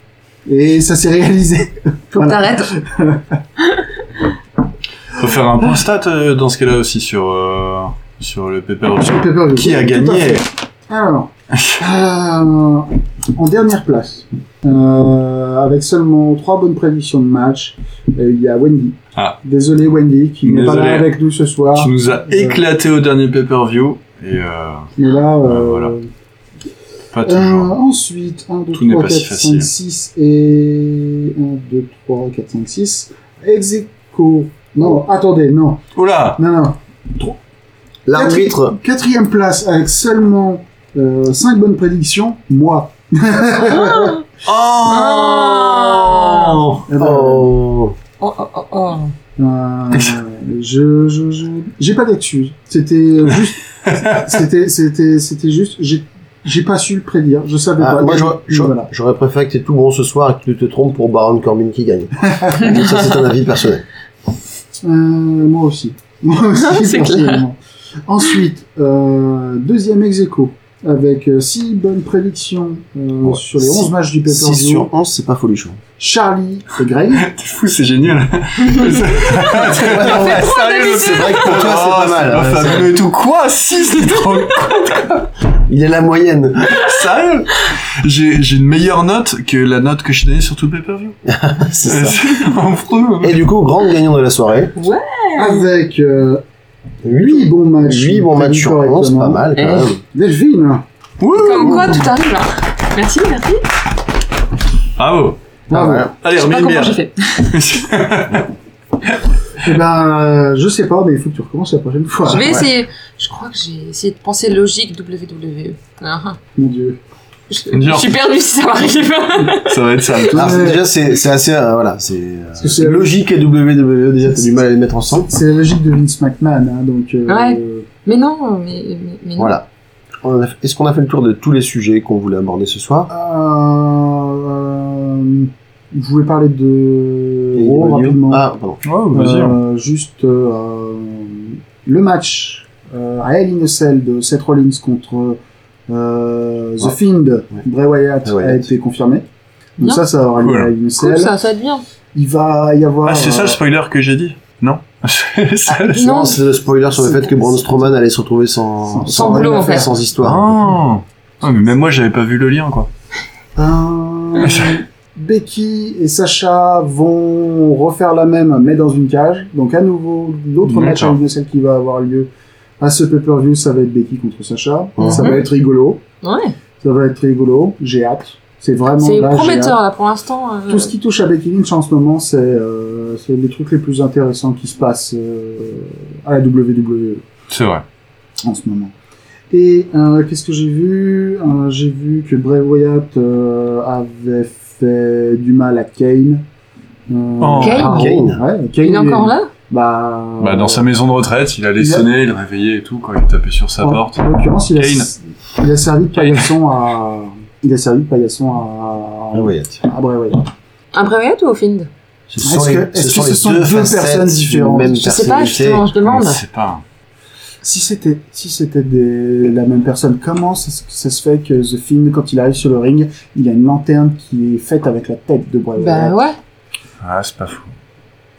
Speaker 3: Et ça s'est réalisé.
Speaker 2: Faut que
Speaker 3: Voilà.
Speaker 2: t'arrêtes.
Speaker 5: Faut faire un point stat euh, dans ce cas-là aussi sur, euh, sur le pépère.
Speaker 3: Pepper,
Speaker 5: Qui a
Speaker 3: tout à
Speaker 5: gagné
Speaker 3: fait. Alors, euh, en dernière place, euh, avec seulement trois bonnes prédictions de match, euh, il y a Wendy.
Speaker 5: Ah.
Speaker 3: Désolé Wendy, qui n'est pas là
Speaker 5: Désolé.
Speaker 3: avec nous ce
Speaker 6: Ah.
Speaker 3: soir.
Speaker 5: Tu nous as éclaté au dernier pay-per-view. Et euh,
Speaker 3: Mais là,
Speaker 5: Ouais,
Speaker 3: euh,
Speaker 5: voilà. pas
Speaker 3: Euh,
Speaker 5: toujours.
Speaker 3: ensuite, 1, 2,
Speaker 5: Tout n'est
Speaker 3: 3,
Speaker 5: pas
Speaker 3: 4,
Speaker 5: si
Speaker 3: 5,
Speaker 5: facile.
Speaker 3: 6 et 1, 2, 3, 4, 5, 6. Execo. Non, attendez, non.
Speaker 5: Oula
Speaker 3: Non, non.
Speaker 6: L'arbitre.
Speaker 3: Quatrième place avec seulement 5 bonnes prédictions, moi.
Speaker 5: Ah,
Speaker 2: Oh.
Speaker 3: Eh ben,
Speaker 6: Oh.
Speaker 2: Oh, oh, oh, oh.
Speaker 3: euh, je, je, je, j'ai pas d'excuses. C'était juste, c'était, c'était, c'était juste, j'ai, j'ai pas su le prédire. Je savais
Speaker 6: Ah,
Speaker 3: pas.
Speaker 6: moi, j'aurais- j'aurais
Speaker 3: Voilà.
Speaker 6: j'aurais préféré que t'aies tout bon ce soir et que tu te trompes pour Baron Corbin qui gagne. Mais ça, c'est un avis personnel.
Speaker 3: Euh, moi aussi. Moi aussi,
Speaker 2: Ah, C'est clair.
Speaker 3: personnellement. Ensuite, euh, deuxième ex aequo, avec 6 bonnes prédictions euh,
Speaker 6: Ouais.
Speaker 3: sur les
Speaker 6: Six-
Speaker 3: 11 matchs du pay
Speaker 6: 6 sur 11, c'est pas folichon.
Speaker 3: Charlie et Greg.
Speaker 5: T'es fou, c'est génial
Speaker 3: Ah,
Speaker 6: C'est vrai que
Speaker 5: Ah,
Speaker 6: pour toi, c'est pas mal. hein, c'est-
Speaker 5: fameux et tout. Quoi 6 c'est trop
Speaker 6: Il est la moyenne.
Speaker 5: Sérieux J'ai j'ai une meilleure note que la note que je donnais sur tout le pay-per-view.
Speaker 6: C'est ça.
Speaker 5: un fou.
Speaker 6: Et du coup, grand gagnant de la soirée.
Speaker 3: avec 8
Speaker 6: 8
Speaker 3: bons matchs.
Speaker 6: 8 bons matchs
Speaker 3: prédits
Speaker 6: sur 11,
Speaker 3: correctement.
Speaker 6: pas mal quand
Speaker 2: Eh.
Speaker 6: même.
Speaker 3: Delphine,
Speaker 2: Comme quoi, tout arrive là. Merci, merci.
Speaker 5: Bravo
Speaker 6: Ah
Speaker 3: bravo.
Speaker 5: Allez,
Speaker 2: Je sais
Speaker 5: remets
Speaker 2: pas
Speaker 5: une
Speaker 2: comment
Speaker 5: bière.
Speaker 2: j'ai fait.
Speaker 3: Eh ben, euh, je sais pas, mais il faut que tu recommences la prochaine fois.
Speaker 2: Je vais essayer. Je crois que j'ai essayé de penser logique WWE. Ah, ah.
Speaker 3: Mon dieu.
Speaker 2: Je,
Speaker 5: Une
Speaker 2: je
Speaker 5: bière.
Speaker 2: suis perdu si ça m'arrive.
Speaker 5: Ça va être ça.
Speaker 6: Alors, c'est-
Speaker 3: Ouais.
Speaker 6: déjà, c'est c'est assez. euh, voilà, c'est. euh,
Speaker 3: que c'est-
Speaker 6: Logique et WWE, déjà, t'as du mal à les mettre ensemble.
Speaker 3: C'est la logique de Vince McMahon, hein, donc. euh,
Speaker 2: Ouais. mais non, mais, mais, mais non.
Speaker 6: Voilà. On a fait- Est-ce qu'on a fait le tour de tous les sujets qu'on voulait aborder ce soir
Speaker 3: euh, vous voulez parler de.
Speaker 6: Et
Speaker 3: Raw
Speaker 6: l'audio
Speaker 3: rapidement.
Speaker 6: Ah, pardon.
Speaker 5: Ouais, vas-y. hein.
Speaker 3: Euh, juste euh, le match euh, à Hell in a Cell de Seth Rollins contre euh, The
Speaker 6: Ouais.
Speaker 3: Fiend,
Speaker 6: Ouais.
Speaker 3: Bray Wyatt,
Speaker 6: Bray Wyatt.
Speaker 3: a été confirmé. Donc
Speaker 2: Bien.
Speaker 3: ça, ça aura lieu
Speaker 5: Cool.
Speaker 3: à Hell in a Cell.
Speaker 2: Cool, ça, ça va être bien.
Speaker 3: Il va y avoir.
Speaker 5: Ah, c'est ça le
Speaker 3: euh,
Speaker 5: spoiler que j'ai dit Non C'est ça le-
Speaker 6: Non, c'est le spoiler sur le
Speaker 3: C'est-
Speaker 6: fait que Braun Strowman allait se retrouver
Speaker 3: Sans-
Speaker 6: sans,
Speaker 2: sans boulot, en fait.
Speaker 6: sans histoire.
Speaker 5: Ah Ah, mais même moi, j'avais pas vu le lien, quoi.
Speaker 3: euh, Becky et Sacha vont refaire la même, mais dans une cage. Donc à nouveau, l'autre match à
Speaker 5: D'accord.
Speaker 3: Hell in a Cell qui va avoir lieu à ce pay-per-view, ça va être Becky contre Sacha.
Speaker 6: Mhm.
Speaker 3: Ça va être rigolo.
Speaker 2: Ouais.
Speaker 3: Ça va être rigolo. J'ai hâte. C'est vraiment
Speaker 2: C'est
Speaker 3: là, j'ai hâte.
Speaker 2: prometteur là pour l'instant. euh,
Speaker 3: Tout ce qui touche à Becky Lynch en ce moment, c'est euh, c'est les trucs les plus intéressants qui se passent euh, à la E. WWE
Speaker 5: C'est vrai.
Speaker 3: en ce moment. Et euh, qu'est-ce que j'ai vu Euh, J'ai vu que Bray Wyatt euh, avait fait du mal à Kane. Euh,
Speaker 5: Oh.
Speaker 2: Kane
Speaker 3: ah,
Speaker 6: Kane
Speaker 3: ouais, Kane
Speaker 2: Il est encore là
Speaker 3: Bah,
Speaker 5: Bah, dans sa maison de retraite, il allait
Speaker 3: Il a-
Speaker 5: sonner, il réveillait et tout, quand il tapait sur sa
Speaker 3: euh, en,
Speaker 5: porte.
Speaker 3: En l'occurrence, il, a-
Speaker 5: Kane.
Speaker 3: il a servi de
Speaker 5: Kane.
Speaker 3: paillasson à. Il a servi de paillasson à.
Speaker 6: Ah, ouais.
Speaker 3: à Bray Wyatt.
Speaker 2: Un Bray ou au Find
Speaker 6: Ce
Speaker 3: Est-ce que- est-ce que ce sont deux
Speaker 6: facettes
Speaker 3: personnes
Speaker 6: d'une
Speaker 3: différentes
Speaker 6: Même
Speaker 2: Je sais pas,
Speaker 6: personnalité.
Speaker 2: justement, je demande.
Speaker 5: C'est pas.
Speaker 3: Si c'était si c'était des- la même personne, comment ça, se- ça se fait que The Fiend, quand il arrive sur le ring, il a une lanterne qui est faite avec la tête de Bray
Speaker 2: Bah
Speaker 3: Wyatt
Speaker 2: ouais.
Speaker 5: Ah, c'est pas fou.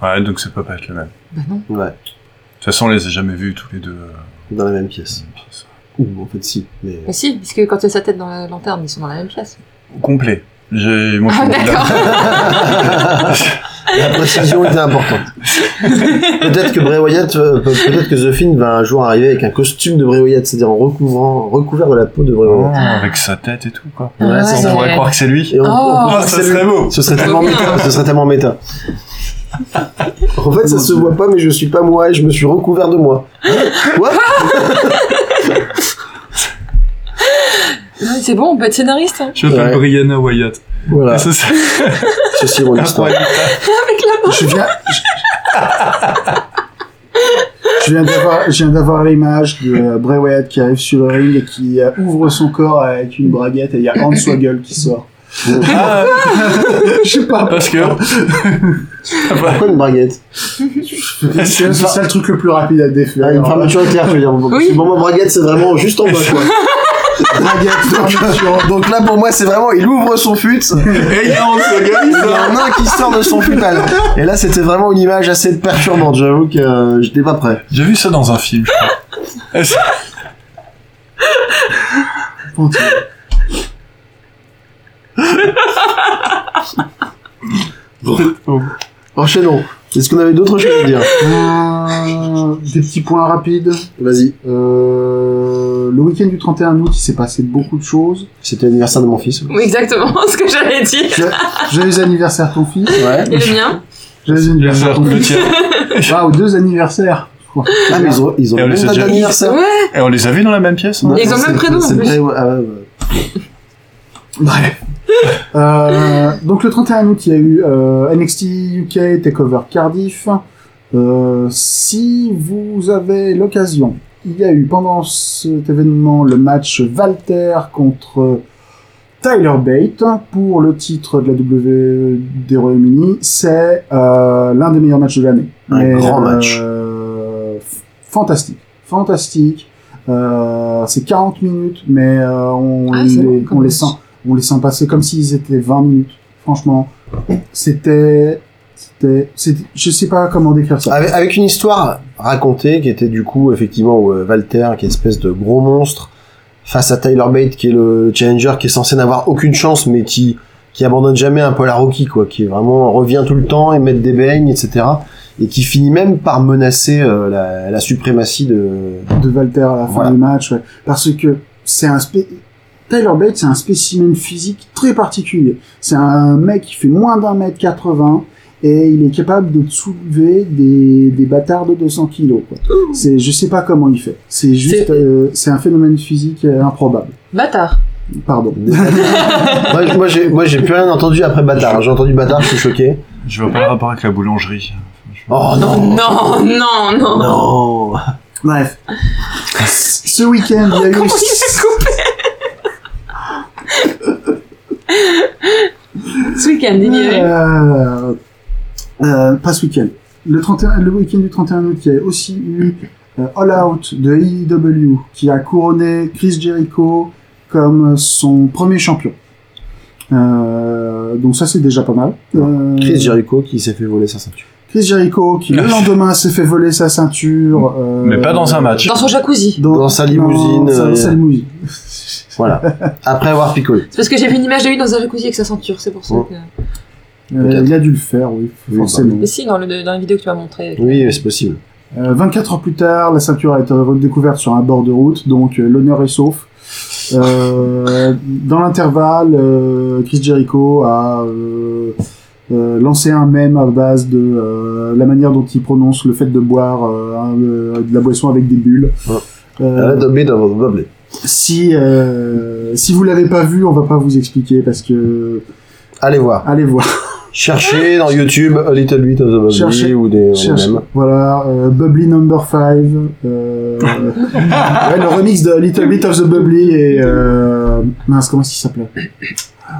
Speaker 5: Ouais, donc ça peut pas être le même.
Speaker 2: Bah non.
Speaker 6: Ouais,
Speaker 5: De toute façon, on les a jamais vus tous les deux. euh,
Speaker 6: dans la même
Speaker 5: dans
Speaker 6: pièce.
Speaker 5: une pièce.
Speaker 6: Ou en fait, si. Mais...
Speaker 2: Mais Bah, si, parce que quand il y a sa tête dans la lanterne, ils sont dans la même pièce.
Speaker 5: Au complet. J'ai. Moi, je
Speaker 2: Ah
Speaker 5: suis-
Speaker 2: d'accord.
Speaker 6: La précision était importante. Peut-être que Bray Wyatt, euh, peut- peut-être que The Fiend va un jour arriver avec un costume de Bray Wyatt, c'est-à-dire en recouvrant, recouvert de la peau de Bray Wyatt.
Speaker 5: Oh, avec sa tête et tout, quoi.
Speaker 2: Ouais,
Speaker 6: c'est-
Speaker 5: on
Speaker 2: ça
Speaker 5: pourrait
Speaker 2: serait-
Speaker 5: croire que c'est lui.
Speaker 6: Et on-
Speaker 2: Oh.
Speaker 6: on peut
Speaker 5: Ah,
Speaker 6: pas
Speaker 5: ça
Speaker 6: saluer.
Speaker 5: serait beau.
Speaker 6: Ce serait tellement
Speaker 2: bien.
Speaker 6: méta. Ce serait tellement méta. En fait, ça se voit pas, mais je suis pas moi et je me suis recouvert de moi. Quoi
Speaker 2: Ouais, Ah, C'est bon, on peut être scénariste. hein.
Speaker 5: Je m'appelle
Speaker 6: Ouais. Ah.
Speaker 5: Brianna Wyatt.
Speaker 6: Voilà,
Speaker 5: Ça, c'est
Speaker 6: ceci est mon histoire.
Speaker 5: incroyable.
Speaker 3: Je viens. Je viens d'avoir, je viens d'avoir l'image de euh, Bray Wyatt qui arrive sur le ring et qui euh, ouvre son corps avec une braguette et il y a Hans Swaggle qui sort.
Speaker 5: Ah,
Speaker 3: Je sais pas.
Speaker 5: parce que.
Speaker 6: Pourquoi une braguette
Speaker 3: C'est c'est ça le truc le plus rapide à défaire.
Speaker 6: Ah, Une
Speaker 3: Alors,
Speaker 6: fermeture éclair, je veux dire.
Speaker 2: Oui.
Speaker 6: Bon, ma braguette, c'est vraiment juste en bas, quoi.
Speaker 3: Braguette, fermeture.
Speaker 6: Donc là, pour moi, c'est vraiment, il ouvre son fut,
Speaker 5: Et on se
Speaker 6: il y a un nain qui sort de son futal. Et là, c'était vraiment une image assez perturbante, j'avoue que euh, j'étais pas prêt.
Speaker 5: J'ai vu ça dans un film, je crois.
Speaker 3: Mon Dieu.
Speaker 6: Enchaînons. Est-ce qu'on avait d'autres choses à dire
Speaker 3: Euh, des petits points rapides.
Speaker 6: Vas-y.
Speaker 3: Euh, le week-end du 31 août, il s'est passé beaucoup de choses.
Speaker 6: C'était l'anniversaire de mon fils.
Speaker 2: Oui, Exactement ce que j'allais dire.
Speaker 3: J'ai- Joyeux anniversaire ton fils.
Speaker 6: Ouais.
Speaker 2: Et le mien
Speaker 3: Joyeux anniversaire ton
Speaker 5: Le
Speaker 3: fils.
Speaker 5: tien.
Speaker 3: Waouh, deux anniversaires. je crois.
Speaker 6: Ah, mais ils ont, ils ont
Speaker 5: Et on
Speaker 6: le
Speaker 5: les
Speaker 6: même
Speaker 5: a
Speaker 6: date
Speaker 5: déjà vus.
Speaker 6: d'anniversaire.
Speaker 2: Ouais,
Speaker 5: Et on les a vus dans la même pièce hein non
Speaker 6: Non,
Speaker 2: Ils ont le
Speaker 6: c'est-
Speaker 2: même prénom, en
Speaker 6: c'est
Speaker 2: plus.
Speaker 6: vrai, ouais, ah ouais, ouais.
Speaker 3: Bref. Euh, donc le 31 août, il y a eu euh, NXT UK Takeover Cardiff. Euh, si vous avez l'occasion, il y a eu pendant cet événement le match Walter contre Tyler Bate pour le titre de la W des Royaumes-Unis. C'est euh, l'un des meilleurs matchs de l'année.
Speaker 6: Un
Speaker 3: Mais,
Speaker 6: grand match.
Speaker 3: euh, f- fantastique, fantastique. Euh, c'est 40 minutes, mais euh, on,
Speaker 2: Ah, c'est
Speaker 3: les,
Speaker 2: long, comme
Speaker 3: on les
Speaker 2: match.
Speaker 3: sent on les sent passer comme s'ils étaient 20 minutes. Franchement, c'était, c'était, c'était- je sais pas comment décrire ça.
Speaker 6: Avec, avec une histoire racontée qui était du coup effectivement où, euh, Walter qui est espèce de gros monstre face à Tyler Bate qui est le challenger qui est censé n'avoir aucune chance mais qui qui abandonne jamais un peu à la Rocky quoi qui est vraiment revient tout le temps et met des beignes etc et qui finit même par menacer euh, la, la suprématie de
Speaker 3: De Walter à la fin
Speaker 6: Voilà.
Speaker 3: du match, ouais. parce que c'est un spé- Tyler Bates, c'est un spécimen physique très particulier. C'est un mec qui fait moins d'un mètre 80 et il est capable de te soulever des, des bâtards de 200 kilos. Quoi. C'est, je sais pas comment il fait. C'est juste,
Speaker 2: C'est-
Speaker 3: euh, c'est un phénomène physique euh, improbable.
Speaker 2: bâtard.
Speaker 3: Pardon.
Speaker 6: moi j'- moi, j'ai moi j'ai plus rien entendu après bâtard j'ai entendu bâtard je suis choqué
Speaker 5: Je vois pas le rapport avec la boulangerie.
Speaker 6: oh non
Speaker 2: Non, non, non.
Speaker 6: non
Speaker 3: Bref. Ce week-end, il y a eu.
Speaker 2: Comment il a coupé Ce week-end, il y avait-
Speaker 3: Euh, euh, pas ce week-end. Le, 31 le week-end du 31 août, il y a aussi eu euh, All Out de AEW qui a couronné Chris Jericho comme son premier champion. Euh, donc ça c'est déjà pas mal. Euh,
Speaker 6: Chris Jericho qui s'est fait voler sa ceinture
Speaker 3: Chris Jericho qui le lendemain s'est fait voler sa ceinture. euh,
Speaker 5: Mais pas dans un match.
Speaker 2: dans son jacuzzi.
Speaker 6: Dans sa limousine,
Speaker 3: dans sa-
Speaker 6: euh,
Speaker 3: sa limousine.
Speaker 6: voilà après avoir picolé
Speaker 2: C'est parce que j'ai vu une image de lui dans un jacuzzi avec sa ceinture, c'est pour ça
Speaker 6: Oh.
Speaker 2: que.
Speaker 3: Euh, il a dû le faire, oui,
Speaker 6: Oui,
Speaker 3: forcément.
Speaker 2: Mais si, dans, le, dans la vidéo que tu m'as montrée. avec-
Speaker 6: oui c'est possible
Speaker 3: Euh, 24 heures plus tard, la ceinture a été redécouverte sur un bord de route, donc euh, l'honneur est sauf. Euh, dans l'intervalle, euh, Chris Jericho a euh, euh, lancé un mème à base de euh, la manière dont il prononce le fait de boire euh, un, euh, de la boisson avec des bulles.
Speaker 6: Ouais.
Speaker 3: Euh,
Speaker 6: Adobe dans votre gobelet.
Speaker 3: si euh, si vous l'avez pas vu, on va pas vous expliquer parce que
Speaker 6: Allez voir.
Speaker 3: allez voir.
Speaker 6: Cherchez dans YouTube A Little Bit of the Bubbly
Speaker 3: Cherchez-
Speaker 6: ou des
Speaker 3: Cherche-
Speaker 6: même.
Speaker 3: Voilà, euh, Bubbly Number 5, euh, ouais, le remix de Little Bit of the Bubbly et euh, mince, comment est-ce qu'il s'appelait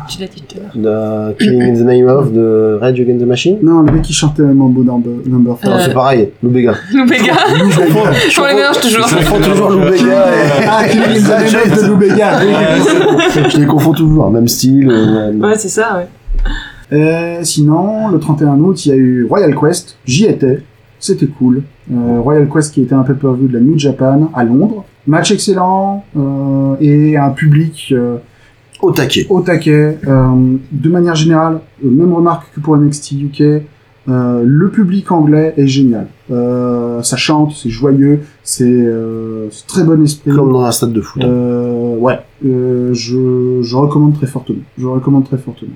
Speaker 2: Tu l'as dit tout à l'heure.
Speaker 6: De Killing in the Name of de Rage Against the Machine.
Speaker 3: Non, le mec qui chantait Mambo Number, number 5.
Speaker 6: Non, c'est pareil, Lou Béga.
Speaker 2: Nous, Béga,
Speaker 6: Je confonds, je
Speaker 2: on Euh. les mélange toujours.
Speaker 6: confonds- je confonds toujours Lou Béga et...
Speaker 3: Ah, Killing in the Name of the Blue Beggar, oui.
Speaker 6: Je les confonds toujours, même style. euh, même-
Speaker 2: Ouais, c'est ça, ouais.
Speaker 3: Euh, sinon, le 31 août, il y a eu Royal Quest. J'y étais. C'était cool. Euh, Royal Quest qui était un pay-per-view de la New Japan à Londres. Match excellent euh, et un public euh,
Speaker 6: Au taquet.
Speaker 3: au taquet. Euh, de manière générale, euh, même remarque que pour NXT UK, Euh, le public anglais est génial. Euh, ça chante, c'est joyeux, c'est euh, c'est très bon esprit.
Speaker 6: Comme dans un stade de foot. hein.
Speaker 3: Euh, ouais, euh, je, je recommande très fortement. Je recommande très fortement.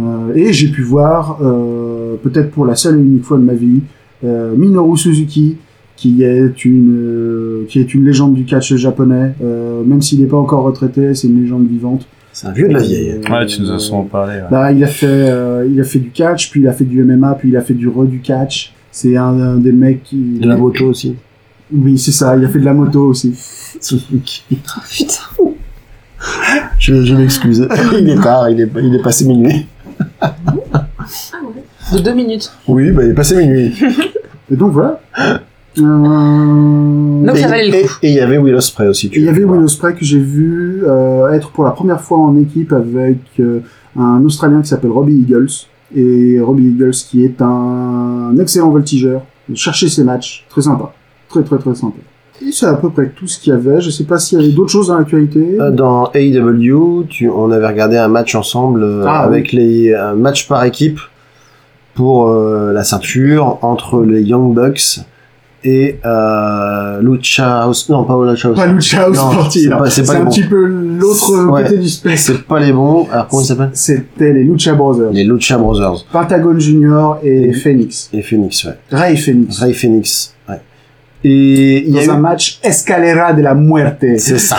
Speaker 3: Euh, et j'ai pu voir, euh, peut-être pour la seule et unique fois de ma vie, euh, Minoru Suzuki, qui est une euh, qui est une légende du catch japonais. Euh, même s'il n'est pas encore retraité, c'est une légende vivante.
Speaker 6: C'est un vieux de la vieille.
Speaker 3: Euh,
Speaker 5: Ouais, tu nous as souvent parlé. ouais.
Speaker 3: bah, il a fait, euh, il a fait du catch, puis il a fait du MMA, puis il a fait du re du catch. C'est un, un des mecs qui.
Speaker 6: De la moto aussi.
Speaker 3: Oui, c'est ça. Il a fait de la moto aussi.
Speaker 2: Oh, putain.
Speaker 6: Je, je m'excuse. il est tard, il est, il est passé minuit.
Speaker 2: De deux minutes.
Speaker 6: Oui, bah, il est passé minuit.
Speaker 3: Et donc voilà. Euh,
Speaker 2: Donc,
Speaker 6: et,
Speaker 2: ça valait le
Speaker 6: et- et il y avait Will Ospreay aussi.
Speaker 3: Et
Speaker 6: tu
Speaker 3: il y avait
Speaker 6: vois.
Speaker 3: Will Ospreay que j'ai vu euh, être pour la première fois en équipe avec euh, un Australien qui s'appelle Robbie Eagles. Et Robbie Eagles qui est un excellent voltigeur. Cherchez ses matchs, très sympa. Très très très sympa. Et c'est à peu près tout ce qu'il y avait. Je sais pas s'il y avait d'autres choses dans l'actualité.
Speaker 6: Euh, Dans AEW, tu, on avait regardé un match ensemble euh,
Speaker 3: Ah,
Speaker 6: avec les un match par équipe pour euh, la ceinture entre les Young Bucks et euh, Lucha House. Non, pas Lucha House.
Speaker 3: Pas Lucha House
Speaker 6: Non,
Speaker 3: Party,
Speaker 6: c'est
Speaker 3: là.
Speaker 6: pas- c'est pas
Speaker 3: C'est
Speaker 6: les
Speaker 3: un
Speaker 6: bons.
Speaker 3: petit peu l'autre
Speaker 6: Ouais.
Speaker 3: côté du spectre.
Speaker 6: C'est pas les bons. Alors comment ils s'appellent
Speaker 3: C'était les Lucha Brothers.
Speaker 6: Les Lucha Brothers
Speaker 3: Pentagon Junior et
Speaker 6: Et-
Speaker 3: Phoenix.
Speaker 6: et Phoenix, ouais.
Speaker 3: Ray Phoenix.
Speaker 6: Ray Phoenix. Ouais. Et il y
Speaker 3: Dans
Speaker 6: a eu...
Speaker 3: un match Escalera de la Muerte.
Speaker 6: C'est ça,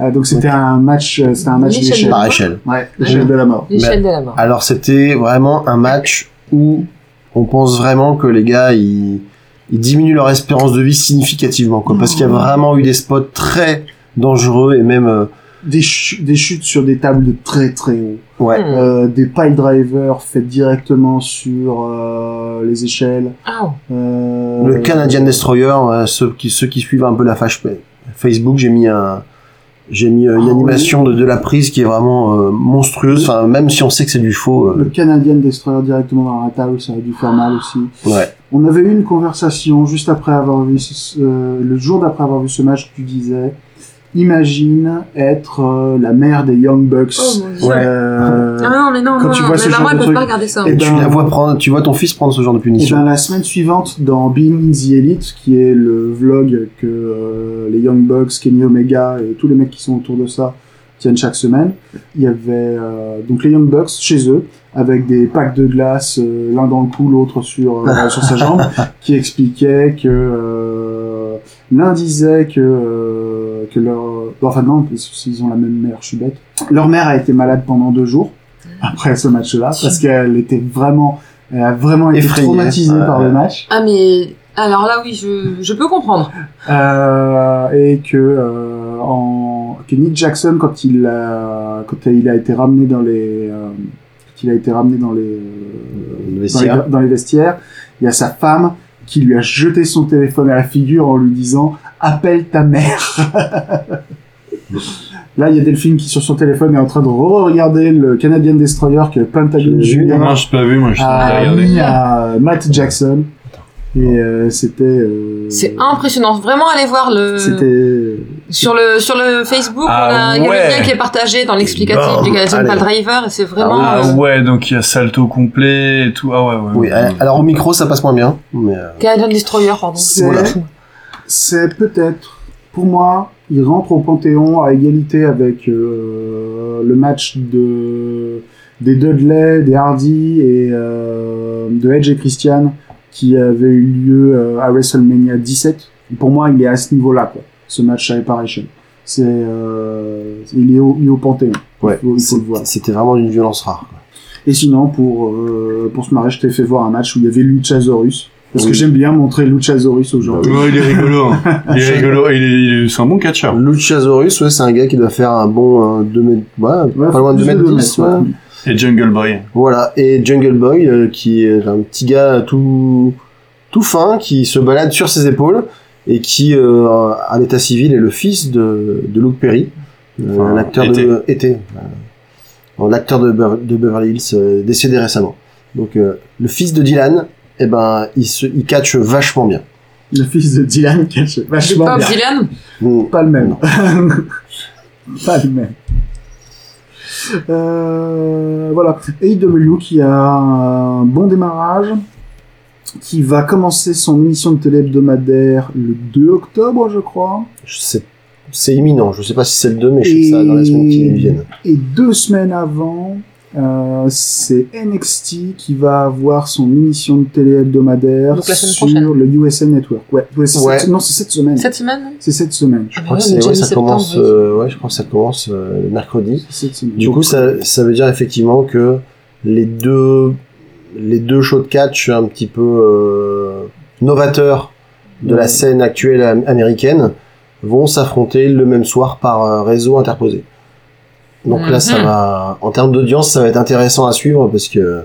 Speaker 3: Ah, donc c'était un match, euh, c'était un match
Speaker 2: L'échelle
Speaker 3: d'échelle.
Speaker 2: de
Speaker 6: par échelle.
Speaker 3: Ouais, l'échelle de la mort.
Speaker 2: L'échelle de la mort.
Speaker 6: Alors c'était vraiment un match où on pense vraiment que les gars ils, ils diminuent leur espérance de vie significativement quoi, parce qu'il y a vraiment eu des spots très dangereux et même euh,
Speaker 3: Des, chu- des chutes sur des tables de très très haut.
Speaker 6: ouais
Speaker 2: Hmm.
Speaker 3: Euh, des pile drivers faits directement sur euh, les échelles.
Speaker 2: Ah, ouais.
Speaker 3: Euh,
Speaker 6: le Canadian Destroyer euh, ceux qui ceux qui suivent un peu la fâche ben, Facebook j'ai mis un j'ai mis euh, une
Speaker 3: Ah,
Speaker 6: animation de, de la prise qui est vraiment euh, monstrueuse enfin même si on sait que c'est du faux
Speaker 3: Le
Speaker 6: euh,
Speaker 3: Canadian Destroyer directement dans la table, ça a dû faire mal aussi.
Speaker 6: ouais
Speaker 3: On avait eu une conversation juste après avoir vu ce- euh, le jour d'après avoir vu ce match, tu disais imagine être euh, la mère des Young Bucks.
Speaker 2: Oh, mon Dieu.
Speaker 6: Ouais.
Speaker 3: Euh,
Speaker 2: Ah non, mais non,
Speaker 3: Quand
Speaker 2: non,
Speaker 3: tu
Speaker 2: non,
Speaker 3: vois ce
Speaker 2: mais maman,
Speaker 3: genre de
Speaker 2: elle peut
Speaker 3: truc-
Speaker 2: pas regarder ça.
Speaker 3: Eh
Speaker 6: et tu
Speaker 3: ben-
Speaker 6: la vois prendre tu vois ton fils prendre ce genre de
Speaker 3: Et
Speaker 6: punition
Speaker 3: ben, la semaine suivante, dans Being the Elite, qui est le vlog que euh, les Young Bucks, Kenny Omega et tous les mecs qui sont autour de ça tiennent chaque semaine, il y avait euh, donc les Young Bucks chez eux, avec des packs de glace, euh, l'un dans le cou, l'autre sur, euh, sur sa jambe, qui expliquaient que euh, l'un disait que, euh, que leur... bon, Enfin non, parce qu'ils ont la même mère, je suis bête. Leur mère a été malade pendant deux jours, après ce match-là, parce qu'elle était vraiment... Elle a vraiment été
Speaker 6: Effrayée.
Speaker 3: traumatisée
Speaker 6: Ouais,
Speaker 3: par
Speaker 6: ouais.
Speaker 3: le match
Speaker 2: Ah, mais alors là, oui, je, je peux comprendre.
Speaker 3: euh, et que, euh, en, que Nick Jackson quand il a, quand il a été ramené dans les euh, quand il a été ramené dans les, euh,
Speaker 6: Le
Speaker 3: dans les,
Speaker 6: vestiaire.
Speaker 3: dans les vestiaires il y a sa femme qui lui a jeté son téléphone à la figure en lui disant appelle ta mère là il y a Delphine qui sur son téléphone est en train de regarder le Canadian Destroyer que Pentagon Junior
Speaker 5: Non, j'ai pas vu, moi, je suis
Speaker 3: a
Speaker 5: regardé.
Speaker 3: Ah, mis à Matt Jackson et euh, c'était euh,
Speaker 2: C'est euh, impressionnant. Vraiment, allez voir le.
Speaker 3: c'était
Speaker 2: Sur le, sur le Facebook, on
Speaker 5: Ah
Speaker 2: a, il y avait
Speaker 5: ouais.
Speaker 2: le lien qui est partagé dans l'explicatif
Speaker 6: Bon,
Speaker 2: du Galatian
Speaker 6: allez.
Speaker 2: Pal Driver, et c'est vraiment.
Speaker 5: Ah
Speaker 2: euh,
Speaker 5: ouais, donc il y a salto complet et tout. Ah ouais, ouais.
Speaker 6: oui euh,
Speaker 5: ouais.
Speaker 6: alors au micro ça passe moins bien mais euh,
Speaker 2: Canadian Destroyer, pardon.
Speaker 3: C'est-
Speaker 2: Voilà.
Speaker 3: c'est peut-être, pour moi, il rentre au Panthéon à égalité avec euh, le match de, des Dudley, des Hardy et euh, de Edge et Christian qui avait eu lieu euh, à WrestleMania 17. Pour moi, il est à ce niveau-là, quoi, ce match à Reparation. C'est, euh, il, est au, il est au Panthéon.
Speaker 6: ouais
Speaker 3: Il faut- il faut le voir.
Speaker 6: c'était- c'était vraiment d'une violence rare quoi.
Speaker 3: Et sinon, pour, euh, pour se marrer, je t'ai fait voir un match où il y avait Luchasaurus. Parce
Speaker 6: Oui.
Speaker 3: que j'aime bien montrer Luchasaurus aux gens.
Speaker 5: Ouais, il est rigolo. hein. Il est rigolo. Il est, il est- c'est un bon catcheur.
Speaker 6: Luchasaurus, ouais, c'est un gars qui doit faire un bon euh, 2 mètres, ouais,
Speaker 3: Ouais,
Speaker 6: pas loin de 2
Speaker 3: plus
Speaker 6: mètres
Speaker 3: deux
Speaker 6: 10,
Speaker 3: mètres,
Speaker 6: ouais.
Speaker 3: ouais.
Speaker 5: Et Jungle Boy.
Speaker 6: Voilà, et Jungle Boy, euh, qui est un petit gars tout, tout fin, qui se balade sur ses épaules, et qui, euh, à l'état civil, est le fils de, de Luke Perry, euh,
Speaker 5: Enfin,
Speaker 6: un acteur de... Été. euh, un acteur de, Ber- de Beverly Hills, euh, décédé récemment. Donc, euh, le fils de Dylan, eh ben, il, se, il catch vachement bien.
Speaker 3: Le fils de Dylan catch
Speaker 2: C'est
Speaker 3: vachement
Speaker 2: Bob
Speaker 3: bien.
Speaker 2: Dylan.
Speaker 6: Mm.
Speaker 3: Pas le même. pas le même. Euh, voilà. AEW qui a un bon démarrage, qui va commencer son émission de télé hebdomadaire le 2 octobre, je crois.
Speaker 6: Je sais- C'est imminent, je sais pas si c'est le 2, mais je sais que ça dans les semaines qui viennent.
Speaker 3: Et deux semaines avant, euh, c'est NXT qui va avoir son émission de télé hebdomadaire
Speaker 2: Donc la semaine
Speaker 3: sur
Speaker 2: prochaine.
Speaker 3: le USA Network. Ouais, ouais, c'est
Speaker 6: Ouais.
Speaker 3: cette- non, c'est cette semaine.
Speaker 2: Cette semaine non
Speaker 3: C'est cette semaine.
Speaker 2: Ah,
Speaker 6: Je
Speaker 2: mais
Speaker 6: crois que
Speaker 2: ouais,
Speaker 6: c'est-
Speaker 2: on est
Speaker 6: ouais,
Speaker 2: déjà
Speaker 6: ça commence,
Speaker 2: mi-septembre, oui.
Speaker 6: euh, ouais, je crois que ça commence euh, mercredi.
Speaker 3: C'est cette semaine.
Speaker 6: Du coup, ça, ça veut dire effectivement que les deux, les deux shows de catch un petit peu euh, novateurs de la scène actuelle am- américaine vont s'affronter le même soir par euh, réseau interposé. Donc là, ça
Speaker 2: Mhm.
Speaker 6: va, en termes d'audience, ça va être intéressant à suivre parce que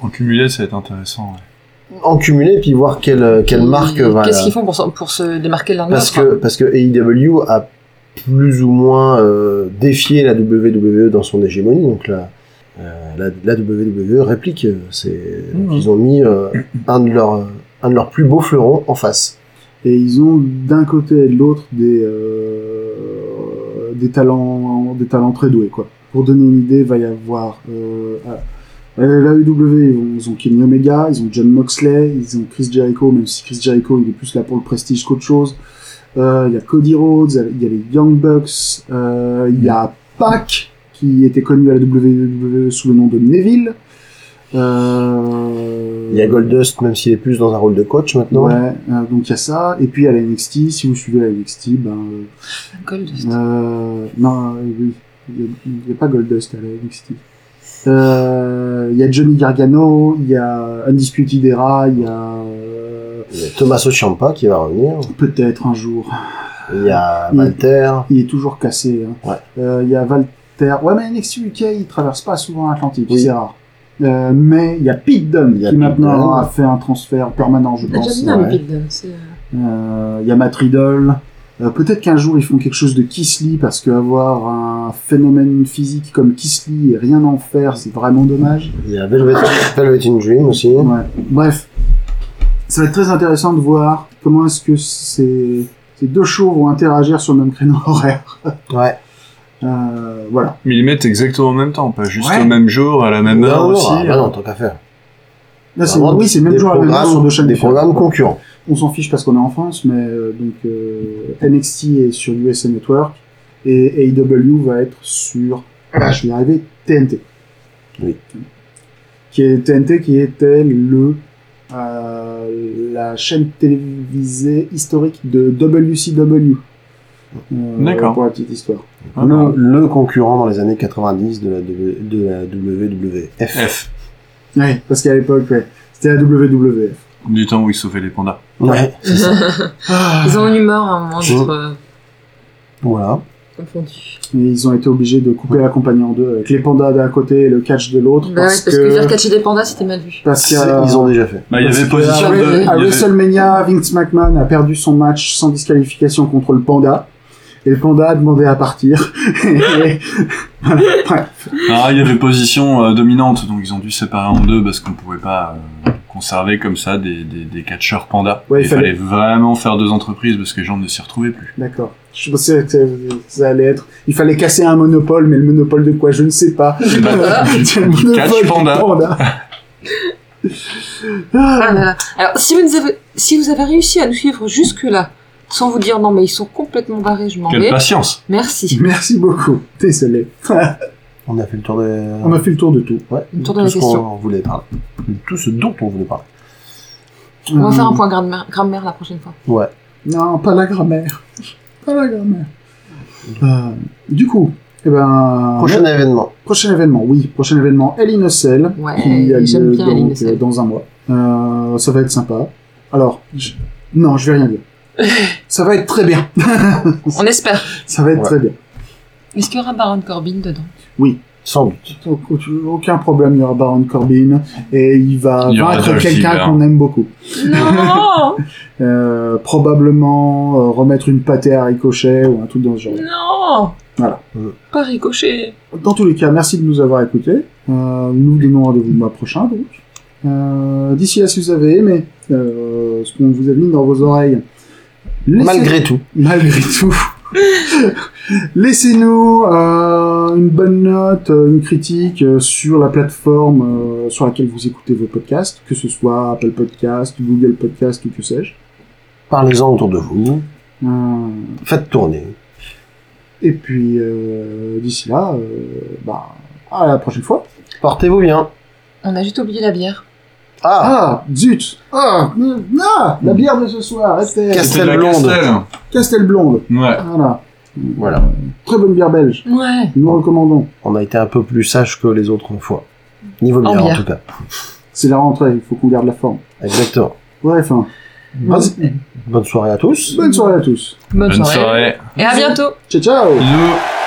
Speaker 5: En cumulé, ça va être intéressant. ouais.
Speaker 6: en cumulé, puis voir quelle, quelle marque va.
Speaker 2: Qu'est-ce qu'ils font pour, s'en- pour se démarquer l'un de
Speaker 6: parce
Speaker 2: l'autre
Speaker 6: que parce que AEW a plus ou moins euh, défié la WWE dans son hégémonie donc la euh, la, la WWE réplique euh, c'est donc
Speaker 5: Mhm.
Speaker 6: ils ont mis euh, un de leurs un de leurs plus beaux fleurons en face
Speaker 3: Et ils ont d'un côté et de l'autre des, euh, des, talents, des talents très doués. Quoi. Pour donner une idée, il va y avoir euh, à- à la UW, ils ont, ils ont Kenny Omega, ils ont John Moxley, ils ont Chris Jericho, même si Chris Jericho il est plus là pour le prestige qu'autre chose. Euh, Il y a Cody Rhodes, il y a les Young Bucks, euh, il y a Pac qui était connu à la WWE sous le nom de Neville. Euh,
Speaker 6: il y a Goldust même s'il est plus dans un rôle de coach maintenant
Speaker 3: Ouais, euh, donc il y a ça. Et puis à la NXT, si vous suivez la NXT, ben. euh,
Speaker 2: Gold.
Speaker 3: euh, non, euh, oui. Il n'y a, pas Goldust à la NXT. Euh, Il y a Johnny Gargano, il y a Undisputed Era, il y a. euh,
Speaker 6: Il y a Thomas Ciampa qui va revenir
Speaker 3: Peut-être un jour.
Speaker 6: il y a
Speaker 3: Il-
Speaker 6: Walter
Speaker 3: Il est toujours cassé. hein. Euh, il y a Walter. Ouais, mais NXT UK, il traverse pas souvent l'Atlantique,
Speaker 6: Oui.
Speaker 3: c'est rare. Euh, mais il y a Pete Dunne
Speaker 6: Il y a
Speaker 3: qui
Speaker 6: Pete
Speaker 3: maintenant
Speaker 6: Dunne.
Speaker 3: a fait un transfert permanent, je pense.
Speaker 2: J'aime bien le
Speaker 6: ouais.
Speaker 2: Big Dan, c'est, euh,
Speaker 3: Euh, y a Matt Riddle. Euh, Peut-être qu'un jour ils font quelque chose de Kisly parce qu'avoir un phénomène physique comme Kisly et rien en faire, c'est vraiment dommage.
Speaker 6: il y a Velvet, Velvet in Dream aussi
Speaker 3: Ouais. Bref, ça va être très intéressant de voir comment est-ce que ces, ces deux shows vont interagir sur le même créneau horaire.
Speaker 6: ouais
Speaker 3: Euh, voilà.
Speaker 5: Mais ils mettent exactement en même temps, pas juste
Speaker 3: Ouais.
Speaker 5: au même jour, à la même
Speaker 6: Non,
Speaker 5: heure
Speaker 6: non,
Speaker 5: aussi. euh, hein.
Speaker 6: ah, bah non tant qu'à faire
Speaker 3: Là, c'est-
Speaker 6: Vraiment,
Speaker 3: oui, c'est le
Speaker 6: des
Speaker 3: même jour à la même heure
Speaker 6: programmes-
Speaker 3: sur deux chaînes
Speaker 6: des
Speaker 3: différentes.
Speaker 6: programmes concurrents
Speaker 3: on s'en fiche parce qu'on est en France, mais euh, donc euh, NXT est sur USA Network et AEW va être sur, ah, je vais y arriver, TNT.
Speaker 6: Oui.
Speaker 3: Qui est TNT qui était le euh, la chaîne télévisée historique de WCW. Euh,
Speaker 5: D'accord.
Speaker 3: Pour la petite histoire.
Speaker 5: Ah,
Speaker 6: le, le concurrent dans les années 90 de la, W- de la WWF
Speaker 5: F,
Speaker 3: Ouais, parce qu'à l'époque, ouais, c'était la WWF.
Speaker 5: du temps où ils sauvaient les pandas.
Speaker 6: Ouais, c'est ça. Ah.
Speaker 2: Ils ont une humeur à un moment d'être
Speaker 6: Mm.
Speaker 2: euh,
Speaker 6: voilà.
Speaker 2: confondus.
Speaker 3: Et ils ont été obligés de couper la compagnie en deux, avec les pandas d'un côté et le catch de l'autre.
Speaker 2: Bah ouais, parce que faire catcher des pandas, c'était mal vu.
Speaker 3: parce euh, qu'à-
Speaker 6: Ils ont déjà fait.
Speaker 5: Bah, il y
Speaker 3: Parce
Speaker 5: avait
Speaker 3: que
Speaker 5: position
Speaker 3: à-
Speaker 5: de. il y
Speaker 3: À
Speaker 5: avait-
Speaker 3: WrestleMania, Vince McMahon a perdu son match sans disqualification contre le Panda. Et le Panda a demandé à partir. Et- voilà. Ouais.
Speaker 5: Ah, il y avait position euh, dominante, donc ils ont dû séparer en deux parce qu'on pouvait pas euh, conserver comme ça des, des, des catcheurs pandas.
Speaker 3: Ouais, il
Speaker 5: il fallait... vraiment faire deux entreprises parce que les gens ne s'y retrouvaient plus.
Speaker 3: D'accord. Je pensais que ça allait être. Il fallait casser un monopole, mais le monopole de quoi Je ne sais pas.
Speaker 5: Bah, du-
Speaker 3: C'est le
Speaker 5: du
Speaker 3: monopole
Speaker 5: catch
Speaker 3: du
Speaker 5: panda.
Speaker 2: Ah là là. Alors, si vous, nous avez, si vous avez réussi à nous suivre jusque-là, sans vous dire non, mais ils sont complètement barrés, je m'en
Speaker 5: Quelle
Speaker 2: vais,
Speaker 5: patience
Speaker 2: merci.
Speaker 3: Merci beaucoup. Désolé.
Speaker 6: On a fait le tour de.
Speaker 3: On a fait le tour de tout.
Speaker 6: Ouais,
Speaker 2: Le
Speaker 6: de
Speaker 2: tour
Speaker 6: tout
Speaker 2: de la
Speaker 6: ce
Speaker 2: question.
Speaker 6: qu'on voulait parler. De tout ce dont on voulait parler.
Speaker 2: On va faire un point grammaire, grammaire la prochaine fois.
Speaker 6: Ouais.
Speaker 3: Euh, Non, pas la grammaire. Pas la grammaire. Euh, du coup, eh ben.
Speaker 6: Prochain événement.
Speaker 3: Prochain événement, oui, prochain événement, Elle Innocelle,
Speaker 2: Ouais,
Speaker 3: qui a
Speaker 2: j'aime
Speaker 3: lieu
Speaker 2: bien Elle
Speaker 3: donc,
Speaker 2: Innocelle.
Speaker 3: euh, dans un mois. Euh, ça va être sympa. Alors, je- non, je vais rien dire. ça va être très bien.
Speaker 2: On espère.
Speaker 3: ça va être
Speaker 6: Ouais.
Speaker 3: très bien.
Speaker 2: Est-ce qu'il y aura Baron Corbin dedans
Speaker 6: Sans doute.
Speaker 3: Donc, aucun problème, il y aura Baron Corbin et il va
Speaker 5: Il y aura
Speaker 3: vaincre
Speaker 5: Dolph
Speaker 3: quelqu'un
Speaker 5: Ziggler.
Speaker 3: qu'on aime beaucoup.
Speaker 2: Non
Speaker 3: Euh, probablement euh, remettre une pâtée à ricochet ou un truc dans ce genre.
Speaker 2: Non
Speaker 3: Voilà.
Speaker 2: Pas ricoché.
Speaker 3: Dans tous les cas, merci de nous avoir écoutés. Euh, nous vous donnons rendez-vous le mois prochain, donc. Euh, D'ici là, si vous avez aimé euh, ce qu'on vous a mis dans vos oreilles, laissez-
Speaker 6: Malgré tout.
Speaker 3: malgré tout, Laissez-nous euh, une bonne note, euh, une critique euh, sur la plateforme euh, sur laquelle vous écoutez vos podcasts, que ce soit Apple Podcast, Google Podcast ou que sais-je.
Speaker 6: Parlez-en autour de vous.
Speaker 3: Euh,
Speaker 6: Faites tourner.
Speaker 3: et puis euh, d'ici là, euh, bah, à la prochaine fois.
Speaker 6: Portez-vous bien.
Speaker 2: On a juste oublié la bière.
Speaker 6: Ah,
Speaker 3: Ah, zut Ah, mm, ah, la bière de ce soir, était
Speaker 6: Castel
Speaker 5: C'était de la
Speaker 6: blonde.
Speaker 5: Castel.
Speaker 3: Castel Blonde.
Speaker 5: Ouais.
Speaker 3: Voilà.
Speaker 6: Voilà.
Speaker 3: Très bonne bière belge.
Speaker 2: Ouais.
Speaker 3: Nous recommandons.
Speaker 6: on a été un peu plus sage que les autres fois. Niveau
Speaker 2: En
Speaker 6: bière, en
Speaker 2: bière.
Speaker 6: tout cas.
Speaker 3: C'est la rentrée, il faut qu'on garde la forme.
Speaker 6: Exactement.
Speaker 3: Bref, hein.
Speaker 6: Bonne, bonne soirée à tous.
Speaker 3: bonne soirée à tous.
Speaker 2: Bonne,
Speaker 5: Bonne soirée.
Speaker 2: Et à bientôt.
Speaker 3: Ciao, ciao
Speaker 5: Bisous.